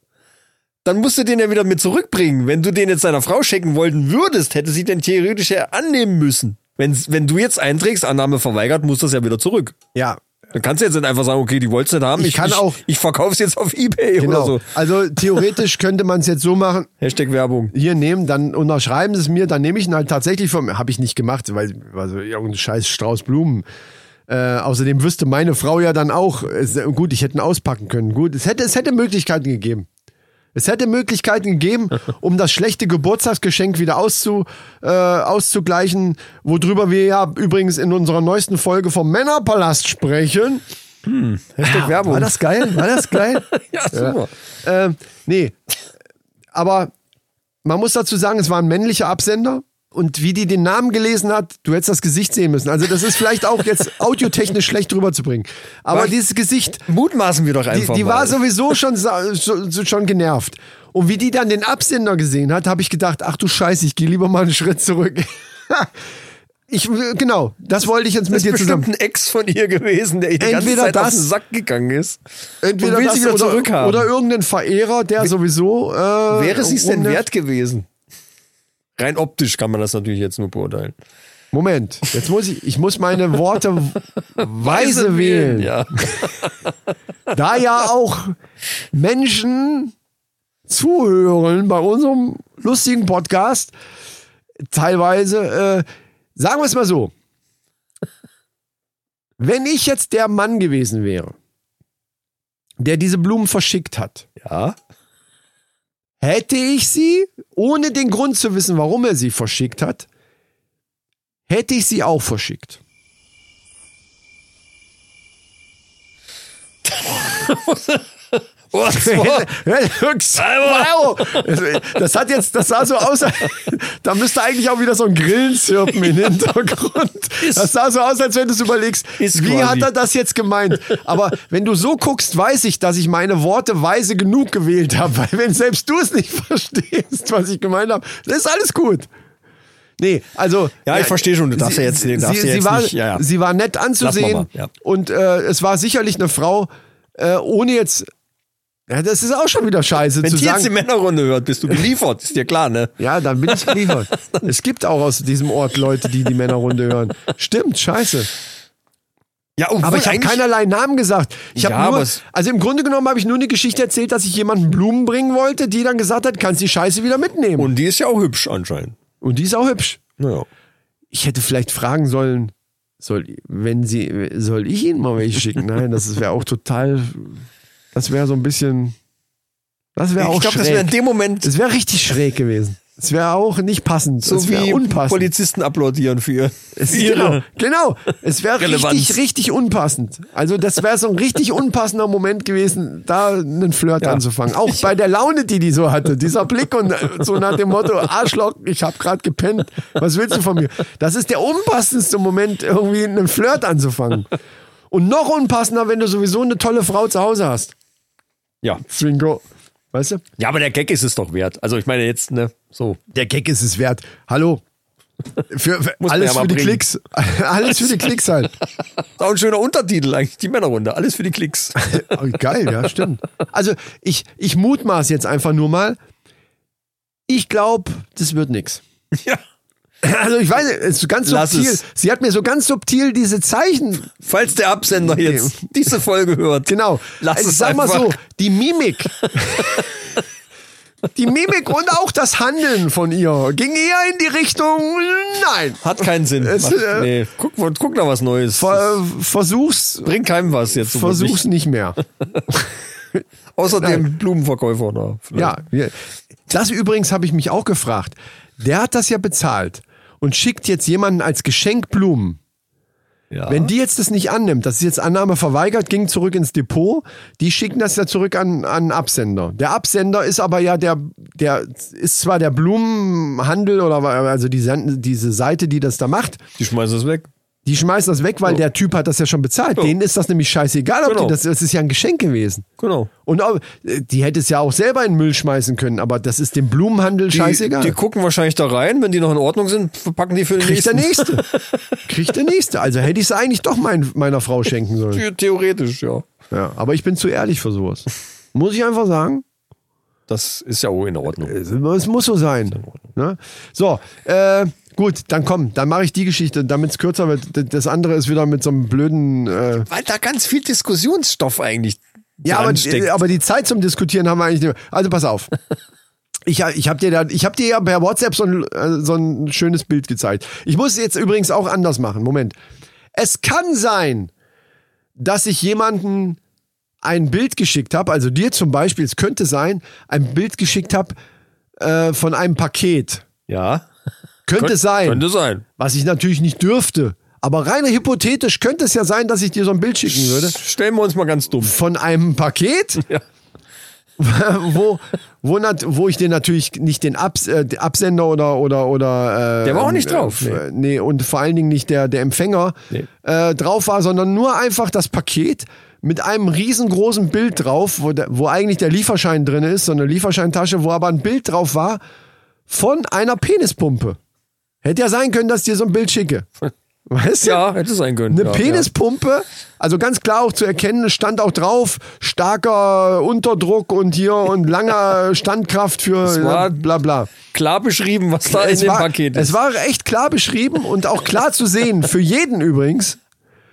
Speaker 1: dann musst du den ja wieder mit zurückbringen. Wenn du den jetzt deiner Frau schenken wollten würdest, hätte sie den theoretisch ja annehmen müssen. Wenn's, wenn du jetzt einträgst, Annahme verweigert, muss das ja wieder zurück.
Speaker 2: Ja,
Speaker 1: Dann kannst du jetzt nicht einfach sagen, okay, die wolltest du nicht haben.
Speaker 2: Ich kann
Speaker 1: ich,
Speaker 2: auch-
Speaker 1: Ich verkaufe es jetzt auf Ebay
Speaker 2: Genau.
Speaker 1: oder so.
Speaker 2: Also theoretisch könnte man es jetzt so machen,
Speaker 1: Hashtag Werbung.
Speaker 2: hier nehmen, dann unterschreiben sie es mir, dann nehme ich ihn halt tatsächlich vom. Habe ich nicht gemacht, weil also irgendein scheiß Strauß Blumen. Äh, außerdem wüsste meine Frau ja dann auch, es, gut, ich hätte ihn auspacken können. Gut, es hätte, es hätte Möglichkeiten gegeben. Es hätte Möglichkeiten [laughs] gegeben, um das schlechte Geburtstagsgeschenk wieder auszu, äh, auszugleichen, worüber wir ja übrigens in unserer neuesten Folge vom Männerpalast sprechen.
Speaker 1: Hashtag Werbung.
Speaker 2: Hm. War das geil? War das [laughs] geil?
Speaker 1: ja, super.
Speaker 2: Ähm, nee. Aber man muss dazu sagen, es war ein männlicher Absender. Und wie die den Namen gelesen hat, du hättest das Gesicht sehen müssen. Also, das ist vielleicht auch
Speaker 1: [laughs]
Speaker 2: jetzt audiotechnisch schlecht rüberzubringen. Aber
Speaker 1: Was?
Speaker 2: dieses Gesicht,
Speaker 1: Mutmaßen wir doch
Speaker 2: die,
Speaker 1: einfach
Speaker 2: die
Speaker 1: mal.
Speaker 2: war sowieso schon, sa- so- so- schon genervt. Und wie die dann den Absender gesehen hat, habe ich gedacht, ach du Scheiße, ich gehe lieber mal einen Schritt zurück. [laughs] ich, genau, das wollte ich jetzt mit
Speaker 1: das
Speaker 2: dir
Speaker 1: ist
Speaker 2: zusammen.
Speaker 1: bestimmt ein Ex von ihr gewesen, der ihr die ganze
Speaker 2: Entweder
Speaker 1: Zeit auf
Speaker 2: das-
Speaker 1: den Sack gegangen ist.
Speaker 2: Entweder
Speaker 1: und will
Speaker 2: das
Speaker 1: sie wieder
Speaker 2: oder,
Speaker 1: zurückhaben.
Speaker 2: oder irgendein Verehrer, der sowieso. Äh,
Speaker 1: Wäre es sich denn
Speaker 2: rumnervt.
Speaker 1: wert gewesen? Rein optisch kann man das natürlich jetzt nur beurteilen.
Speaker 2: Moment, jetzt muss ich, ich muss meine
Speaker 1: [laughs]
Speaker 2: Worte weise wählen.
Speaker 1: Also Ja. [laughs]
Speaker 2: Da ja auch Menschen zuhören bei unserem lustigen Podcast, teilweise, äh, sagen wir es mal so. Wenn ich jetzt der Mann gewesen wäre, der diese Blumen verschickt hat,
Speaker 1: Ja.
Speaker 2: Hätte ich sie, ohne den Grund zu wissen, warum er sie verschickt hat, hätte ich sie auch verschickt.
Speaker 1: Oh,
Speaker 2: Höchst- Wow. Das hat jetzt, das sah so aus, als- da müsste eigentlich auch wieder so ein Grillenzirpen im Hintergrund. Das sah so aus, als wenn du es überlegst,
Speaker 1: Ist
Speaker 2: wie
Speaker 1: quasi.
Speaker 2: hat er das jetzt gemeint? Aber wenn du so guckst, weiß ich, dass ich meine Worte weise genug gewählt habe, weil wenn selbst du es nicht [laughs] verstehst, was ich gemeint habe, dann ist alles gut. Nee, also.
Speaker 1: Ja, ich verstehe schon, du darfst ja jetzt- du darfst
Speaker 2: sie,
Speaker 1: ja
Speaker 2: sie,
Speaker 1: jetzt
Speaker 2: war,
Speaker 1: nicht- ja, ja.
Speaker 2: sie war nett anzusehen
Speaker 1: mal, ja.
Speaker 2: und äh, es war sicherlich eine Frau, äh, ohne jetzt. Ja, das ist auch schon wieder scheiße
Speaker 1: Wenn
Speaker 2: zu
Speaker 1: die jetzt die
Speaker 2: sagen.
Speaker 1: Männerrunde hört, bist du geliefert, ist dir klar, ne?
Speaker 2: Ja, dann bin ich
Speaker 1: [laughs]
Speaker 2: geliefert. es gibt auch aus diesem Ort Leute, die die Männerrunde hören. Stimmt, scheiße.
Speaker 1: Ja, obwohl
Speaker 2: Aber ich habe
Speaker 1: eigentlich-
Speaker 2: keinerlei Namen gesagt. Ich
Speaker 1: Ja,
Speaker 2: habe
Speaker 1: aber
Speaker 2: nur,
Speaker 1: es-
Speaker 2: also im Grunde genommen habe ich nur eine Geschichte erzählt, dass ich jemanden Blumen bringen wollte, die dann gesagt hat, kannst die Scheiße wieder mitnehmen.
Speaker 1: Und die ist ja auch hübsch anscheinend.
Speaker 2: und die ist auch hübsch.
Speaker 1: Naja.
Speaker 2: ich hätte vielleicht fragen sollen, soll, wenn sie, soll ich ihnen mal welche schicken? Nein, das wäre auch total, das wäre so ein bisschen, das wäre
Speaker 1: Ich
Speaker 2: auch
Speaker 1: glaube, das wäre in
Speaker 2: schräg.
Speaker 1: dem Moment
Speaker 2: Das wäre richtig schräg gewesen. Es wäre auch nicht passend.
Speaker 1: so
Speaker 2: es
Speaker 1: wie
Speaker 2: wäre unpassend.
Speaker 1: Polizisten applaudieren für ihr.
Speaker 2: es,
Speaker 1: für ihre-
Speaker 2: genau, genau. Es wäre
Speaker 1: Relevanz.
Speaker 2: richtig, richtig unpassend. Also das wäre so ein richtig unpassender Moment gewesen, da einen Flirt
Speaker 1: Ja.
Speaker 2: anzufangen. Auch bei der Laune, die die so hatte. Dieser Blick und äh, so nach dem Motto, Arschloch, ich habe gerade gepennt. Was willst du von mir? Das ist der unpassendste Moment, irgendwie einen Flirt anzufangen. Und noch unpassender, wenn du sowieso eine tolle Frau zu Hause hast.
Speaker 1: Ja.
Speaker 2: Zwingo. Weißt du?
Speaker 1: ja, aber der Gag ist es doch wert. Also ich meine jetzt, ne, so.
Speaker 2: Der Gag ist es wert. Hallo. Für, für
Speaker 1: Muss man
Speaker 2: alles
Speaker 1: ja mal
Speaker 2: für die
Speaker 1: bringen.
Speaker 2: Klicks. Alles für
Speaker 1: [laughs]
Speaker 2: die Klicks halt.
Speaker 1: Ist auch ein schöner Untertitel eigentlich, die Männerrunde. Alles für die [laughs] Klicks.
Speaker 2: Oh, Geil, ja, stimmt. Also ich, ich mutmaß jetzt einfach nur mal. Ich glaube, das wird nix.
Speaker 1: ja.
Speaker 2: Also ich weiß, es ist ganz
Speaker 1: Lass
Speaker 2: subtil.
Speaker 1: es.
Speaker 2: Sie hat mir so ganz subtil diese Zeichen.
Speaker 1: Falls der Absender jetzt diese Folge hört.
Speaker 2: Genau.
Speaker 1: Lass
Speaker 2: also,
Speaker 1: es
Speaker 2: sag mal
Speaker 1: einfach.
Speaker 2: so, die Mimik. Die Mimik und auch das Handeln von ihr ging eher in die Richtung, nein.
Speaker 1: Hat keinen Sinn.
Speaker 2: Es,
Speaker 1: Macht-
Speaker 2: äh,
Speaker 1: nee, guck, guck da was Neues.
Speaker 2: Ver, versuch's,
Speaker 1: Bringt keinem was jetzt. so
Speaker 2: versuch's nicht mehr.
Speaker 1: wirklich. Außer dem Blumenverkäufer da. vielleicht.
Speaker 2: Ja, wir- das übrigens habe ich mich auch gefragt. Der hat das ja bezahlt und schickt jetzt jemanden als Geschenk Blumen.
Speaker 1: ja.
Speaker 2: Wenn die jetzt das nicht annimmt, das ist jetzt Annahme verweigert, ging zurück ins Depot, die schicken das ja zurück an an Absender. Der Absender ist aber ja der, der ist zwar der Blumenhandel oder wa- also die, San- diese Seite, die das da macht,
Speaker 1: die schmeißen es weg.
Speaker 2: die schmeißen das weg, weil der Typ hat das ja schon bezahlt. Denen ist das nämlich scheißegal, ob
Speaker 1: Genau.
Speaker 2: die das, das ist ja ein Geschenk gewesen.
Speaker 1: Genau.
Speaker 2: Und auch, äh, die hätte es ja auch selber in den Müll schmeißen können, aber das ist dem Blumenhandel
Speaker 1: Die,
Speaker 2: scheißegal.
Speaker 1: die gucken wahrscheinlich da rein, wenn die noch in Ordnung sind, verpacken die für den
Speaker 2: Kriegt der
Speaker 1: nächsten.
Speaker 2: Nächste. Kriegt der Nächste. Also hätte ich es eigentlich doch mein, meiner Frau schenken sollen.
Speaker 1: [laughs] Für- Theoretisch, [laughs] ja.
Speaker 2: Ja, aber ich bin zu ehrlich für sowas. Muss ich einfach sagen.
Speaker 1: Das ist ja auch in Ordnung.
Speaker 2: Es, es muss so sein. Ne? So, äh, Gut, dann komm, dann mache ich die Geschichte, damit es kürzer wird. D- Das andere ist wieder mit so einem blöden. Äh,
Speaker 1: Weil da ganz viel Diskussionsstoff eigentlich
Speaker 2: ja, aber,
Speaker 1: dransteckt.
Speaker 2: aber die Zeit zum Diskutieren haben wir eigentlich nicht mehr. Also pass auf. Ich, ha- ich habe dir, da- ich hab dir ja per WhatsApp so ein, äh, so ein schönes Bild gezeigt. Ich muss es jetzt übrigens auch anders machen. Moment. Es kann sein, dass ich jemanden ein Bild geschickt habe, also dir zum Beispiel, es könnte sein, ein Bild geschickt habe äh, von einem Paket.
Speaker 1: ja.
Speaker 2: Könnte sein.
Speaker 1: Könnte sein.
Speaker 2: Was ich natürlich nicht dürfte. Aber rein hypothetisch könnte es ja sein, dass ich dir so ein Bild schicken würde.
Speaker 1: Stellen wir uns mal ganz dumm.
Speaker 2: Von einem Paket,
Speaker 1: [laughs] Ja.
Speaker 2: [laughs] wo, wo, nat, wo ich dir natürlich nicht den Abs, äh, den Absender oder. oder, oder äh,
Speaker 1: Der war auch nicht
Speaker 2: äh,
Speaker 1: drauf,
Speaker 2: f- äh, nee, und vor allen Dingen nicht der, der Empfänger
Speaker 1: Nee.
Speaker 2: äh, drauf war, sondern nur einfach das Paket mit einem riesengroßen Bild drauf, wo, der, wo eigentlich der Lieferschein drin ist, so eine Lieferscheintasche, wo aber ein Bild drauf war von einer Penispumpe. Hätte ja sein können, dass ich dir so ein Bild
Speaker 1: [laughs]
Speaker 2: schicke. Weißt du?
Speaker 1: Ja, hätte sein können.
Speaker 2: Eine
Speaker 1: ja,
Speaker 2: Penispumpe, also ganz klar auch zu erkennen, stand auch drauf, starker Unterdruck und hier und
Speaker 1: [laughs]
Speaker 2: langer Standkraft für
Speaker 1: war-
Speaker 2: bla bla.
Speaker 1: Ja. Klar beschrieben, was da in dem
Speaker 2: war,
Speaker 1: Paket ist.
Speaker 2: es war echt klar beschrieben und auch klar zu sehen, für jeden übrigens,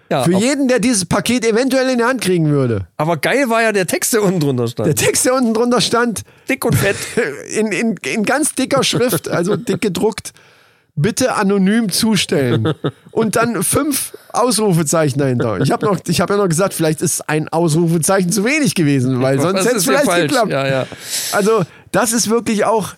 Speaker 1: ja,
Speaker 2: für
Speaker 1: ab-
Speaker 2: jeden, der dieses Paket eventuell in die Hand kriegen würde.
Speaker 1: aber geil war ja der Text, der unten drunter stand.
Speaker 2: Der Text, der unten drunter stand,
Speaker 1: Dick und fett. [laughs]
Speaker 2: [laughs] in, in, in ganz dicker Schrift, also dick gedruckt, bitte anonym zustellen. Und dann fünf Ausrufezeichen dahinter. Ich habe hab ja noch gesagt, vielleicht ist ein Ausrufezeichen zu wenig gewesen, weil sonst
Speaker 1: Was
Speaker 2: hätte es
Speaker 1: ist hier
Speaker 2: vielleicht
Speaker 1: falsch?
Speaker 2: geklappt.
Speaker 1: Ja, ja.
Speaker 2: Also, das ist wirklich auch.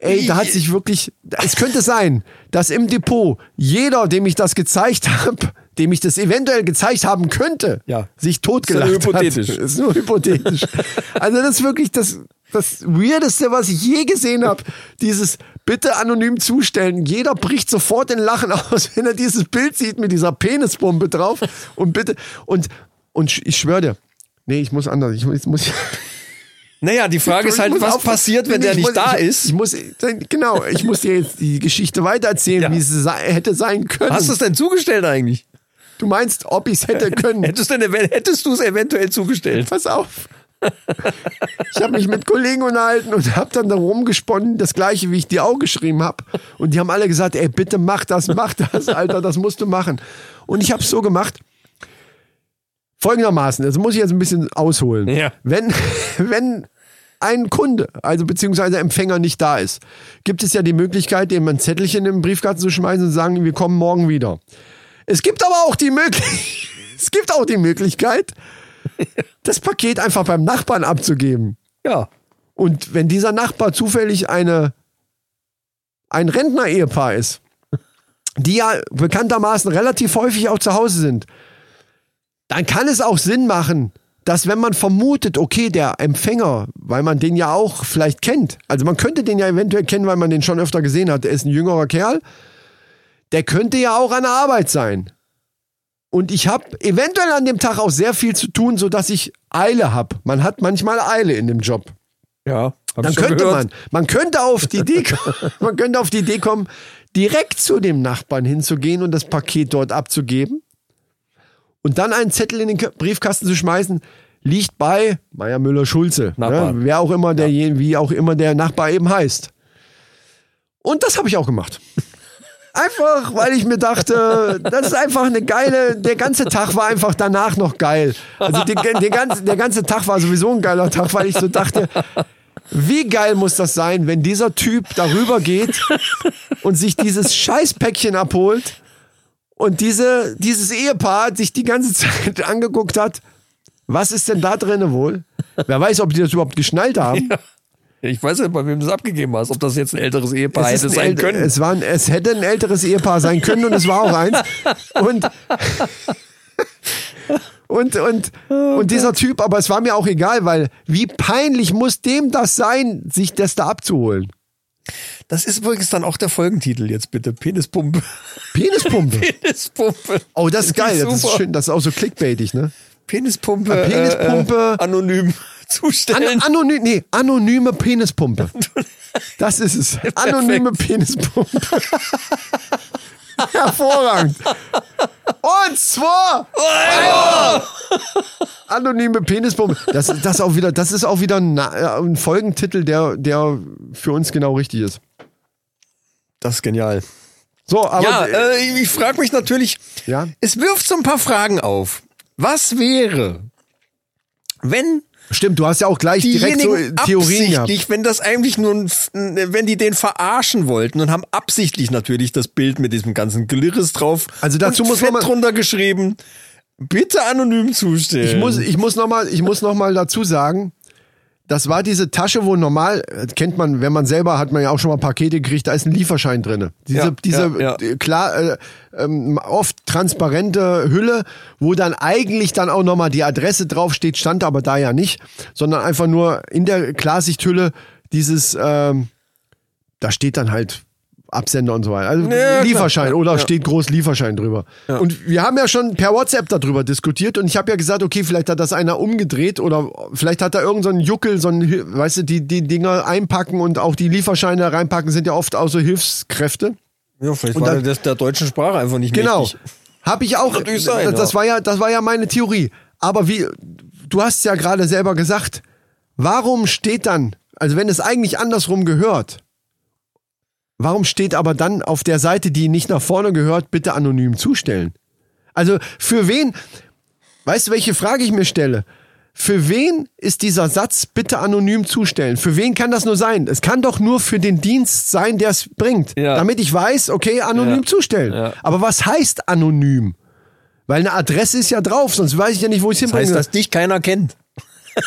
Speaker 2: Ey, da hat sich wirklich. Es könnte sein, dass im Depot jeder, dem ich das gezeigt habe, dem ich das eventuell gezeigt haben könnte,
Speaker 1: Ja.
Speaker 2: sich totgelacht
Speaker 1: Ist ja nur hypothetisch.
Speaker 2: hat. Ist nur hypothetisch. also, das ist wirklich das, das Weirdeste, was ich je gesehen habe. Dieses bitte anonym zustellen. Jeder bricht sofort in Lachen [laughs] aus, wenn er dieses Bild sieht mit dieser Penisbombe drauf. Und bitte. Und, und sch- ich schwöre dir. Nee, ich muss anders. Ich, muss- ich muss.
Speaker 1: Naja, die Frage ist
Speaker 2: Ich
Speaker 1: halt,
Speaker 2: muss
Speaker 1: was
Speaker 2: auf-
Speaker 1: passiert, wenn
Speaker 2: Nee,
Speaker 1: der
Speaker 2: ich
Speaker 1: nicht
Speaker 2: muss,
Speaker 1: da
Speaker 2: ich,
Speaker 1: ist?
Speaker 2: Ich muss, genau, ich muss dir jetzt die Geschichte weitererzählen,
Speaker 1: Ja.
Speaker 2: wie es sei, hätte sein können.
Speaker 1: Hast du es denn zugestellt eigentlich?
Speaker 2: du meinst, ob ich es hätte
Speaker 1: [laughs]
Speaker 2: können?
Speaker 1: Hättest, denn, ev- hättest du es eventuell zugestellt?
Speaker 2: Pass auf. Ich habe mich mit Kollegen unterhalten und habe dann da rumgesponnen, das gleiche, wie ich dir auch geschrieben habe. Und die haben alle gesagt, ey, bitte mach das, mach das, Alter, das musst du machen. Und ich habe es so gemacht. Folgendermaßen, das muss ich jetzt ein bisschen ausholen.
Speaker 1: Ja.
Speaker 2: Wenn, [laughs] wenn ein Kunde, also beziehungsweise Empfänger nicht da ist, gibt es ja die Möglichkeit, dem ein Zettelchen in den Briefkasten zu schmeißen und zu sagen, wir kommen morgen wieder. Es gibt aber auch die Möglichkeit, [laughs] es gibt auch die Möglichkeit, das Paket einfach beim Nachbarn abzugeben.
Speaker 1: Ja.
Speaker 2: Und wenn dieser Nachbar zufällig eine, ein Rentner-Ehepaar ist, die ja bekanntermaßen relativ häufig auch zu Hause sind, dann kann es auch Sinn machen, dass wenn man vermutet, okay, der Empfänger, weil man den ja auch vielleicht kennt, also man könnte den ja eventuell kennen, weil man den schon öfter gesehen hat, der ist ein jüngerer Kerl, der könnte ja auch an der Arbeit sein. Und ich habe eventuell an dem Tag auch sehr viel zu tun, sodass ich Eile habe. Man hat manchmal Eile in dem Job
Speaker 1: Ja. Hab
Speaker 2: dann
Speaker 1: ich schon
Speaker 2: könnte
Speaker 1: gehört.
Speaker 2: man, man könnte auf die Idee, kommen-
Speaker 1: [laughs]
Speaker 2: man könnte auf die Idee kommen, direkt zu dem Nachbarn hinzugehen und das Paket dort abzugeben und dann einen Zettel in den K- Briefkasten zu schmeißen, liegt bei Meier Müller Schulze, ne?
Speaker 1: Nachbar.
Speaker 2: wer auch immer der, wie auch immer der Nachbar eben heißt. Und das habe ich auch gemacht. Einfach, weil ich mir dachte, das ist einfach eine geile, der ganze Tag war einfach danach noch geil. Also die, der, ganze, der ganze Tag war sowieso ein geiler Tag, weil ich so dachte, wie geil muss das sein, wenn dieser Typ darüber geht und sich dieses Scheißpäckchen abholt und diese, dieses Ehepaar sich die ganze [laughs] Zeit angeguckt hat, was ist denn da drinne wohl? Wer weiß, ob die das überhaupt geschnallt haben.
Speaker 1: Ich weiß nicht, bei wem du es abgegeben hast, ob das jetzt ein älteres Ehepaar [laughs] hätte
Speaker 2: ist ein
Speaker 1: sein
Speaker 2: äl-
Speaker 1: können.
Speaker 2: Es, war ein, es hätte ein älteres Ehepaar sein können und es war auch eins. Und, [laughs] und, und,
Speaker 1: Oh
Speaker 2: und dieser Typ, aber es war mir auch egal, weil wie peinlich muss dem das sein, sich das da abzuholen?
Speaker 1: Das ist übrigens dann auch der Folgentitel jetzt bitte. Penispumpe.
Speaker 2: Penispumpe.
Speaker 1: [laughs] Penispumpe.
Speaker 2: Oh, das ist geil. Das ist
Speaker 1: Super.
Speaker 2: schön. Das ist auch so clickbaitig, ne?
Speaker 1: Penispumpe. äh,
Speaker 2: Penispumpe.
Speaker 1: Äh, anonym [laughs]
Speaker 2: An
Speaker 1: zustellen.
Speaker 2: anony nee, anonyme
Speaker 1: [laughs]
Speaker 2: Penispumpe. Das ist es. Anonyme
Speaker 1: [laughs]
Speaker 2: Penispumpe. Hervorragend. Und zwar. Anonyme Penispumpe. Das, ist- das, auch wieder, das ist auch wieder ein, Na- äh, ein Folgentitel, der, der für uns genau richtig ist.
Speaker 1: Das ist genial.
Speaker 2: So, aber
Speaker 1: Ja, äh, ich frage mich natürlich,
Speaker 2: Ja?
Speaker 1: es wirft so ein paar Fragen auf. Was wäre, wenn
Speaker 2: stimmt, du hast ja auch gleich direkt so
Speaker 1: diejenigen
Speaker 2: äh, Theorien gehabt.
Speaker 1: absichtlich, wenn das eigentlich nur, ein, F- ein- wenn die den verarschen wollten und haben absichtlich natürlich das Bild mit diesem ganzen Glirres drauf
Speaker 2: Also dazu
Speaker 1: und
Speaker 2: muss
Speaker 1: fett
Speaker 2: man mal-
Speaker 1: drunter geschrieben, bitte anonym zustellen.
Speaker 2: Ich muss, ich muss nochmal noch mal dazu sagen, das war diese Tasche, wo normal, äh, kennt man, wenn man selber hat man ja auch schon mal Pakete gekriegt, da ist ein Lieferschein drin. Diese,
Speaker 1: Ja,
Speaker 2: diese
Speaker 1: ja, ja.
Speaker 2: äh, klar, äh, ähm, oft transparente Hülle, wo dann eigentlich dann auch nochmal die Adresse draufsteht, stand aber da ja nicht, sondern einfach nur in der Klarsichthülle dieses, ähm, da steht dann halt Absender und so weiter. Also
Speaker 1: klar.
Speaker 2: Lieferschein oder steht groß Lieferschein drüber. Und wir haben ja schon per WhatsApp darüber diskutiert und ich habe ja gesagt, okay, vielleicht hat das einer umgedreht oder vielleicht hat da irgendein so ein Juckel, so ein, Hi- weißt du, die, die Dinger einpacken und auch die Lieferscheine reinpacken sind ja oft auch so Hilfskräfte.
Speaker 1: ja, vielleicht
Speaker 2: und
Speaker 1: war
Speaker 2: dann-
Speaker 1: das der deutschen Sprache einfach nicht
Speaker 2: Genau.
Speaker 1: mächtig.
Speaker 2: Habe ich auch. äh,
Speaker 1: Natürlich sein,
Speaker 2: das, das
Speaker 1: ja.
Speaker 2: war ja, das war ja meine Theorie. Aber wie, du hast ja gerade selber gesagt, warum steht dann, also wenn es eigentlich andersrum gehört, warum steht aber dann auf der Seite, die nicht nach vorne gehört, bitte anonym zustellen? Also für wen, weißt du, welche Frage ich mir stelle? Für wen ist dieser Satz bitte anonym zustellen? Für wen kann das nur sein? Es kann doch nur für den Dienst sein, der es bringt.
Speaker 1: Ja.
Speaker 2: Damit ich weiß, okay, anonym
Speaker 1: Ja.
Speaker 2: zustellen.
Speaker 1: Ja.
Speaker 2: Aber was heißt anonym? Weil eine Adresse ist ja drauf, sonst weiß ich ja nicht, wo ich
Speaker 1: Das
Speaker 2: hinbringe.
Speaker 1: heißt, dass dich keiner kennt.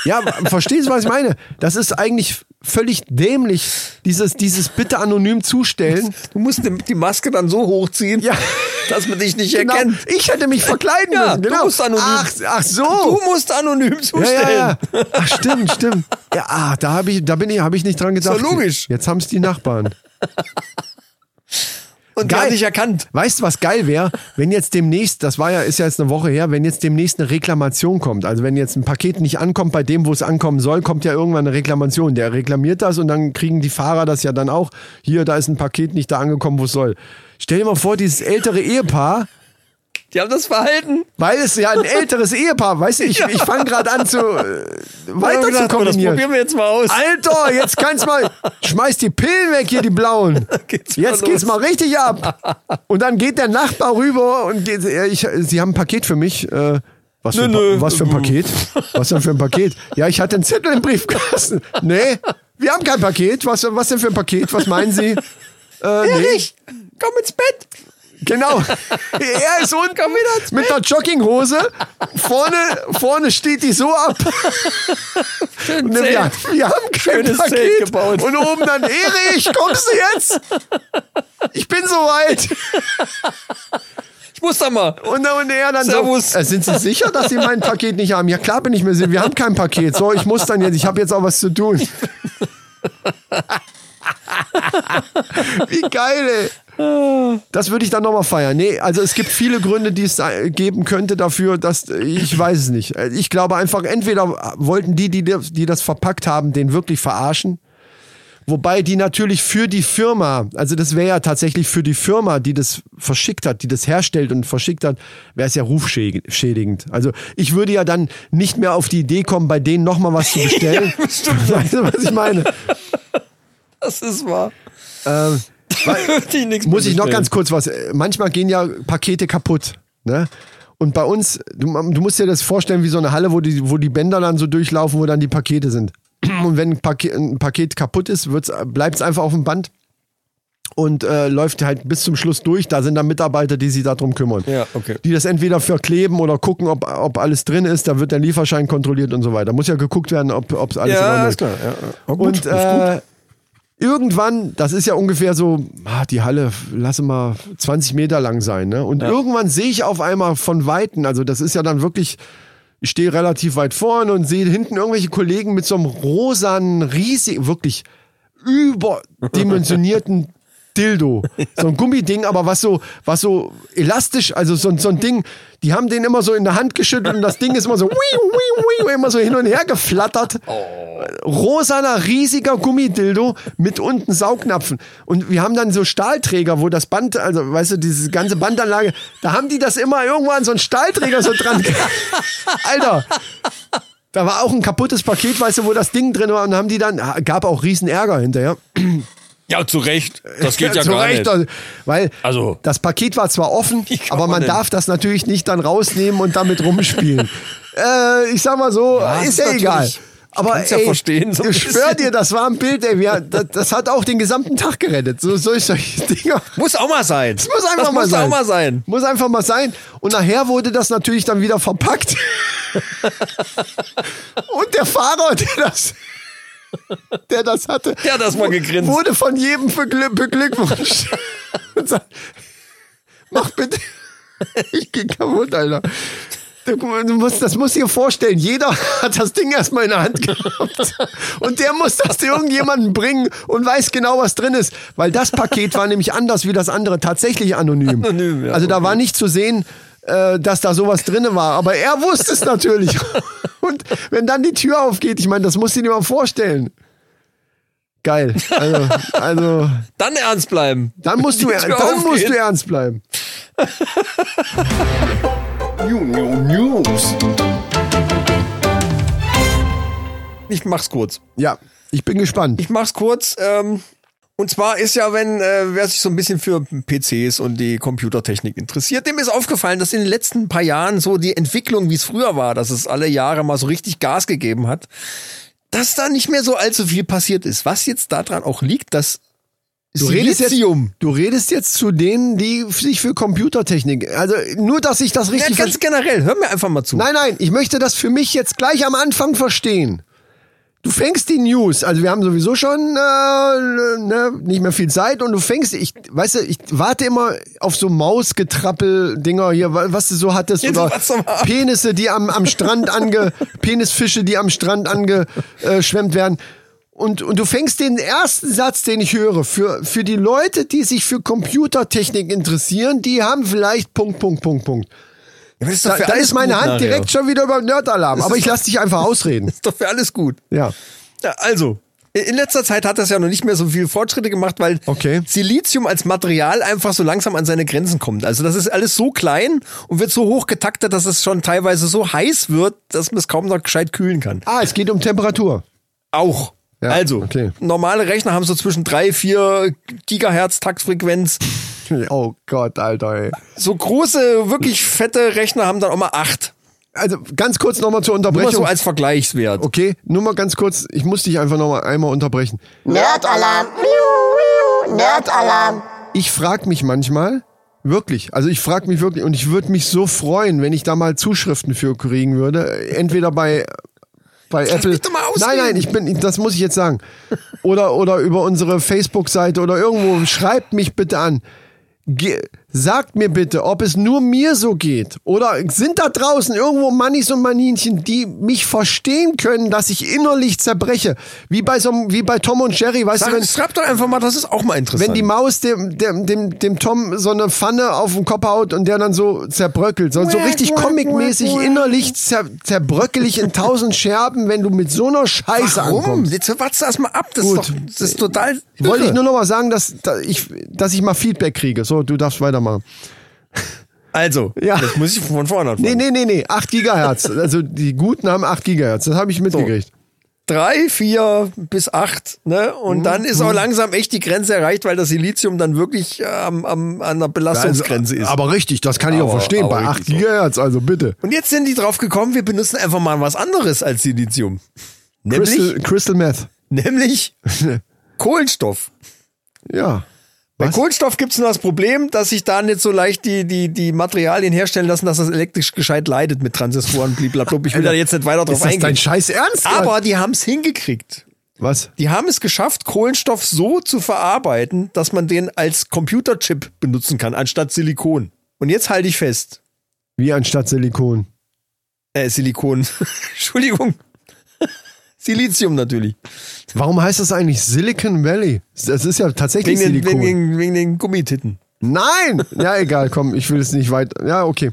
Speaker 2: Ja,
Speaker 1: [laughs]
Speaker 2: verstehst du, was ich meine? Das ist eigentlich völlig dämlich, dieses, dieses bitte anonym zustellen.
Speaker 1: [laughs] Du musst die- die Maske dann so hochziehen,
Speaker 2: Ja.
Speaker 1: [laughs] dass man dich nicht
Speaker 2: Genau.
Speaker 1: erkennt.
Speaker 2: Ich hätte mich verkleiden
Speaker 1: Ja,
Speaker 2: müssen.
Speaker 1: du
Speaker 2: Genau.
Speaker 1: musst anonym-
Speaker 2: Ach, ach so.
Speaker 1: Du musst anonym
Speaker 2: Oh. ja,
Speaker 1: zustellen.
Speaker 2: ja, ja. Ach, stimmt, stimmt. Ja, ah, da habe ich, da bin ich, habe ich nicht dran gedacht.
Speaker 1: doch logisch.
Speaker 2: Jetzt haben es die Nachbarn.
Speaker 1: Und der
Speaker 2: Geil.
Speaker 1: hat dich erkannt.
Speaker 2: Weißt du, was geil wäre, wenn jetzt demnächst, das war ja, ist ja jetzt eine Woche her, wenn jetzt demnächst eine Reklamation kommt. Also wenn jetzt ein Paket nicht ankommt bei dem, wo es ankommen soll, kommt ja irgendwann eine Reklamation. Der reklamiert das und dann kriegen die Fahrer das ja dann auch. Hier, da ist ein Paket nicht da angekommen, wo es soll. Stell dir mal vor, dieses ältere Ehepaar,
Speaker 1: Die haben das Verhalten.
Speaker 2: weil es ja ein älteres Ehepaar, weißt du, ich, ich fange gerade an zu äh,
Speaker 1: Ja, genau,
Speaker 2: weiter zu
Speaker 1: das
Speaker 2: kombinieren.
Speaker 1: probieren wir jetzt mal aus.
Speaker 2: Alter, jetzt kannst mal, schmeiß die Pillen weg hier, die blauen.
Speaker 1: [laughs] geht's mal
Speaker 2: Jetzt geht's
Speaker 1: los.
Speaker 2: mal richtig ab. Und dann geht der Nachbar rüber und geht, äh, ich, äh, sie haben ein Paket für mich. Äh, was, für ein
Speaker 1: Nö,
Speaker 2: Pa-
Speaker 1: nö.
Speaker 2: was für ein
Speaker 1: [laughs]
Speaker 2: Paket? Was denn für ein Paket? Ja, ich hatte einen Zettel im Briefkasten. Nee, wir haben kein Paket. Was, was denn für ein Paket? Was meinen Sie? Äh, nee.
Speaker 1: Erich, komm ins Bett.
Speaker 2: Genau. Er ist unten mit einer Jogginghose. Vorne, vorne steht die so ab. Und wir, wir haben kein
Speaker 1: Schönes
Speaker 2: Paket.
Speaker 1: Zelt gebaut.
Speaker 2: Und oben dann, Erich, kommst du jetzt? Ich bin soweit.
Speaker 1: Ich muss da mal.
Speaker 2: Und, dann- und er dann
Speaker 1: Servus.
Speaker 2: so, äh, sind Sie sicher, dass Sie mein Paket nicht haben? Ja klar bin ich mir sicher, wir haben kein Paket. So, ich muss dann jetzt, ich habe jetzt auch was zu tun. [laughs] Wie geil, ey. Das würde ich dann nochmal feiern. Nee, also es gibt viele Gründe, die es äh, geben könnte dafür, dass äh, ich weiß es nicht. Äh, Ich glaube einfach, entweder wollten die, die, die das verpackt haben, den wirklich verarschen. Wobei die natürlich für die Firma, also das wäre ja tatsächlich für die Firma, die das verschickt hat, die das herstellt und verschickt hat, wäre es ja rufschädigend. Also ich würde ja dann nicht mehr auf die Idee kommen, bei denen nochmal was zu bestellen. weißt du, was ich meine?
Speaker 1: Das ist wahr. [laughs]
Speaker 2: Ähm,
Speaker 1: Würde ich nichts
Speaker 2: muss ich noch
Speaker 1: bestellen.
Speaker 2: ganz kurz was. äh, Manchmal gehen ja Pakete kaputt. Ne? Und bei uns, du, du musst dir das vorstellen wie so eine Halle, wo die, wo die Bänder dann so durchlaufen, wo dann die Pakete sind. Und wenn ein Paket, ein Paket kaputt ist, bleibt es einfach auf dem Band und äh, läuft halt bis zum Schluss durch. Da sind dann Mitarbeiter, die sich darum kümmern.
Speaker 1: Ja, okay.
Speaker 2: Die das entweder verkleben oder gucken, ob, ob alles drin ist. Da wird der Lieferschein kontrolliert und so weiter. Muss ja geguckt werden, ob es alles in
Speaker 1: Ja,
Speaker 2: Ordnung
Speaker 1: ist
Speaker 2: ist.
Speaker 1: klar. Ja, ja. Oh, gut,
Speaker 2: Und
Speaker 1: ist gut.
Speaker 2: äh, irgendwann, das ist ja ungefähr so, ah, die Halle, lasse mal 20 Meter lang sein. Ne? Und irgendwann sehe ich auf einmal von Weitem, also das ist ja dann wirklich, ich stehe relativ weit vorne und sehe hinten irgendwelche Kollegen mit so einem rosanen, riesigen, wirklich
Speaker 1: [laughs]
Speaker 2: überdimensionierten Dildo. So ein Gummiding, aber was so, was so elastisch, also so, ein- so ein Ding, die haben den immer so in der Hand geschüttelt und das Ding ist immer so, [laughs] wii, wii, wii, immer so hin und her geflattert.
Speaker 1: Oh,
Speaker 2: Rosaner, riesiger Gummidildo mit unten Saugnapfen. Und wir haben dann so Stahlträger, wo das Band, also weißt du, diese ganze Bandanlage, da haben die das immer irgendwo an so einen Stahlträger so dran. ge- [laughs] Alter, da war auch ein kaputtes Paket, weißt du, wo das Ding drin war und haben die dann, gab auch riesen Ärger hinterher.
Speaker 1: Ja, zu Recht. [laughs]
Speaker 2: [laughs]
Speaker 1: Das geht ja,
Speaker 2: zu
Speaker 1: gar
Speaker 2: Recht.
Speaker 1: nicht.
Speaker 2: Also, Weil
Speaker 1: Also.
Speaker 2: das Paket war zwar
Speaker 1: [laughs]
Speaker 2: offen,
Speaker 1: Wie kann
Speaker 2: aber
Speaker 1: man
Speaker 2: man
Speaker 1: denn?
Speaker 2: darf das natürlich nicht dann rausnehmen und damit
Speaker 1: [laughs]
Speaker 2: rumspielen. äh, ich sag mal so,
Speaker 1: Ja,
Speaker 2: ist
Speaker 1: ist
Speaker 2: ja
Speaker 1: natürlich-
Speaker 2: egal.
Speaker 1: ich
Speaker 2: Aber
Speaker 1: kann's ja
Speaker 2: ey,
Speaker 1: verstehen, so ein
Speaker 2: ich schwör
Speaker 1: bisschen.
Speaker 2: dir, das war ein Bild, ey, wir, das, das hat auch den gesamten Tag gerettet. So, solche, solche [laughs] Dinger.
Speaker 1: Muss auch mal sein.
Speaker 2: Das muss einfach
Speaker 1: das
Speaker 2: mal
Speaker 1: muss
Speaker 2: sein.
Speaker 1: auch mal sein.
Speaker 2: Muss einfach mal sein. Und nachher wurde das natürlich dann wieder
Speaker 1: [laughs]
Speaker 2: verpackt. Und der Fahrer, der das, der das hatte,
Speaker 1: Der hat das mal gegrinst.
Speaker 2: wurde von jedem beglü-
Speaker 1: [laughs]
Speaker 2: beglückwünscht. Und sagt, Mach bitte. [laughs] Ich geh kaputt, Alter. Du du musst, das musst du dir vorstellen. Jeder hat das Ding erstmal in der Hand gehabt. Und der muss das irgendjemanden bringen und weiß genau, was drin ist. Weil das Paket war nämlich anders wie das andere, tatsächlich anonym.
Speaker 1: Anonym, ja,
Speaker 2: also da war nicht zu sehen, äh, dass da sowas drin war. Aber er wusste es natürlich. [laughs] Und wenn dann die Tür aufgeht, ich meine, das musst du dir mal vorstellen. Geil. Also, also
Speaker 1: Dann ernst bleiben.
Speaker 2: dann musst du,
Speaker 1: Die
Speaker 2: er-
Speaker 1: Tür
Speaker 2: dann musst
Speaker 1: aufgeht.
Speaker 2: du ernst bleiben.
Speaker 1: Ich mach's kurz.
Speaker 2: Ja, ich bin gespannt.
Speaker 1: Ich mach's kurz. Ähm, und zwar ist ja, wenn äh, wer sich so ein bisschen für PCs und die Computertechnik interessiert, dem ist aufgefallen, dass in den letzten paar Jahren so die Entwicklung, wie es früher war, dass es alle Jahre mal so richtig Gas gegeben hat, dass da nicht mehr so allzu viel passiert ist. Was jetzt daran auch liegt, dass
Speaker 2: Du redest, jetzt,
Speaker 1: Silizium-
Speaker 2: du redest jetzt zu denen, die sich für Computertechnik. Also nur, dass ich das
Speaker 1: Ja,
Speaker 2: richtig.
Speaker 1: ganz
Speaker 2: ver-
Speaker 1: generell, hör mir einfach mal zu.
Speaker 2: nein, nein, ich möchte das für mich jetzt gleich am Anfang verstehen. Du fängst die News, also wir haben sowieso schon äh, ne, nicht mehr viel Zeit und du fängst, ich, weißt du, ich warte immer auf so Mausgetrappel-Dinger hier, wa- was du so hattest
Speaker 1: Jetzt
Speaker 2: oder
Speaker 1: warte mal ab.
Speaker 2: Penisse, die am, am Strand
Speaker 1: [laughs]
Speaker 2: ange, Penisfische, die am Strand angeschwemmt werden. Und, und du fängst den ersten Satz, den ich höre, für, für die Leute, die sich für Computertechnik interessieren, die haben vielleicht Punkt, Punkt, Punkt, Punkt.
Speaker 1: Ja, das ist doch
Speaker 2: Da,
Speaker 1: für
Speaker 2: da
Speaker 1: alles
Speaker 2: ist meine
Speaker 1: gut
Speaker 2: Hand
Speaker 1: nachher.
Speaker 2: direkt schon wieder über dem Nerd-Alarm. Aber
Speaker 1: ist-
Speaker 2: ich lasse dich einfach ausreden.
Speaker 1: Ist doch für alles gut.
Speaker 2: [laughs] Ja.
Speaker 1: Ja, also, in letzter Zeit hat das ja noch nicht mehr so viele Fortschritte gemacht, weil
Speaker 2: Okay.
Speaker 1: Silizium als Material einfach so langsam an seine Grenzen kommt. Also das ist alles so klein und wird so hoch getaktet, dass es schon teilweise so heiß wird, dass man es kaum noch gescheit kühlen kann.
Speaker 2: Ah, es geht um Temperatur.
Speaker 1: Auch.
Speaker 2: Ja,
Speaker 1: also,
Speaker 2: okay.
Speaker 1: normale Rechner haben so zwischen 3, 4 Gigahertz Taktfrequenz.
Speaker 2: Oh Gott, Alter, ey.
Speaker 1: So große, wirklich fette Rechner haben dann auch mal 8.
Speaker 2: Also ganz kurz nochmal zur
Speaker 1: Nur mal so
Speaker 2: Unterbrechung.
Speaker 1: als Vergleichswert.
Speaker 2: Okay, nur mal ganz kurz. Ich muss dich einfach nochmal einmal unterbrechen.
Speaker 5: Nerdalarm. Nerdalarm.
Speaker 2: Ich frage mich manchmal, wirklich, also ich frage mich wirklich und ich würde mich so freuen, wenn ich da mal Zuschriften für kriegen würde. Entweder bei bei Apple.
Speaker 1: mich doch mal ausreden.
Speaker 2: nein, nein, ich bin, das muss ich jetzt sagen. Oder oder über unsere Facebook-Seite oder irgendwo. Schreibt mich bitte an. Ge sagt mir bitte, ob es nur mir so geht oder sind da draußen irgendwo Mannis und Maninchen, die mich verstehen können, dass ich innerlich zerbreche, wie bei so einem- wie bei Tom und Jerry, weißt
Speaker 1: Sag,
Speaker 2: du, wenn
Speaker 1: schreib doch einfach mal, das ist auch mal interessant.
Speaker 2: wenn die Maus dem, dem, dem, dem Tom so eine Pfanne auf den Kopf haut und der dann so zerbröckelt, so, so richtig comicmäßig innerlich zer, zerbröckel ich in tausend Scherben, wenn du mit so einer Scheiße
Speaker 1: Warum?
Speaker 2: ankommst.
Speaker 1: Jetzt wartest du erstmal ab. Das,
Speaker 2: Gut.
Speaker 1: Ist doch, das ist total.
Speaker 2: Wollte ich
Speaker 1: irre.
Speaker 2: nur noch mal sagen, dass, dass, ich, dass ich mal Feedback kriege. So, du darfst weitermachen.
Speaker 1: also,
Speaker 2: Ja.
Speaker 1: das muss ich von vorne anfangen.
Speaker 2: Nee, nee, nee, nee, 8
Speaker 1: [laughs]
Speaker 2: Gigahertz. Also die Guten haben 8 Gigahertz, das habe ich mitgekriegt.
Speaker 1: Drei, vier bis acht, ne? Und dann ist auch langsam echt die Grenze erreicht, weil das Silizium dann wirklich äh, am, am, an der Belastungsgrenze also, ist.
Speaker 2: aber richtig, das kann ich auch
Speaker 1: Aber-
Speaker 2: verstehen,
Speaker 1: aber
Speaker 2: bei 8
Speaker 1: richtig so.
Speaker 2: Gigahertz, also bitte.
Speaker 1: Und jetzt sind die drauf gekommen, wir benutzen einfach mal was anderes als Silizium. Nämlich,
Speaker 2: Crystal, Crystal Meth,
Speaker 1: [laughs] nämlich Kohlenstoff.
Speaker 2: ja.
Speaker 1: Bei
Speaker 2: Was?
Speaker 1: Kohlenstoff gibt es nur das Problem, dass sich da nicht so leicht die, die, die Materialien herstellen lassen, dass das elektrisch gescheit leidet mit Transistoren, blablabla. Ich will da jetzt nicht weiter drauf
Speaker 2: Ist das
Speaker 1: eingehen.
Speaker 2: dein scheiß Ernst?
Speaker 1: Aber die haben es hingekriegt.
Speaker 2: Was?
Speaker 1: Die haben es geschafft, Kohlenstoff so zu verarbeiten, dass man den als Computerchip benutzen kann, anstatt Silikon. Und jetzt halte ich fest.
Speaker 2: Wie anstatt Silikon.
Speaker 1: Äh, Silikon. [laughs] Entschuldigung. [laughs] Silizium natürlich.
Speaker 2: Warum heißt das eigentlich Silicon Valley? Das ist ja tatsächlich
Speaker 1: Wegen den,
Speaker 2: Silikon.
Speaker 1: wegen, den- wegen den Gummititten.
Speaker 2: Nein! Ja, egal, komm, ich will es nicht weit. Ja, okay.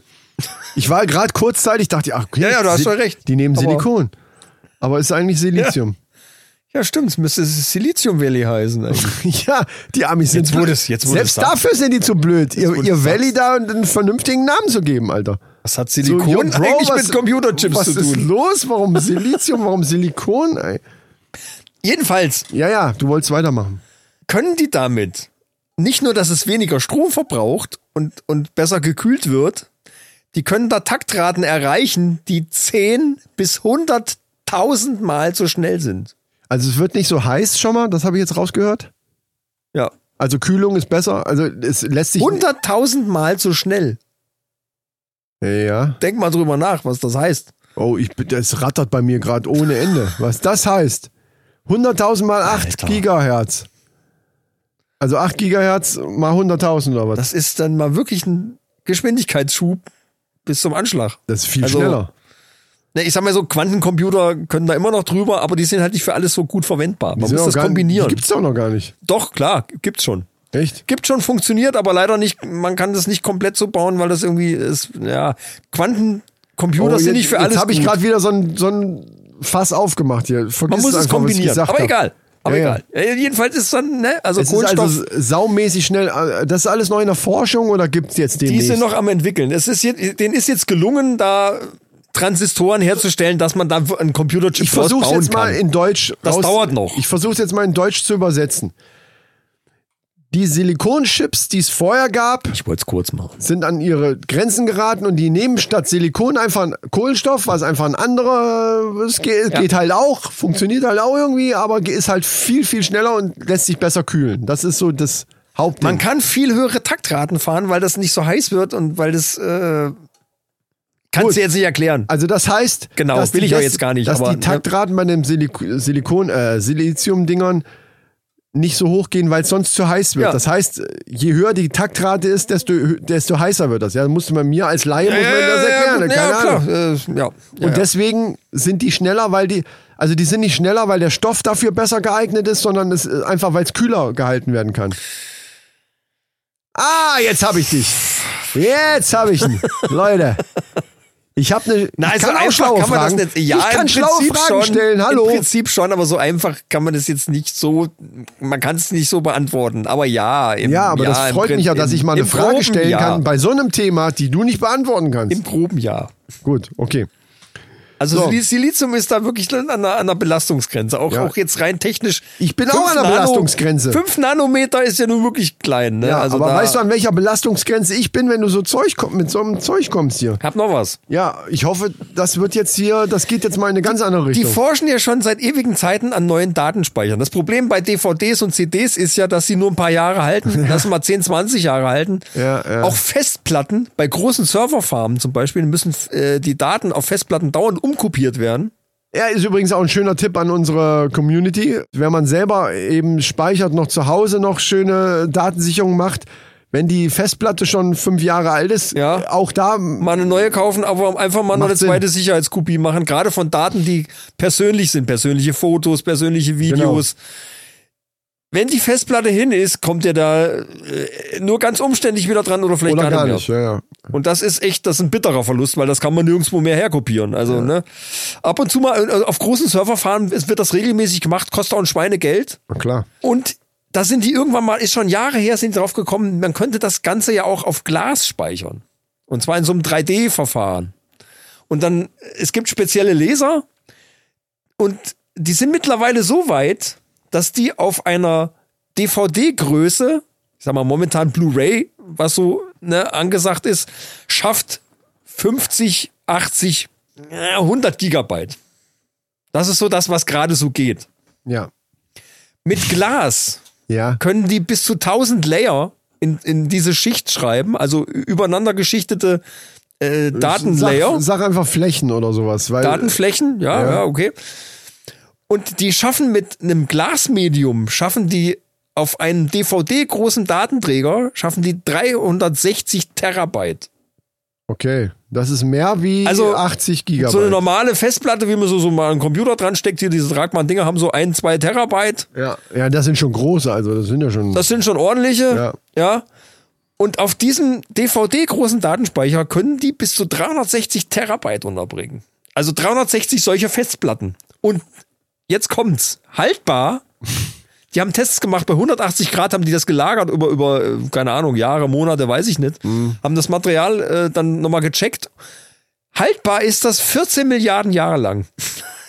Speaker 2: Ich war gerade kurzzeitig, dachte, ach, okay,
Speaker 1: Ja, ja, du hast
Speaker 2: Si-
Speaker 1: schon recht.
Speaker 2: Die nehmen
Speaker 1: Aber-
Speaker 2: Silikon. Aber ist eigentlich Silizium.
Speaker 1: Ja, stimmt. Es müsste Silizium
Speaker 2: [laughs]
Speaker 1: Valley heißen eigentlich.
Speaker 2: Ja, die Amis sind.
Speaker 1: Jetzt, wo du's- jetzt, wo
Speaker 2: Selbst
Speaker 1: du's sagst.
Speaker 2: dafür sind die zu blöd, ihr,
Speaker 1: wo
Speaker 2: ihr
Speaker 1: du's
Speaker 2: Valley da einen vernünftigen Namen zu geben, Alter.
Speaker 1: Was hat
Speaker 2: So,
Speaker 1: Silikon
Speaker 2: yo, Bro,
Speaker 1: eigentlich
Speaker 2: was-
Speaker 1: mit Computerchips
Speaker 2: was
Speaker 1: zu
Speaker 2: Was ist
Speaker 1: tun?
Speaker 2: los?
Speaker 1: [laughs]
Speaker 2: Warum Silizium? Warum Silikon? Ey?
Speaker 1: Jedenfalls
Speaker 2: Ja, ja, du wolltest weitermachen.
Speaker 1: können die damit? Nicht nur, dass es weniger Strom verbraucht und, und besser gekühlt wird, die können da Taktraten erreichen, die 10 bis 100.000 Mal so schnell sind.
Speaker 2: Also es wird nicht so heiß schon mal, das habe ich jetzt rausgehört.
Speaker 1: Ja.
Speaker 2: Also Kühlung ist besser, also es lässt sich...
Speaker 1: 100.000 Mal so schnell.
Speaker 2: Ja.
Speaker 1: Denk mal drüber nach, was das heißt.
Speaker 2: Oh, ich, bin- das rattert bei mir gerade ohne Ende. Was das heißt? 100.000 mal 8
Speaker 1: Alter.
Speaker 2: Gigahertz. Also 8 Gigahertz mal 100.000 oder was? Das,
Speaker 1: Das ist dann mal wirklich ein Geschwindigkeitsschub bis zum Anschlag.
Speaker 2: ist viel
Speaker 1: also-
Speaker 2: schneller.
Speaker 1: Ne, ich sag mal so, Quantencomputer können da immer noch drüber, aber die sind halt nicht für alles so gut verwendbar. Man
Speaker 2: Die sind
Speaker 1: muss
Speaker 2: auch
Speaker 1: das
Speaker 2: gar-
Speaker 1: kombinieren.
Speaker 2: Die gibt's doch noch gar nicht.
Speaker 1: Doch, klar, gibt's schon.
Speaker 2: Echt?
Speaker 1: Gibt schon, funktioniert, aber leider nicht, man kann das nicht komplett so bauen, weil das irgendwie ist, ja, Quantencomputer sind nicht für
Speaker 2: Oh,
Speaker 1: alles
Speaker 2: Jetzt habe ich
Speaker 1: gut.
Speaker 2: gerade wieder so ein, so ein Fass aufgemacht hier. Vergiss
Speaker 1: Man muss es
Speaker 2: einfach, was ich
Speaker 1: kombinieren,
Speaker 2: gesagt
Speaker 1: aber
Speaker 2: hab.
Speaker 1: egal. Aber
Speaker 2: Ja, ja.
Speaker 1: egal. Äh, Jedenfalls ist dann, ne, also
Speaker 2: Es ist
Speaker 1: Kohlenstoff,
Speaker 2: also saumäßig schnell. äh, Das ist alles noch in der Forschung oder gibt's jetzt
Speaker 1: die
Speaker 2: demnächst?
Speaker 1: sind noch am entwickeln. Es ist jetzt, denen ist jetzt gelungen, da Transistoren herzustellen, dass man da einen Computerchip
Speaker 2: ich versuche
Speaker 1: draus bauen
Speaker 2: jetzt mal
Speaker 1: kann.
Speaker 2: in Deutsch.
Speaker 1: Das dauert noch.
Speaker 2: Ich versuche jetzt mal in Deutsch zu übersetzen. Die Silikonchips, die es vorher gab,
Speaker 1: ich wollte es kurz machen.
Speaker 2: sind an ihre Grenzen geraten und die nehmen statt Silikon einfach einen Kohlenstoff, was einfach ein anderer, es geht, geht halt auch, funktioniert halt auch irgendwie, aber ge- ist halt viel, viel schneller und lässt sich besser kühlen. Das ist so das Hauptding.
Speaker 1: Man kann viel höhere Taktraten fahren, weil das nicht so heiß wird und weil das äh,
Speaker 2: Gut.
Speaker 1: kannst du jetzt nicht erklären.
Speaker 2: also das heißt,
Speaker 1: Genau,
Speaker 2: dass
Speaker 1: will
Speaker 2: die,
Speaker 1: ich auch
Speaker 2: dass-
Speaker 1: jetzt gar nicht,
Speaker 2: dass
Speaker 1: aber,
Speaker 2: die
Speaker 1: ne?
Speaker 2: Taktraten bei den Silik Silikon, äh, Silizium-Dingern nicht so hoch gehen, weil es sonst zu heiß wird.
Speaker 1: Ja.
Speaker 2: Das heißt, je höher die Taktrate ist, desto, hö- desto heißer wird das. Ja, musste man mir als Laie muss man das erklären.
Speaker 1: ja,
Speaker 2: Keine
Speaker 1: ja,
Speaker 2: Ahnung.
Speaker 1: klar. Äh, ja. ja,
Speaker 2: Und
Speaker 1: ja.
Speaker 2: deswegen sind die schneller, weil die, also die sind nicht schneller, weil der Stoff dafür besser geeignet ist, sondern es äh, einfach, weil es kühler gehalten werden kann. Ah, jetzt habe ich dich. Jetzt habe
Speaker 1: [laughs]
Speaker 2: ich ihn. Leute. Ich habe eine.
Speaker 1: Na,
Speaker 2: ich
Speaker 1: also
Speaker 2: kann auch
Speaker 1: einfach
Speaker 2: schlaue
Speaker 1: kann man
Speaker 2: Fragen.
Speaker 1: das nicht. Ja,
Speaker 2: ich kann
Speaker 1: im
Speaker 2: schlaue
Speaker 1: Prinzip
Speaker 2: Fragen
Speaker 1: schon,
Speaker 2: stellen. Hallo.
Speaker 1: Im Prinzip schon, aber so einfach kann man das jetzt nicht so, man kann es nicht so beantworten. Aber ja, im,
Speaker 2: Ja, aber das
Speaker 1: im
Speaker 2: freut
Speaker 1: Prin-
Speaker 2: mich ja, dass
Speaker 1: im-
Speaker 2: ich mal eine
Speaker 1: im
Speaker 2: Frage
Speaker 1: groben
Speaker 2: stellen
Speaker 1: ja.
Speaker 2: kann bei so einem Thema, die du nicht beantworten kannst.
Speaker 1: Im groben Jahr.
Speaker 2: Gut, okay.
Speaker 1: Also
Speaker 2: So.
Speaker 1: Sil- Silizium ist da wirklich an einer, an einer Belastungsgrenze. Auch,
Speaker 2: Ja.
Speaker 1: auch jetzt rein technisch.
Speaker 2: Ich bin
Speaker 1: Fünf
Speaker 2: auch an der Belastungsgrenze.
Speaker 1: 5 Nanometer ist ja nun wirklich klein. Ne?
Speaker 2: Ja,
Speaker 1: also
Speaker 2: aber
Speaker 1: da,
Speaker 2: weißt du, an welcher Belastungsgrenze ich bin, wenn du so Zeug komm- mit so einem Zeug kommst hier?
Speaker 1: hab noch was.
Speaker 2: Ja, ich hoffe, das wird jetzt hier, das geht jetzt mal in eine ganz andere
Speaker 1: Die
Speaker 2: Richtung.
Speaker 1: forschen ja schon seit ewigen Zeiten an neuen Datenspeichern. Das Problem bei DVDs und CDs ist ja, dass sie nur ein paar Jahre halten, lass mal 10, 20 Jahre halten.
Speaker 2: Ja, ja.
Speaker 1: Auch Festplatten, bei großen Serverfarmen zum Beispiel, müssen äh, die Daten auf Festplatten dauernd umkopiert werden.
Speaker 2: er ist übrigens auch ein schöner Tipp an unsere Community. Wenn man selber eben speichert, noch zu Hause noch schöne Datensicherung macht, wenn die Festplatte schon fünf Jahre alt ist,
Speaker 1: Ja.
Speaker 2: auch da
Speaker 1: Mal eine neue kaufen, aber einfach mal noch
Speaker 2: Macht
Speaker 1: eine
Speaker 2: Sinn.
Speaker 1: zweite Sicherheitskopie machen, gerade von Daten, die persönlich sind, persönliche Fotos, persönliche
Speaker 2: Genau.
Speaker 1: Videos. Wenn die Festplatte hin ist, kommt ihr da äh, nur ganz umständlich wieder dran oder vielleicht
Speaker 2: oder
Speaker 1: gar
Speaker 2: gar
Speaker 1: mehr.
Speaker 2: nicht. Ja, ja.
Speaker 1: Und das ist echt, das ist ein bitterer Verlust, weil das kann man nirgendwo mehr herkopieren. Also, ne? Ab und zu mal also auf großen Serverfahren es wird das regelmäßig gemacht, kostet auch ein Schweinegeld.
Speaker 2: Na klar.
Speaker 1: Und da sind die irgendwann mal, ist schon Jahre her, sind die drauf gekommen, man könnte das Ganze ja auch auf Glas speichern. Und zwar in so einem 3D-Verfahren. Und dann, es gibt spezielle Laser und die sind mittlerweile so weit, dass die auf einer DVD-Größe, ich sag mal momentan Blu-ray, was so ne, angesagt ist, schafft 50, 80, äh, 100 Gigabyte. Das ist so das, was gerade so geht.
Speaker 2: Ja.
Speaker 1: Mit Glas
Speaker 2: Ja.
Speaker 1: können die bis zu 1000 Layer in, in diese Schicht schreiben, also übereinander geschichtete äh, Datenlayer,
Speaker 2: Sag, sag einfach Flächen oder sowas. Weil,
Speaker 1: Datenflächen, ja,
Speaker 2: Ja.
Speaker 1: ja, okay. Und die schaffen mit einem Glasmedium, schaffen die auf einem DVD-großen Datenträger, schaffen die 360 Terabyte.
Speaker 2: Okay. Das ist mehr wie
Speaker 1: Also,
Speaker 2: 80 Gigabyte.
Speaker 1: So eine normale Festplatte, wie man so, so mal einen Computer dran steckt, hier diese Dragman-Dinger haben so ein, zwei Terabyte.
Speaker 2: ja. ja, das sind schon große, also das sind ja schon.
Speaker 1: Das sind schon ordentliche. Ja. Und auf diesem DVD-großen Datenspeicher können die bis zu 360 Terabyte unterbringen. Also 360 solcher Festplatten. Und jetzt kommt's. Haltbar. Die haben Tests gemacht, bei 180 Grad haben die das gelagert über, über äh, keine Ahnung, Jahre, Monate, weiß ich nicht. Haben das Material äh, dann nochmal gecheckt. Haltbar ist das 14 Milliarden Jahre [laughs] lang.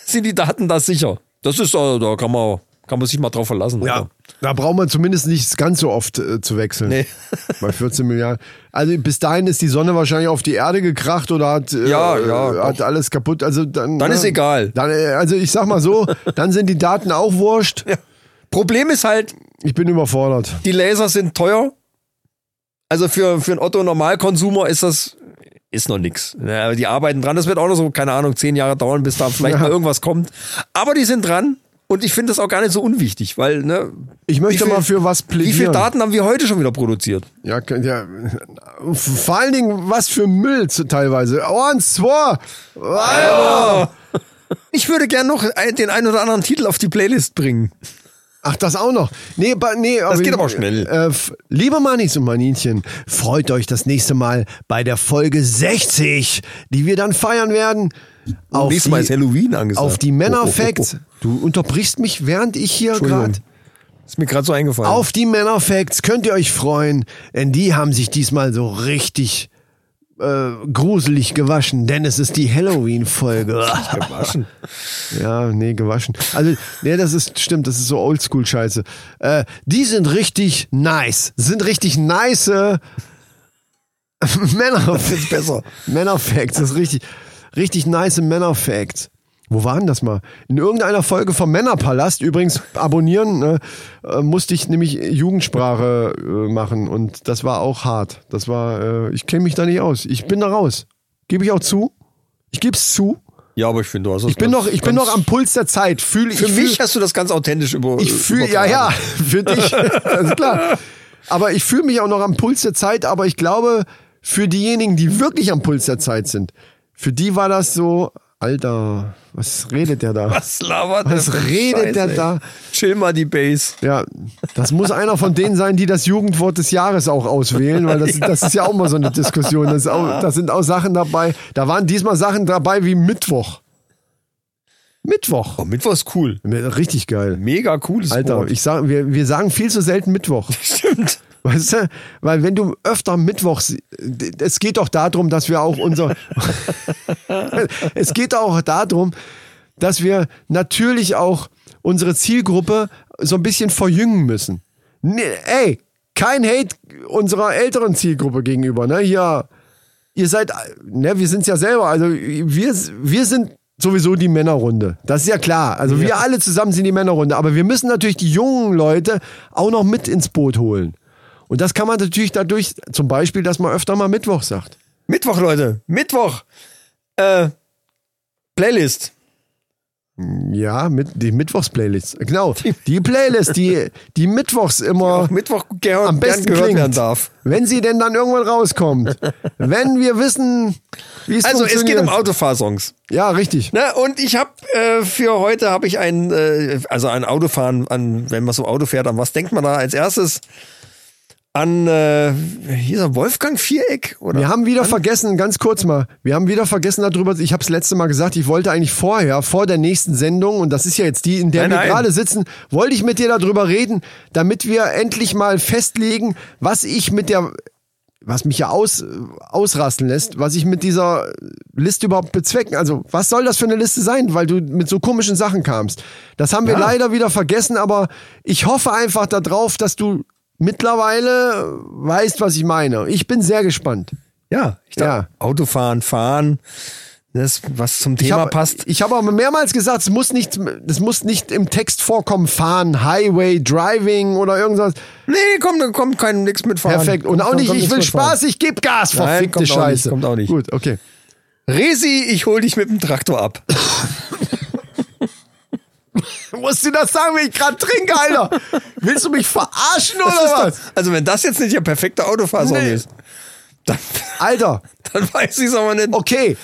Speaker 1: Sind die Daten da sicher? Das ist, äh, da kann man, kann man sich mal drauf verlassen.
Speaker 2: Ja,
Speaker 1: Alter.
Speaker 2: Da braucht man zumindest nicht ganz so oft äh, zu wechseln.
Speaker 1: Nee.
Speaker 2: Bei 14 Milliarden. Also bis dahin ist die Sonne wahrscheinlich auf die Erde gekracht oder hat, äh,
Speaker 1: Ja, ja,
Speaker 2: äh, hat alles kaputt. Also dann,
Speaker 1: Dann ist egal.
Speaker 2: Dann, äh, also ich sag mal so, dann sind die Daten auch wurscht.
Speaker 1: Problem ist halt,
Speaker 2: Ich bin überfordert.
Speaker 1: die Laser sind teuer. Also für, für einen Otto-Normalkonsumer ist das ist noch nix. Ja, aber Die arbeiten dran. Das wird auch noch so, keine Ahnung, zehn Jahre dauern, bis da vielleicht mal irgendwas kommt. Aber die sind dran. Und ich finde das auch gar nicht so unwichtig, weil, ne,
Speaker 2: Ich möchte
Speaker 1: Wie viel-
Speaker 2: mal für was plädieren.
Speaker 1: wie viel Daten haben wir heute schon wieder produziert?
Speaker 2: Ja, k- ja, vor allen Dingen was für Müll zu- teilweise. Oh, Und zwar,
Speaker 1: Ich würde gern noch ein- den einen oder anderen Titel auf die Playlist bringen.
Speaker 2: ach das auch noch. Nee, ba- nee, das
Speaker 1: geht aber schnell.
Speaker 2: Äh, f- liebe Manis und Maninchen, freut euch das nächste Mal bei der Folge 60, die wir dann feiern werden. Auf
Speaker 1: Nächstes Mal ist Halloween angesagt.
Speaker 2: Auf die
Speaker 1: Oh,
Speaker 2: Männer
Speaker 1: oh, oh,
Speaker 2: Facts. Du unterbrichst mich, während ich hier
Speaker 1: Entschuldigung.
Speaker 2: gerade.
Speaker 1: Ist mir gerade so eingefallen.
Speaker 2: Auf die Männer Facts könnt ihr euch freuen, denn die haben sich diesmal so richtig äh, gruselig gewaschen, denn es ist die Halloween-Folge.
Speaker 1: Gewaschen.
Speaker 2: [laughs] Ja, nee, gewaschen. Also, nee, das ist, stimmt, das ist so Oldschool-Scheiße. Äh, die sind richtig nice. Sind richtig nice [laughs] Männer. Das ist besser. Männer-Facts, das ist richtig, richtig nice Männer-Facts. Wo waren das mal? In irgendeiner Folge vom Männerpalast, übrigens abonnieren, ne, äh, musste ich nämlich Jugendsprache äh, machen und das war auch hart. Das war, äh, ich kenne mich da nicht aus. Ich bin da raus. Gebe ich auch zu. Ich gebe es zu.
Speaker 1: Ja, aber ich finde, du hast das
Speaker 2: Ich bin
Speaker 1: ganz-
Speaker 2: noch, ich bin
Speaker 1: ganz-
Speaker 2: noch am Puls der Zeit. Fühl,
Speaker 1: Für
Speaker 2: ich
Speaker 1: mich
Speaker 2: fühl,
Speaker 1: hast du das ganz authentisch über.
Speaker 2: ich fühl, ja,
Speaker 1: Äh, übertragen.
Speaker 2: ja, [laughs] für dich, das ist klar. Aber ich fühle mich auch noch am Puls der Zeit. Aber ich glaube, für diejenigen, die wirklich am Puls der Zeit sind, für die war das so, Alter, was redet der da?
Speaker 1: Was labert
Speaker 2: Was
Speaker 1: der für
Speaker 2: redet
Speaker 1: Scheiße,
Speaker 2: der
Speaker 1: ey?
Speaker 2: da?
Speaker 1: Chill mal die Base.
Speaker 2: Ja, das muss einer von denen sein, die das Jugendwort des Jahres auch auswählen, weil das, das ist ja auch mal so eine Diskussion. Das, ist auch, das sind auch Sachen dabei. Da waren diesmal Sachen dabei wie Mittwoch. Mittwoch.
Speaker 1: Oh, Mittwoch ist cool.
Speaker 2: Richtig geil.
Speaker 1: Mega cooles
Speaker 2: Alter,
Speaker 1: [laughs] Wort.
Speaker 2: ich sag, wir, wir sagen viel zu selten Mittwoch.
Speaker 1: Stimmt.
Speaker 2: Weißt du? Weil wenn du öfter Mittwoch, si- d- es geht doch darum, dass wir auch unser, es geht auch darum, dass wir natürlich auch unsere Zielgruppe so ein bisschen verjüngen müssen. Nee, ey, kein Hate unserer älteren Zielgruppe gegenüber, ne? Ja, ihr seid, ne, wir sind ja selber, also wir, wir sind sowieso die Männerrunde. Das ist ja klar. Also wir alle zusammen sind die Männerrunde. Aber wir müssen natürlich die jungen Leute auch noch mit ins Boot holen. Und das kann man natürlich dadurch, zum Beispiel, dass man öfter mal Mittwoch sagt.
Speaker 1: Mittwoch, Leute. Mittwoch. Äh, Playlist.
Speaker 2: Ja, mit, die Mittwochs-Playlist. Genau, die Playlist, die, die Mittwochs immer
Speaker 1: Auch Mittwoch gehört,
Speaker 2: am besten
Speaker 1: gern gehört
Speaker 2: klingt.
Speaker 1: werden darf.
Speaker 2: Wenn sie denn dann irgendwann
Speaker 1: [laughs]
Speaker 2: rauskommt. Wenn wir wissen, wie es
Speaker 1: Also, es
Speaker 2: funktioniert.
Speaker 1: geht um Autofahrsongs.
Speaker 2: Ja, richtig.
Speaker 1: Ne? Und ich habe äh, für heute habe ich ein, äh, also ein Autofahren, an, wenn man so Auto fährt, an was denkt man da als erstes? An, äh, hier ist er, Wolfgang Viereck? Oder?
Speaker 2: Wir haben wieder vergessen, ganz kurz mal, wir haben wieder vergessen darüber, ich habe es letzte Mal gesagt, ich wollte eigentlich vorher, vor der nächsten Sendung, und das ist ja jetzt die, in der
Speaker 1: Nein,
Speaker 2: wir
Speaker 1: nein.
Speaker 2: gerade sitzen, wollte ich mit dir darüber reden, damit wir endlich mal festlegen, was ich mit der, was mich ja aus, ausrasten lässt, was ich mit dieser Liste überhaupt bezwecken. Also, was soll das für eine Liste sein, weil du mit so komischen Sachen kamst? Das haben wir leider wieder vergessen, aber ich hoffe einfach darauf, dass du mittlerweile weißt, was ich meine. Ich bin sehr gespannt.
Speaker 1: Ja, ich dachte, Autofahren, fahren, das, was zum Thema
Speaker 2: ich hab,
Speaker 1: passt.
Speaker 2: Ich habe aber mehrmals gesagt, es muss nicht, es muss nicht im Text vorkommen, fahren, Highway, Driving oder irgendwas.
Speaker 1: Nee, komm, da kommt kein nix mit fahren.
Speaker 2: Perfekt. Und auch
Speaker 1: Kommt-
Speaker 2: nicht,
Speaker 1: kommt
Speaker 2: ich
Speaker 1: nix
Speaker 2: will
Speaker 1: mit fahren.
Speaker 2: Spaß, ich gebe Gas,
Speaker 1: Nein,
Speaker 2: verfickte
Speaker 1: kommt auch nicht,
Speaker 2: Scheiße.
Speaker 1: kommt auch nicht.
Speaker 2: Gut, okay.
Speaker 1: Resi, ich hol dich mit dem
Speaker 2: [laughs]
Speaker 1: Traktor ab.
Speaker 2: Musst du das sagen, wenn ich gerade trinke, Alter? Willst du mich verarschen oder
Speaker 1: Das ist
Speaker 2: was?
Speaker 1: doch- Also, wenn das jetzt nicht der perfekte Autofahrsong
Speaker 2: Nee.
Speaker 1: ist, dann, [laughs]
Speaker 2: Alter,
Speaker 1: dann weiß ich es aber nicht.
Speaker 2: okay.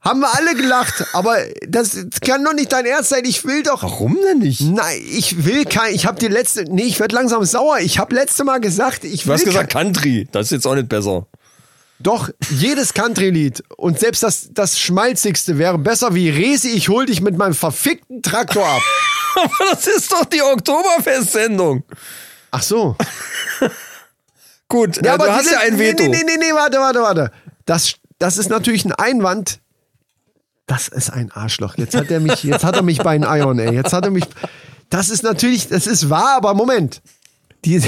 Speaker 2: Haben wir alle gelacht, aber das kann doch nicht dein Ernst sein. Ich will doch.
Speaker 1: Warum denn nicht?
Speaker 2: Nein, ich will kein. Ich habe die letzte. Nee, ich werd langsam sauer. Ich habe letzte Mal gesagt, ich
Speaker 1: Du
Speaker 2: will
Speaker 1: hast gesagt Country, das ist jetzt auch nicht besser. [laughs]
Speaker 2: Doch, jedes Country-Lied und selbst das, das schmalzigste wäre besser wie Resi, ich hol dich mit meinem verfickten Traktor ab.
Speaker 1: Aber das ist doch die Oktoberfest-Sendung.
Speaker 2: Ach so.
Speaker 1: Gut, äh, du hast
Speaker 2: die-
Speaker 1: ja ein Veto.
Speaker 2: Nee, nee, nee, nee, warte, warte, warte. Das, das ist natürlich ein Einwand. Das ist ein Arschloch. Jetzt hat er mich, jetzt hat er mich bei den Eiern, ey. Jetzt hat er mich. Das ist natürlich, das ist wahr, aber Moment. Die,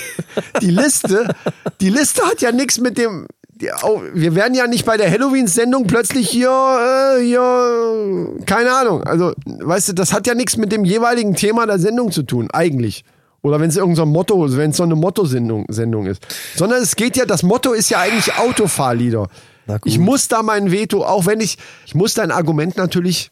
Speaker 2: [laughs] die Liste, die Liste hat ja nichts mit dem. Die, oh, wir werden ja nicht bei der Halloween-Sendung plötzlich hier, äh, hier, keine Ahnung. Also, weißt du, das hat ja nichts mit dem jeweiligen Thema der Sendung zu tun, eigentlich. Oder wenn es irgendein so ein Motto, wenn es so eine Motto-Sendung Sendung ist. Sondern es geht ja, das Motto ist ja eigentlich Autofahrlieder.
Speaker 1: Na gut.
Speaker 2: Ich muss da mein Veto, auch wenn ich, ich muss dein Argument natürlich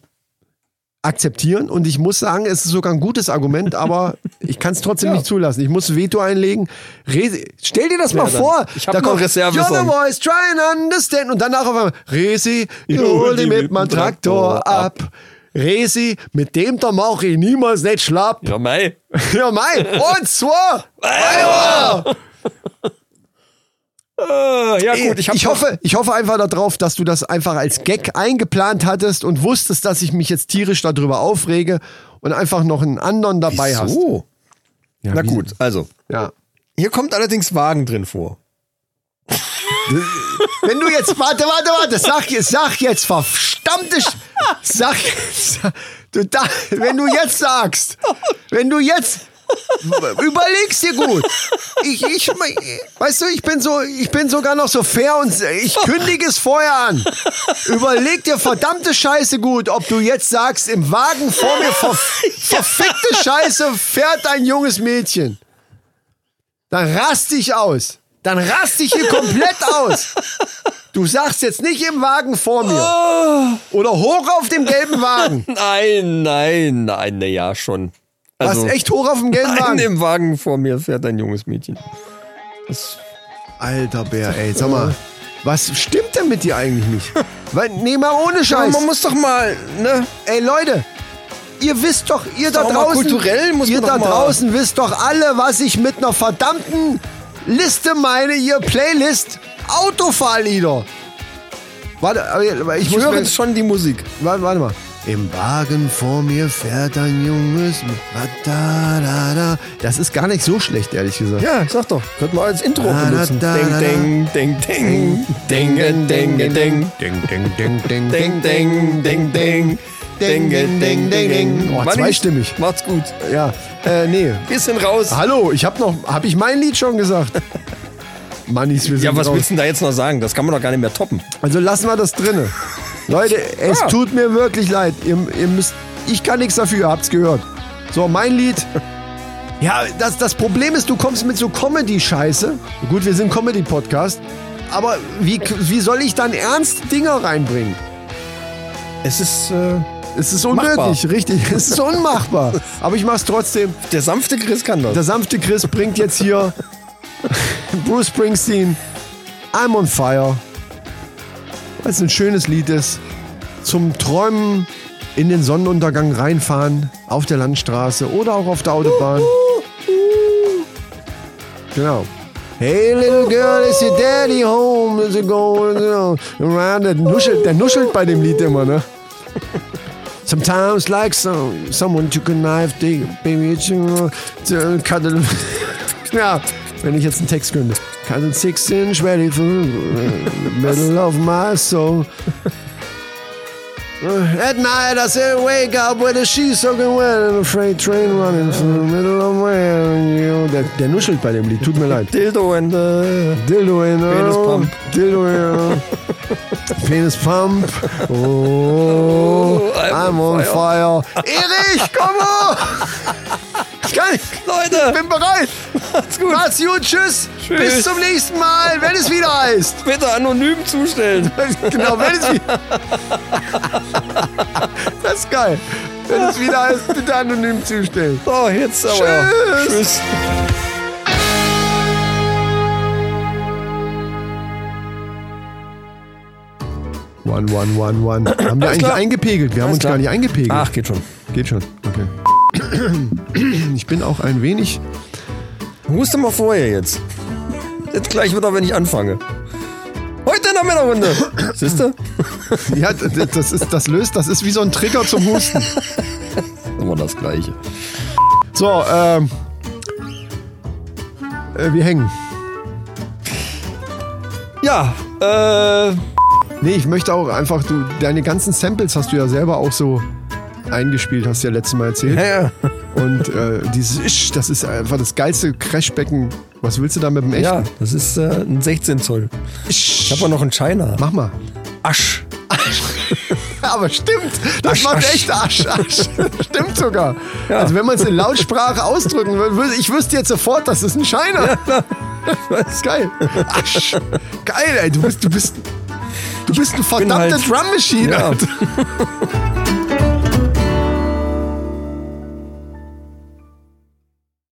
Speaker 2: akzeptieren und ich muss sagen, es ist sogar ein gutes Argument,
Speaker 1: [laughs]
Speaker 2: aber ich kann es trotzdem nicht zulassen. Ich muss Veto einlegen. Resi Stell dir das mal
Speaker 1: dann.
Speaker 2: vor.
Speaker 1: Ich hab noch Reservesong.
Speaker 2: You're the voice, try and understand. Und danach auf einmal, Resi, ich hol die mit meinem Traktor ab. Resi, mit dem da mach ich niemals nicht schlapp.
Speaker 1: [laughs] Ja, mei.
Speaker 2: Ja, mein. Und
Speaker 1: [laughs]
Speaker 2: zwar. Iowa.
Speaker 1: Äh, ja, gut, ich
Speaker 2: ich,
Speaker 1: hab
Speaker 2: hoffe, ich hoffe einfach darauf, dass du das einfach als Gag eingeplant hattest und wusstest, dass ich mich jetzt tierisch darüber aufrege und einfach noch einen anderen dabei hast.
Speaker 1: So. Na
Speaker 2: wie-
Speaker 1: gut, also.
Speaker 2: Ja.
Speaker 1: Hier kommt allerdings Wagen drin vor.
Speaker 2: Wenn du jetzt, warte, warte, warte, sag, jetzt- sag jetzt, verdammte, Sch- sag, sag du da, wenn du jetzt sagst, wenn du jetzt, überlegst dir gut. Ich, ich, weißt du, ich bin so, ich bin sogar noch so fair und ich kündige es vorher an. Überleg dir verdammte Scheiße gut, ob du jetzt sagst, im Wagen vor mir ver, verfickte Scheiße fährt ein junges Mädchen. Dann rast dich aus. Dann rast dich hier komplett aus. Du sagst jetzt nicht im Wagen vor mir.
Speaker 1: Oh.
Speaker 2: Oder hoch auf dem gelben
Speaker 1: [laughs]
Speaker 2: Wagen.
Speaker 1: Nein, nein, nein, na ja, schon.
Speaker 2: Was echt hoch auf dem gelben
Speaker 1: Also. nein,
Speaker 2: Wagen.
Speaker 1: im Wagen vor mir fährt ein junges Mädchen. Das,
Speaker 2: Alter Bär, ey, sag mal, was stimmt denn mit dir eigentlich nicht?
Speaker 1: [laughs]
Speaker 2: Weil, nee, mal ohne
Speaker 1: aber
Speaker 2: Scheiß.
Speaker 1: man muss doch mal, ne?
Speaker 2: ey, Leute, ihr wisst doch, ihr da
Speaker 1: doch mal
Speaker 2: draußen,
Speaker 1: kulturell muss
Speaker 2: ihr
Speaker 1: man
Speaker 2: da
Speaker 1: doch mal-
Speaker 2: draußen wisst doch alle, was ich mit einer verdammten Liste meine, ihr Playlist Autofahrlieder. Warte, aber ich,
Speaker 1: Ich
Speaker 2: muss
Speaker 1: höre
Speaker 2: mir-
Speaker 1: jetzt schon die Musik.
Speaker 2: Warte, warte mal. Im Wagen vor mir fährt ein junges. Da, da, da. Das ist gar nicht so schlecht, ehrlich gesagt.
Speaker 1: Ja, ich sag doch, könnte man als Intro
Speaker 2: Da, da,
Speaker 1: benutzen.
Speaker 2: da, da, da.
Speaker 1: Ding, ding, ding, ding, ding, ding, ding, ding.
Speaker 2: ding,
Speaker 1: Ding, ding, ding, ding. Ding, ding, ding, ding.
Speaker 2: Oh,
Speaker 1: Manni,
Speaker 2: zweistimmig.
Speaker 1: Macht's gut.
Speaker 2: Ja, äh, nee.
Speaker 1: Bisschen raus.
Speaker 2: Hallo, ich hab noch, hab ich mein Lied schon
Speaker 1: [laughs]
Speaker 2: gesagt? Mannis, wir sind
Speaker 1: Ja, was
Speaker 2: raus.
Speaker 1: willst du denn da jetzt noch sagen? Das kann man doch gar nicht mehr toppen.
Speaker 2: Also lassen wir das drinne. Leute, es
Speaker 1: Ja.
Speaker 2: tut mir wirklich leid. Ihr, ihr müsst, ich kann nichts dafür, ihr habt's gehört. So, mein Lied. Ja, das, das Problem ist, du kommst mit so Comedy-Scheiße. Gut, wir sind Comedy-Podcast. Aber wie, wie soll ich dann ernste Dinger reinbringen?
Speaker 1: Es ist äh,
Speaker 2: Es ist
Speaker 1: Machbar.
Speaker 2: unmöglich, richtig. Es ist unmachbar. Aber ich mach's trotzdem.
Speaker 1: der sanfte Chris kann das.
Speaker 2: Der sanfte Chris bringt jetzt hier Bruce Springsteen, I'm on fire. Weil es ein schönes Lied ist. Zum Träumen in den Sonnenuntergang reinfahren, auf der Landstraße oder auch auf der Autobahn. Genau. Hey little girl, is your daddy home? Is it going around? Der nuschelt, der nuschelt bei dem Lied immer, ne? Sometimes like so, someone took a knife, they, baby, it's, uh, to cut [laughs] the... ja, wenn ich jetzt einen Text könnte. Cut the six inch ready for the middle of my soul. Uh, At night I said wake up with a sheet soaking wet and a freight train running through the middle of my avenue. Der, der nuschelt bei dem Lied, tut mir leid.
Speaker 1: Dildo and äh,
Speaker 2: Dildo in
Speaker 1: Penis
Speaker 2: oh,
Speaker 1: Pump.
Speaker 2: Dildo in
Speaker 1: [laughs]
Speaker 2: oh. Penis Pump. Oh, I'm, on fire. Erich, komm hoch! Ich kann nicht.
Speaker 1: Leute,
Speaker 2: Bin bereit.
Speaker 1: macht's gut.
Speaker 2: Macht's gut. Tschüss.
Speaker 1: Tschüss.
Speaker 2: Bis zum nächsten Mal, wenn es wieder heißt.
Speaker 1: Bitte anonym zustellen.
Speaker 2: Genau, wenn es wieder. Das ist geil. Wenn es wieder heißt, bitte anonym zustellen.
Speaker 1: So, jetzt aber.
Speaker 2: Tschüss.
Speaker 1: Tschüss.
Speaker 2: One, one, one, one. Haben wir eigentlich
Speaker 1: klar.
Speaker 2: eingepegelt? Wir haben
Speaker 1: Alles
Speaker 2: uns
Speaker 1: klar. Ah,
Speaker 2: gar nicht eingepegelt.
Speaker 1: Ach, geht schon.
Speaker 2: Geht schon. Okay. [clears throat] Ich bin auch ein wenig.
Speaker 1: Huste mal vorher jetzt. Jetzt gleich wieder, wenn ich anfange. Heute in der Männerrunde. [coughs] Siehst du?
Speaker 2: Ja, d- das, ist, das löst, das ist wie so ein Trigger zum Husten.
Speaker 1: Immer das Gleiche.
Speaker 2: So, ähm. Äh, wir hängen.
Speaker 1: Ja, äh,
Speaker 2: Nee, ich möchte auch einfach, du, deine ganzen Samples hast du ja selber auch so eingespielt, hast du ja letztes Mal erzählt.
Speaker 1: ja, ja.
Speaker 2: Und äh, dieses Isch, das ist einfach das geilste Crashbecken. Was willst du da mit dem echten?
Speaker 1: Ja, das ist äh, ein 16 Zoll. Ich habe auch noch einen China.
Speaker 2: Mach mal.
Speaker 1: Asch.
Speaker 2: [laughs] Aber stimmt, das
Speaker 1: Asch,
Speaker 2: macht
Speaker 1: Asch.
Speaker 2: echt Asch,
Speaker 1: [laughs]
Speaker 2: Asch. stimmt sogar. Also wenn man es in Lautsprache ausdrücken würde, wüs- ich wüsste jetzt sofort, das ist ein Scheiner. das ist geil. Asch. Geil, ey, du bist, du bist, du bist eine
Speaker 1: bin
Speaker 2: verdammte
Speaker 1: halt-
Speaker 2: Drum Machine.
Speaker 1: Ja.
Speaker 2: Alter.